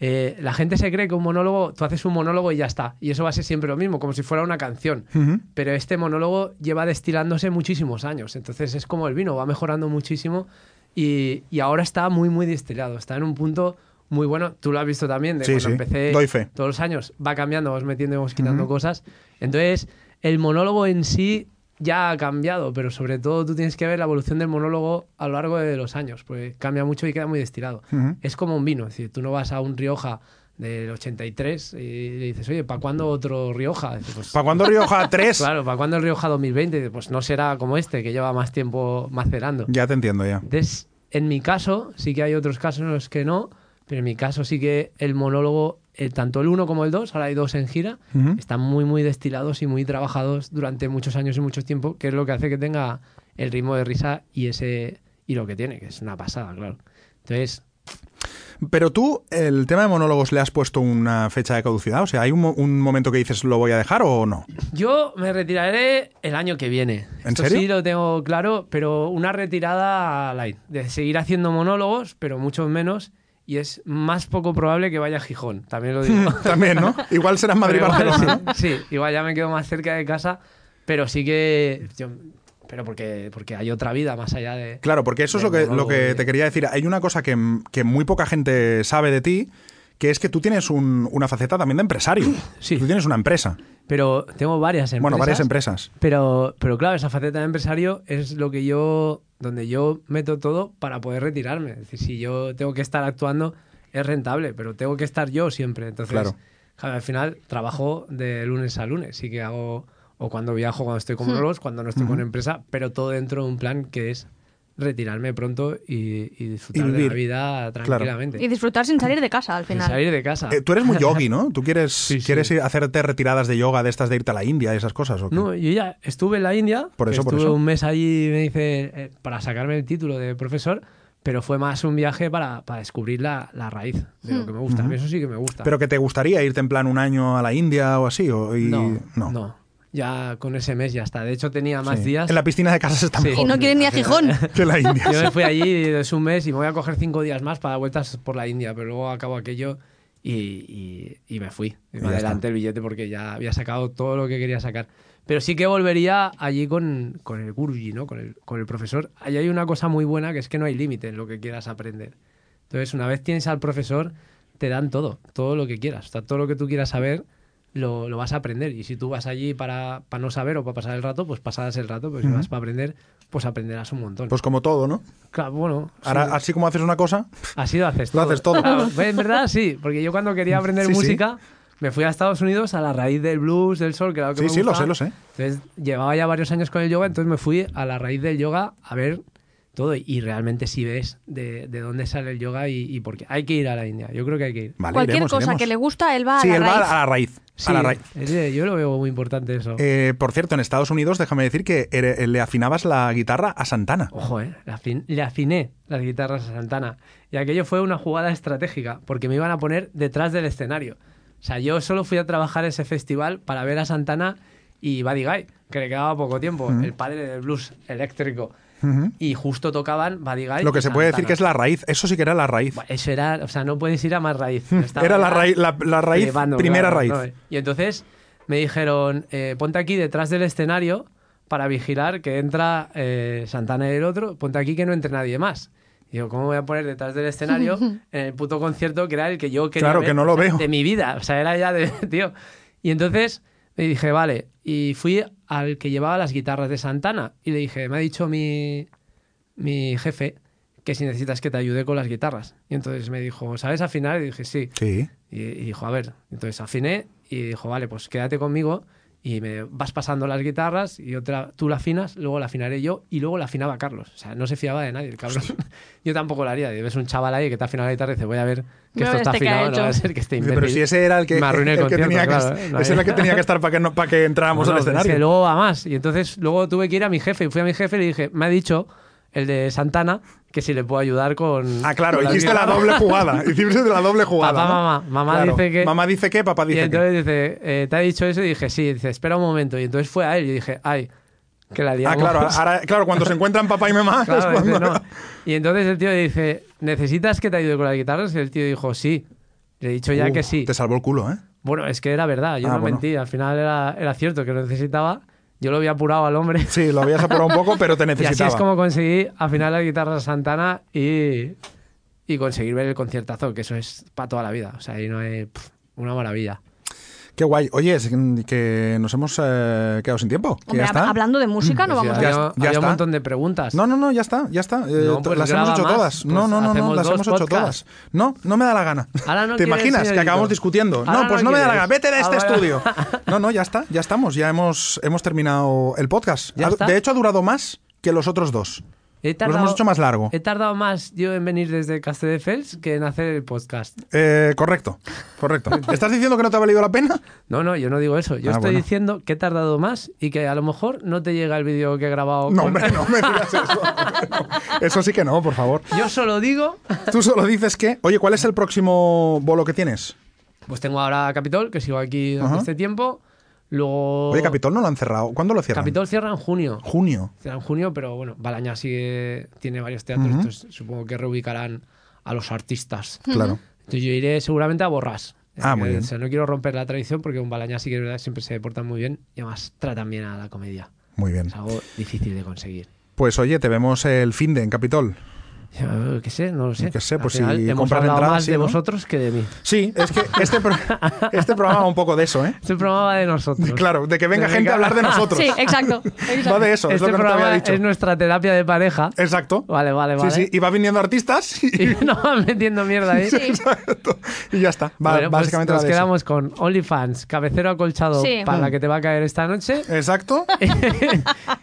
[SPEAKER 3] eh, la gente se cree que un monólogo, tú haces un monólogo y ya está. Y eso va a ser siempre lo mismo, como si fuera una canción.
[SPEAKER 2] Ujú.
[SPEAKER 3] Pero este monólogo lleva destilándose muchísimos años. Entonces es como el vino, va mejorando muchísimo y, y ahora está muy, muy destilado. Está en un punto muy bueno. Tú lo has visto también, de
[SPEAKER 2] Sí,
[SPEAKER 3] cuando
[SPEAKER 2] sí.
[SPEAKER 3] empecé
[SPEAKER 2] Doy fe.
[SPEAKER 3] todos los años. Va cambiando, vamos metiendo, vamos quitando cosas. Entonces, el monólogo en sí ya ha cambiado, pero sobre todo tú tienes que ver la evolución del monólogo a lo largo de los años, porque cambia mucho y queda muy destilado.
[SPEAKER 2] Ujú.
[SPEAKER 3] Es como un vino, es decir, tú no vas a un Rioja del 83 y le dices, oye, ¿para cuándo otro Rioja? Dices, "Pues,
[SPEAKER 2] ¿Para cuándo Rioja 3?
[SPEAKER 3] *laughs* Claro, ¿para cuándo el Rioja 2020? Pues no será como este, que lleva más tiempo macerando.
[SPEAKER 2] Ya te entiendo ya.
[SPEAKER 3] Entonces, en mi caso, sí que hay otros casos en los que no, pero en mi caso sí que el monólogo, eh, tanto el 1 como el 2, ahora hay dos en gira,
[SPEAKER 2] Ujú.
[SPEAKER 3] están muy, muy destilados y muy trabajados durante muchos años y mucho tiempo, que es lo que hace que tenga el ritmo de risa y ese y lo que tiene, que es una pasada, claro. Entonces,
[SPEAKER 2] Pero tú, el tema de monólogos, ¿le has puesto una fecha de caducidad? O sea, ¿hay un, mo- un momento que dices lo voy a dejar o no?
[SPEAKER 3] Yo me retiraré el año que viene.
[SPEAKER 2] ¿En
[SPEAKER 3] Esto
[SPEAKER 2] serio?
[SPEAKER 3] sí lo tengo claro, pero una retirada light. De seguir haciendo monólogos, pero muchos menos. Y es más poco probable que vaya a Gijón, también lo digo.
[SPEAKER 2] *laughs* También, ¿no? Igual será en
[SPEAKER 3] Pero igual
[SPEAKER 2] Madrid-Barcelona. ¿no?
[SPEAKER 3] *laughs* sí, sí, igual ya me quedo más cerca de casa, pero sí que... yo- pero porque, porque hay otra vida más allá de...
[SPEAKER 2] Claro, porque eso es lo
[SPEAKER 3] Del
[SPEAKER 2] que, lo
[SPEAKER 3] monólogo
[SPEAKER 2] que
[SPEAKER 3] de-
[SPEAKER 2] te quería decir. Hay una cosa que, que muy poca gente sabe de ti, que es que tú tienes un- una faceta también de empresario.
[SPEAKER 3] Sí.
[SPEAKER 2] Tú tienes una empresa.
[SPEAKER 3] Pero tengo varias empresas.
[SPEAKER 2] Bueno, varias empresas.
[SPEAKER 3] Pero, pero claro, esa faceta de empresario es lo que yo, donde yo meto todo para poder retirarme. Es decir, si yo tengo que estar actuando, es rentable, pero tengo que estar yo siempre. Entonces,
[SPEAKER 2] Claro.
[SPEAKER 3] claro, al final trabajo de lunes a lunes, sí que hago, o cuando viajo, cuando estoy con
[SPEAKER 4] Hmm.
[SPEAKER 3] monólogos, cuando no estoy con empresa, pero todo dentro de un plan que es retirarme pronto y, y disfrutar de
[SPEAKER 2] vivir.
[SPEAKER 3] la vida tranquilamente.
[SPEAKER 4] Y disfrutar sin salir de casa al
[SPEAKER 3] Sin
[SPEAKER 4] final.
[SPEAKER 3] salir de casa.
[SPEAKER 2] Eh, tú eres muy yogi,
[SPEAKER 3] *laughs*
[SPEAKER 2] ¿no? ¿Tú quieres,
[SPEAKER 3] Ah. Sí, sí.
[SPEAKER 2] quieres ir- hacerte retiradas de yoga de estas de irte a la India y esas cosas? ¿o qué?
[SPEAKER 3] No, yo ya estuve en la India.
[SPEAKER 2] Por
[SPEAKER 3] que
[SPEAKER 2] eso, por
[SPEAKER 3] estuve
[SPEAKER 2] eso.
[SPEAKER 3] un mes allí, me dice, eh, para sacarme el título de profesor, pero fue más un viaje para, para descubrir la, la raíz de lo que me gusta. A mí eso sí que me gusta.
[SPEAKER 2] Pero que te gustaría irte en plan un año a la India o así. O, y-
[SPEAKER 3] no, no, Ya con ese mes ya está. De hecho, tenía más
[SPEAKER 2] Sí.
[SPEAKER 3] días.
[SPEAKER 2] En la piscina de casa está
[SPEAKER 3] Sí.
[SPEAKER 4] Y
[SPEAKER 2] mejor
[SPEAKER 4] no quieren ni a Gijón.
[SPEAKER 2] *laughs* que la India.
[SPEAKER 3] *laughs* Yo me fui allí es un mes y me voy a coger cinco días más para dar vueltas por la India, pero luego acabo aquello y, y- y me fui. Y
[SPEAKER 2] ya
[SPEAKER 3] me adelanté el billete porque ya había sacado todo lo que quería sacar. Pero sí que volvería allí con, con el Guruji, ¿no? con, el, con el profesor. Allí hay una cosa muy buena que es que no hay límite en lo que quieras aprender. Entonces, una vez tienes al profesor, te dan todo, todo lo que quieras. O sea, todo lo que tú quieras saber lo, lo vas a aprender. Y si tú vas allí para, para no saber o para pasar el rato, pues pasarás el rato. Pero si vas para aprender, pues aprenderás un montón.
[SPEAKER 2] Pues como todo, ¿no?
[SPEAKER 3] Claro, bueno.
[SPEAKER 2] Ahora,
[SPEAKER 3] sí,
[SPEAKER 2] así como haces una cosa,
[SPEAKER 3] así lo haces
[SPEAKER 2] lo
[SPEAKER 3] todo.
[SPEAKER 2] haces todo.
[SPEAKER 3] Claro, pues, en verdad, sí, porque yo cuando quería
[SPEAKER 2] *laughs*
[SPEAKER 3] aprender
[SPEAKER 2] Sí, sí.
[SPEAKER 3] música me fui a Estados Unidos a la raíz del blues, del sol, que era lo que
[SPEAKER 2] Sí,
[SPEAKER 3] me
[SPEAKER 2] sí, lo
[SPEAKER 3] gustaba.
[SPEAKER 2] sé, lo sé.
[SPEAKER 3] Entonces llevaba ya varios años con el yoga, entonces me fui a la raíz del yoga a ver todo y realmente sí ves de, de dónde sale el yoga y, y por qué. Hay que ir a la India, yo creo que hay que ir.
[SPEAKER 2] Vale,
[SPEAKER 4] Cualquier
[SPEAKER 2] iremos,
[SPEAKER 4] cosa
[SPEAKER 2] iremos.
[SPEAKER 4] que le gusta, él va
[SPEAKER 2] Sí,
[SPEAKER 4] a
[SPEAKER 2] él
[SPEAKER 4] la raíz.
[SPEAKER 2] va a la raíz.
[SPEAKER 3] Sí,
[SPEAKER 2] A la raíz.
[SPEAKER 3] es de- yo lo veo muy importante eso.
[SPEAKER 2] Eh, por cierto, en Estados Unidos, déjame decir que ere- le afinabas la guitarra a Santana.
[SPEAKER 3] Ojo, eh, le, afin- le afiné las guitarras a Santana. Y aquello fue una jugada estratégica, porque me iban a poner detrás del escenario. O sea, yo solo fui a trabajar ese festival para ver a Santana y Buddy Guy, que le quedaba poco tiempo, el padre del blues eléctrico.
[SPEAKER 2] Ujú.
[SPEAKER 3] Y justo tocaban Buddy Guy.
[SPEAKER 2] Lo que
[SPEAKER 3] y
[SPEAKER 2] se puede decir
[SPEAKER 3] Santana.
[SPEAKER 2] que es la raíz. Eso sí que era la raíz.
[SPEAKER 3] Buah, Eso era, o sea, no puedes ir a más raíz. Estaba
[SPEAKER 2] *laughs* Era la
[SPEAKER 3] ya-
[SPEAKER 2] raíz, la, la raíz,
[SPEAKER 3] Llevando,
[SPEAKER 2] primera
[SPEAKER 3] Eh, claro,
[SPEAKER 2] raíz.
[SPEAKER 3] ¿no? Y entonces me dijeron, eh, ponte aquí detrás del escenario para vigilar que entra eh, Santana y el otro, ponte aquí que no entre nadie más. Y Digo, ¿cómo me voy a poner detrás del escenario en el puto concierto que era el que yo quería
[SPEAKER 2] Claro,
[SPEAKER 3] ver,
[SPEAKER 2] que no lo
[SPEAKER 3] o sea,
[SPEAKER 2] veo.
[SPEAKER 3] de mi vida? O sea, era ya de, *laughs* tío. Y entonces me dije, vale, y fui al que llevaba las guitarras de Santana y le dije, me ha dicho mi, mi jefe que si necesitas que te ayude con las guitarras. Y entonces me dijo, ¿sabes afinar? Y dije, sí.
[SPEAKER 2] Sí.
[SPEAKER 3] Y, y dijo, a ver, entonces afiné y dijo, vale, pues quédate conmigo y me vas pasando las guitarras y otra tú la afinas, luego la afinaré yo y luego la afinaba Carlos. O sea, no se fiaba de nadie el cabrón. *laughs* yo tampoco lo haría. Y Ves un chaval ahí que te afina la guitarra y dice, voy a ver que
[SPEAKER 4] No,
[SPEAKER 3] esto está
[SPEAKER 4] este que ha
[SPEAKER 3] afinado, no
[SPEAKER 4] hecho.
[SPEAKER 3] va a ser que esté
[SPEAKER 2] Dice,
[SPEAKER 3] imbécil.
[SPEAKER 2] Pero si ese era el que,
[SPEAKER 3] me arruiné el
[SPEAKER 2] el que
[SPEAKER 3] concierto,
[SPEAKER 2] tenía que,
[SPEAKER 3] claro, ¿eh?
[SPEAKER 2] *laughs*
[SPEAKER 3] No
[SPEAKER 2] ese era el que
[SPEAKER 3] hay-
[SPEAKER 2] tenía que estar para que, no, para que entráramos
[SPEAKER 3] No,
[SPEAKER 2] al
[SPEAKER 3] es que
[SPEAKER 2] escenario.
[SPEAKER 3] luego va más. Y entonces luego tuve que ir a mi jefe. Y fui a mi jefe y le dije, me ha dicho el de Santana que si le puedo ayudar con...
[SPEAKER 2] Ah, claro,
[SPEAKER 3] *laughs* con las
[SPEAKER 2] hiciste la
[SPEAKER 3] guitarras".
[SPEAKER 2] doble
[SPEAKER 3] *laughs*
[SPEAKER 2] jugada. Hiciste la doble jugada.
[SPEAKER 3] Papá,
[SPEAKER 2] ¿no?
[SPEAKER 3] mamá. Mamá
[SPEAKER 2] Claro,
[SPEAKER 3] dice que-
[SPEAKER 2] Mamá dice que, papá
[SPEAKER 3] Y
[SPEAKER 2] dice que. Ah,
[SPEAKER 3] entonces dice, eh, ¿te ha dicho eso? Y dije, sí. Y dice, espera un momento. Y entonces fue a él. Y dije, ay, que la
[SPEAKER 2] Ah,
[SPEAKER 3] liamos. *laughs*
[SPEAKER 2] claro, ahora, claro, cuando se encuentran papá y mamá.
[SPEAKER 3] Claro,
[SPEAKER 2] es
[SPEAKER 3] dice,
[SPEAKER 2] cuando-
[SPEAKER 3] no. Y entonces el tío dice, ¿necesitas que te ayude con las guitarras? Y el tío dijo, sí. Le he dicho ya
[SPEAKER 2] Uh,
[SPEAKER 3] que sí.
[SPEAKER 2] Te salvó el culo, ¿eh?
[SPEAKER 3] Bueno, es que era verdad, yo
[SPEAKER 2] Ah,
[SPEAKER 3] no
[SPEAKER 2] bueno.
[SPEAKER 3] mentí. Al final era, era cierto que lo necesitaba. Yo lo había apurado al hombre.
[SPEAKER 2] Sí, lo habías apurado un poco, pero te
[SPEAKER 3] *laughs* Y así
[SPEAKER 2] necesitaba.
[SPEAKER 3] es como conseguí afinar las guitarras a Santana y, y conseguir ver el conciertazo, que eso es para toda la vida. O sea, ahí no hay pf, una maravilla.
[SPEAKER 2] Qué guay. Oye, es que nos hemos eh, quedado sin tiempo. que
[SPEAKER 4] Hombre,
[SPEAKER 2] ya
[SPEAKER 4] hab-
[SPEAKER 2] está.
[SPEAKER 4] hablando de música, no
[SPEAKER 3] Pues
[SPEAKER 4] vamos
[SPEAKER 3] sí,
[SPEAKER 4] a...
[SPEAKER 2] Ya-
[SPEAKER 3] había,
[SPEAKER 2] ya
[SPEAKER 3] había un
[SPEAKER 2] está.
[SPEAKER 3] montón de preguntas.
[SPEAKER 2] No, no, no, ya está, ya está. Eh,
[SPEAKER 3] No, pues
[SPEAKER 2] las hemos
[SPEAKER 3] graba
[SPEAKER 2] hecho
[SPEAKER 3] más,
[SPEAKER 2] todas.
[SPEAKER 3] pues
[SPEAKER 2] no, no, no, no,
[SPEAKER 3] hacemos
[SPEAKER 2] las
[SPEAKER 3] dos
[SPEAKER 2] hemos hecho
[SPEAKER 3] podcasts.
[SPEAKER 2] todas. No, no me da la gana.
[SPEAKER 3] Ahora no
[SPEAKER 2] ¿Te
[SPEAKER 3] quieres,
[SPEAKER 2] imaginas que
[SPEAKER 3] señorito?
[SPEAKER 2] acabamos discutiendo?
[SPEAKER 3] Ahora
[SPEAKER 2] no, pues no,
[SPEAKER 3] no
[SPEAKER 2] me da la
[SPEAKER 3] quieres.
[SPEAKER 2] gana. Vete de este
[SPEAKER 3] Ahora- *laughs*
[SPEAKER 2] estudio. No, no, ya está, ya estamos. Ya hemos, hemos terminado el podcast.
[SPEAKER 3] Ya
[SPEAKER 2] Ha-
[SPEAKER 3] está.
[SPEAKER 2] de hecho, ha durado más que los otros dos.
[SPEAKER 3] He
[SPEAKER 2] Los Pues hemos hecho más largo.
[SPEAKER 3] He tardado más yo en venir desde Castelldefels que en hacer el podcast.
[SPEAKER 2] Eh, correcto,
[SPEAKER 3] *laughs*
[SPEAKER 2] correcto. ¿Estás diciendo que no te ha valido la pena?
[SPEAKER 3] No, no, yo no digo eso. Yo
[SPEAKER 2] Ah,
[SPEAKER 3] estoy
[SPEAKER 2] bueno.
[SPEAKER 3] diciendo que he tardado más y que a lo mejor no te llega el vídeo que he grabado.
[SPEAKER 2] No,
[SPEAKER 3] con-
[SPEAKER 2] hombre, no me digas eso. Eso sí que no, por favor.
[SPEAKER 3] *laughs* Yo solo digo.
[SPEAKER 2] Tú solo dices que. Oye, ¿cuál es el próximo bolo que tienes?
[SPEAKER 3] Pues tengo ahora a Capitol, que sigo aquí durante
[SPEAKER 2] Ajá.
[SPEAKER 3] este tiempo. Luego.
[SPEAKER 2] Oye, Capitol no lo han cerrado. ¿Cuándo lo cierran?
[SPEAKER 3] Oh. Capitol cierra en junio.
[SPEAKER 2] Junio.
[SPEAKER 3] Será en junio, pero bueno, Balaña sigue, tiene varios teatros, entonces supongo que reubicarán a los artistas.
[SPEAKER 2] Claro.
[SPEAKER 3] Entonces yo iré seguramente a Borrás.
[SPEAKER 2] Ah, muy
[SPEAKER 3] Eh,
[SPEAKER 2] bien.
[SPEAKER 3] o sea, no quiero romper la tradición porque un Balaña sí que es verdad, siempre se portan muy bien y además tratan bien a la comedia.
[SPEAKER 2] Muy bien.
[SPEAKER 3] Es algo difícil de conseguir.
[SPEAKER 2] Pues oye, te vemos el fin de en Capitol.
[SPEAKER 3] Yo eh, ¿Qué sé? No lo sé.
[SPEAKER 2] Yo qué sé,
[SPEAKER 3] Al
[SPEAKER 2] pues si
[SPEAKER 3] final hemos
[SPEAKER 2] compran
[SPEAKER 3] hablado
[SPEAKER 2] entradas,
[SPEAKER 3] más
[SPEAKER 2] sí,
[SPEAKER 3] de
[SPEAKER 2] ¿no?
[SPEAKER 3] vosotros que de mí.
[SPEAKER 2] Sí, es que este, pro- este programa va un poco de eso, ¿eh?
[SPEAKER 3] Este programa va de nosotros.
[SPEAKER 2] *laughs* Claro, de que venga
[SPEAKER 3] De
[SPEAKER 2] gente a
[SPEAKER 3] venga-
[SPEAKER 2] hablar de nosotros. *laughs*
[SPEAKER 4] Sí, exacto.
[SPEAKER 2] Va
[SPEAKER 4] exacto.
[SPEAKER 2] de eso, es lo
[SPEAKER 3] este
[SPEAKER 2] que no te
[SPEAKER 3] programa
[SPEAKER 2] había dicho.
[SPEAKER 3] es nuestra terapia de pareja.
[SPEAKER 2] Exacto.
[SPEAKER 3] Vale, vale,
[SPEAKER 2] Sí,
[SPEAKER 3] vale.
[SPEAKER 2] sí, y va viniendo artistas y,
[SPEAKER 3] *laughs* Y nos van metiendo mierda ahí.
[SPEAKER 4] Sí.
[SPEAKER 2] *laughs* y ya está. Va-
[SPEAKER 3] Bueno, pues
[SPEAKER 2] básicamente va
[SPEAKER 3] nos
[SPEAKER 2] de eso.
[SPEAKER 3] quedamos con OnlyFans, cabecero acolchado
[SPEAKER 4] Sí.
[SPEAKER 3] para la que te va a caer
[SPEAKER 2] *laughs*
[SPEAKER 3] esta noche. *laughs*
[SPEAKER 2] Exacto.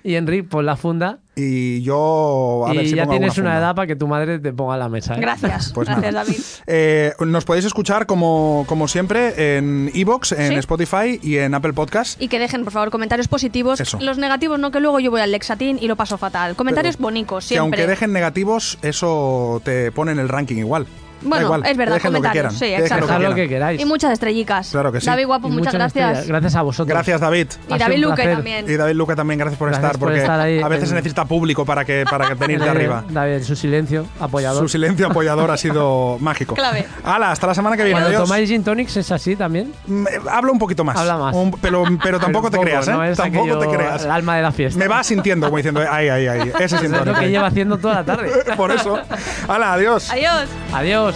[SPEAKER 3] y Enric, pon la funda.
[SPEAKER 2] Y yo. A ver
[SPEAKER 3] y
[SPEAKER 2] si
[SPEAKER 3] ya
[SPEAKER 2] pongo
[SPEAKER 3] tienes
[SPEAKER 2] alguna
[SPEAKER 3] una
[SPEAKER 2] funda.
[SPEAKER 3] edad para que tu madre te ponga en la mesa. ¿eh?
[SPEAKER 4] Gracias,
[SPEAKER 2] Pues
[SPEAKER 4] gracias
[SPEAKER 2] nada.
[SPEAKER 4] David.
[SPEAKER 2] Eh, nos podéis escuchar como, como siempre en Evox, en
[SPEAKER 4] Sí.
[SPEAKER 2] Spotify y en Apple Podcast.
[SPEAKER 4] Y que dejen, por favor, comentarios positivos.
[SPEAKER 2] Eso.
[SPEAKER 4] Los negativos no, que luego yo voy al Lexatín y lo paso fatal. Comentarios bonicos,
[SPEAKER 2] Que
[SPEAKER 4] siempre.
[SPEAKER 2] aunque dejen negativos, eso te pone en el ranking igual. Da
[SPEAKER 4] Bueno,
[SPEAKER 2] igual,
[SPEAKER 4] es verdad,
[SPEAKER 2] que dejen lo que quieran.
[SPEAKER 4] comentarios, sí,
[SPEAKER 2] que dejen
[SPEAKER 4] exacto.
[SPEAKER 2] lo que
[SPEAKER 3] Dejad lo
[SPEAKER 2] quieran.
[SPEAKER 3] que queráis.
[SPEAKER 4] Y muchas estrellicas.
[SPEAKER 2] Claro que sí.
[SPEAKER 4] David Guapo,
[SPEAKER 3] Y
[SPEAKER 4] muchas, gracias.
[SPEAKER 3] estrellas. Gracias a vosotros.
[SPEAKER 2] Gracias, David.
[SPEAKER 3] Ha
[SPEAKER 4] Y
[SPEAKER 3] sido
[SPEAKER 4] David
[SPEAKER 3] un
[SPEAKER 4] Luque
[SPEAKER 3] placer.
[SPEAKER 4] también.
[SPEAKER 2] Y David Luca también, gracias por
[SPEAKER 3] Gracias
[SPEAKER 2] estar,
[SPEAKER 3] por
[SPEAKER 2] porque
[SPEAKER 3] estar ahí
[SPEAKER 2] a veces
[SPEAKER 3] en-
[SPEAKER 2] se necesita público para que para que
[SPEAKER 3] *laughs*
[SPEAKER 2] venir de
[SPEAKER 3] David,
[SPEAKER 2] arriba.
[SPEAKER 3] David, su silencio apoyador.
[SPEAKER 2] Su silencio apoyador ha sido mágico.
[SPEAKER 4] Clave.
[SPEAKER 2] Hala, hasta la semana que viene.
[SPEAKER 3] Cuando
[SPEAKER 2] Adiós.
[SPEAKER 3] tomáis gin tonics es así también.
[SPEAKER 2] Mm, Habla un poquito más.
[SPEAKER 3] Habla más.
[SPEAKER 2] Un- pero,
[SPEAKER 3] *laughs*
[SPEAKER 2] pero tampoco
[SPEAKER 3] Pero un
[SPEAKER 2] te
[SPEAKER 3] poco,
[SPEAKER 2] creas, ¿eh?
[SPEAKER 3] no es
[SPEAKER 2] tampoco
[SPEAKER 3] aquello-
[SPEAKER 2] te creas.
[SPEAKER 3] El alma de la fiesta.
[SPEAKER 2] Me va sintiendo, como diciendo, ay, ay, ay. Ese
[SPEAKER 3] Eso *laughs*
[SPEAKER 2] *laughs*
[SPEAKER 3] es
[SPEAKER 2] sintiendo.
[SPEAKER 3] lo que lleva haciendo toda la tarde.
[SPEAKER 2] Por eso. Hala, adiós.
[SPEAKER 4] Adiós.
[SPEAKER 3] Adiós.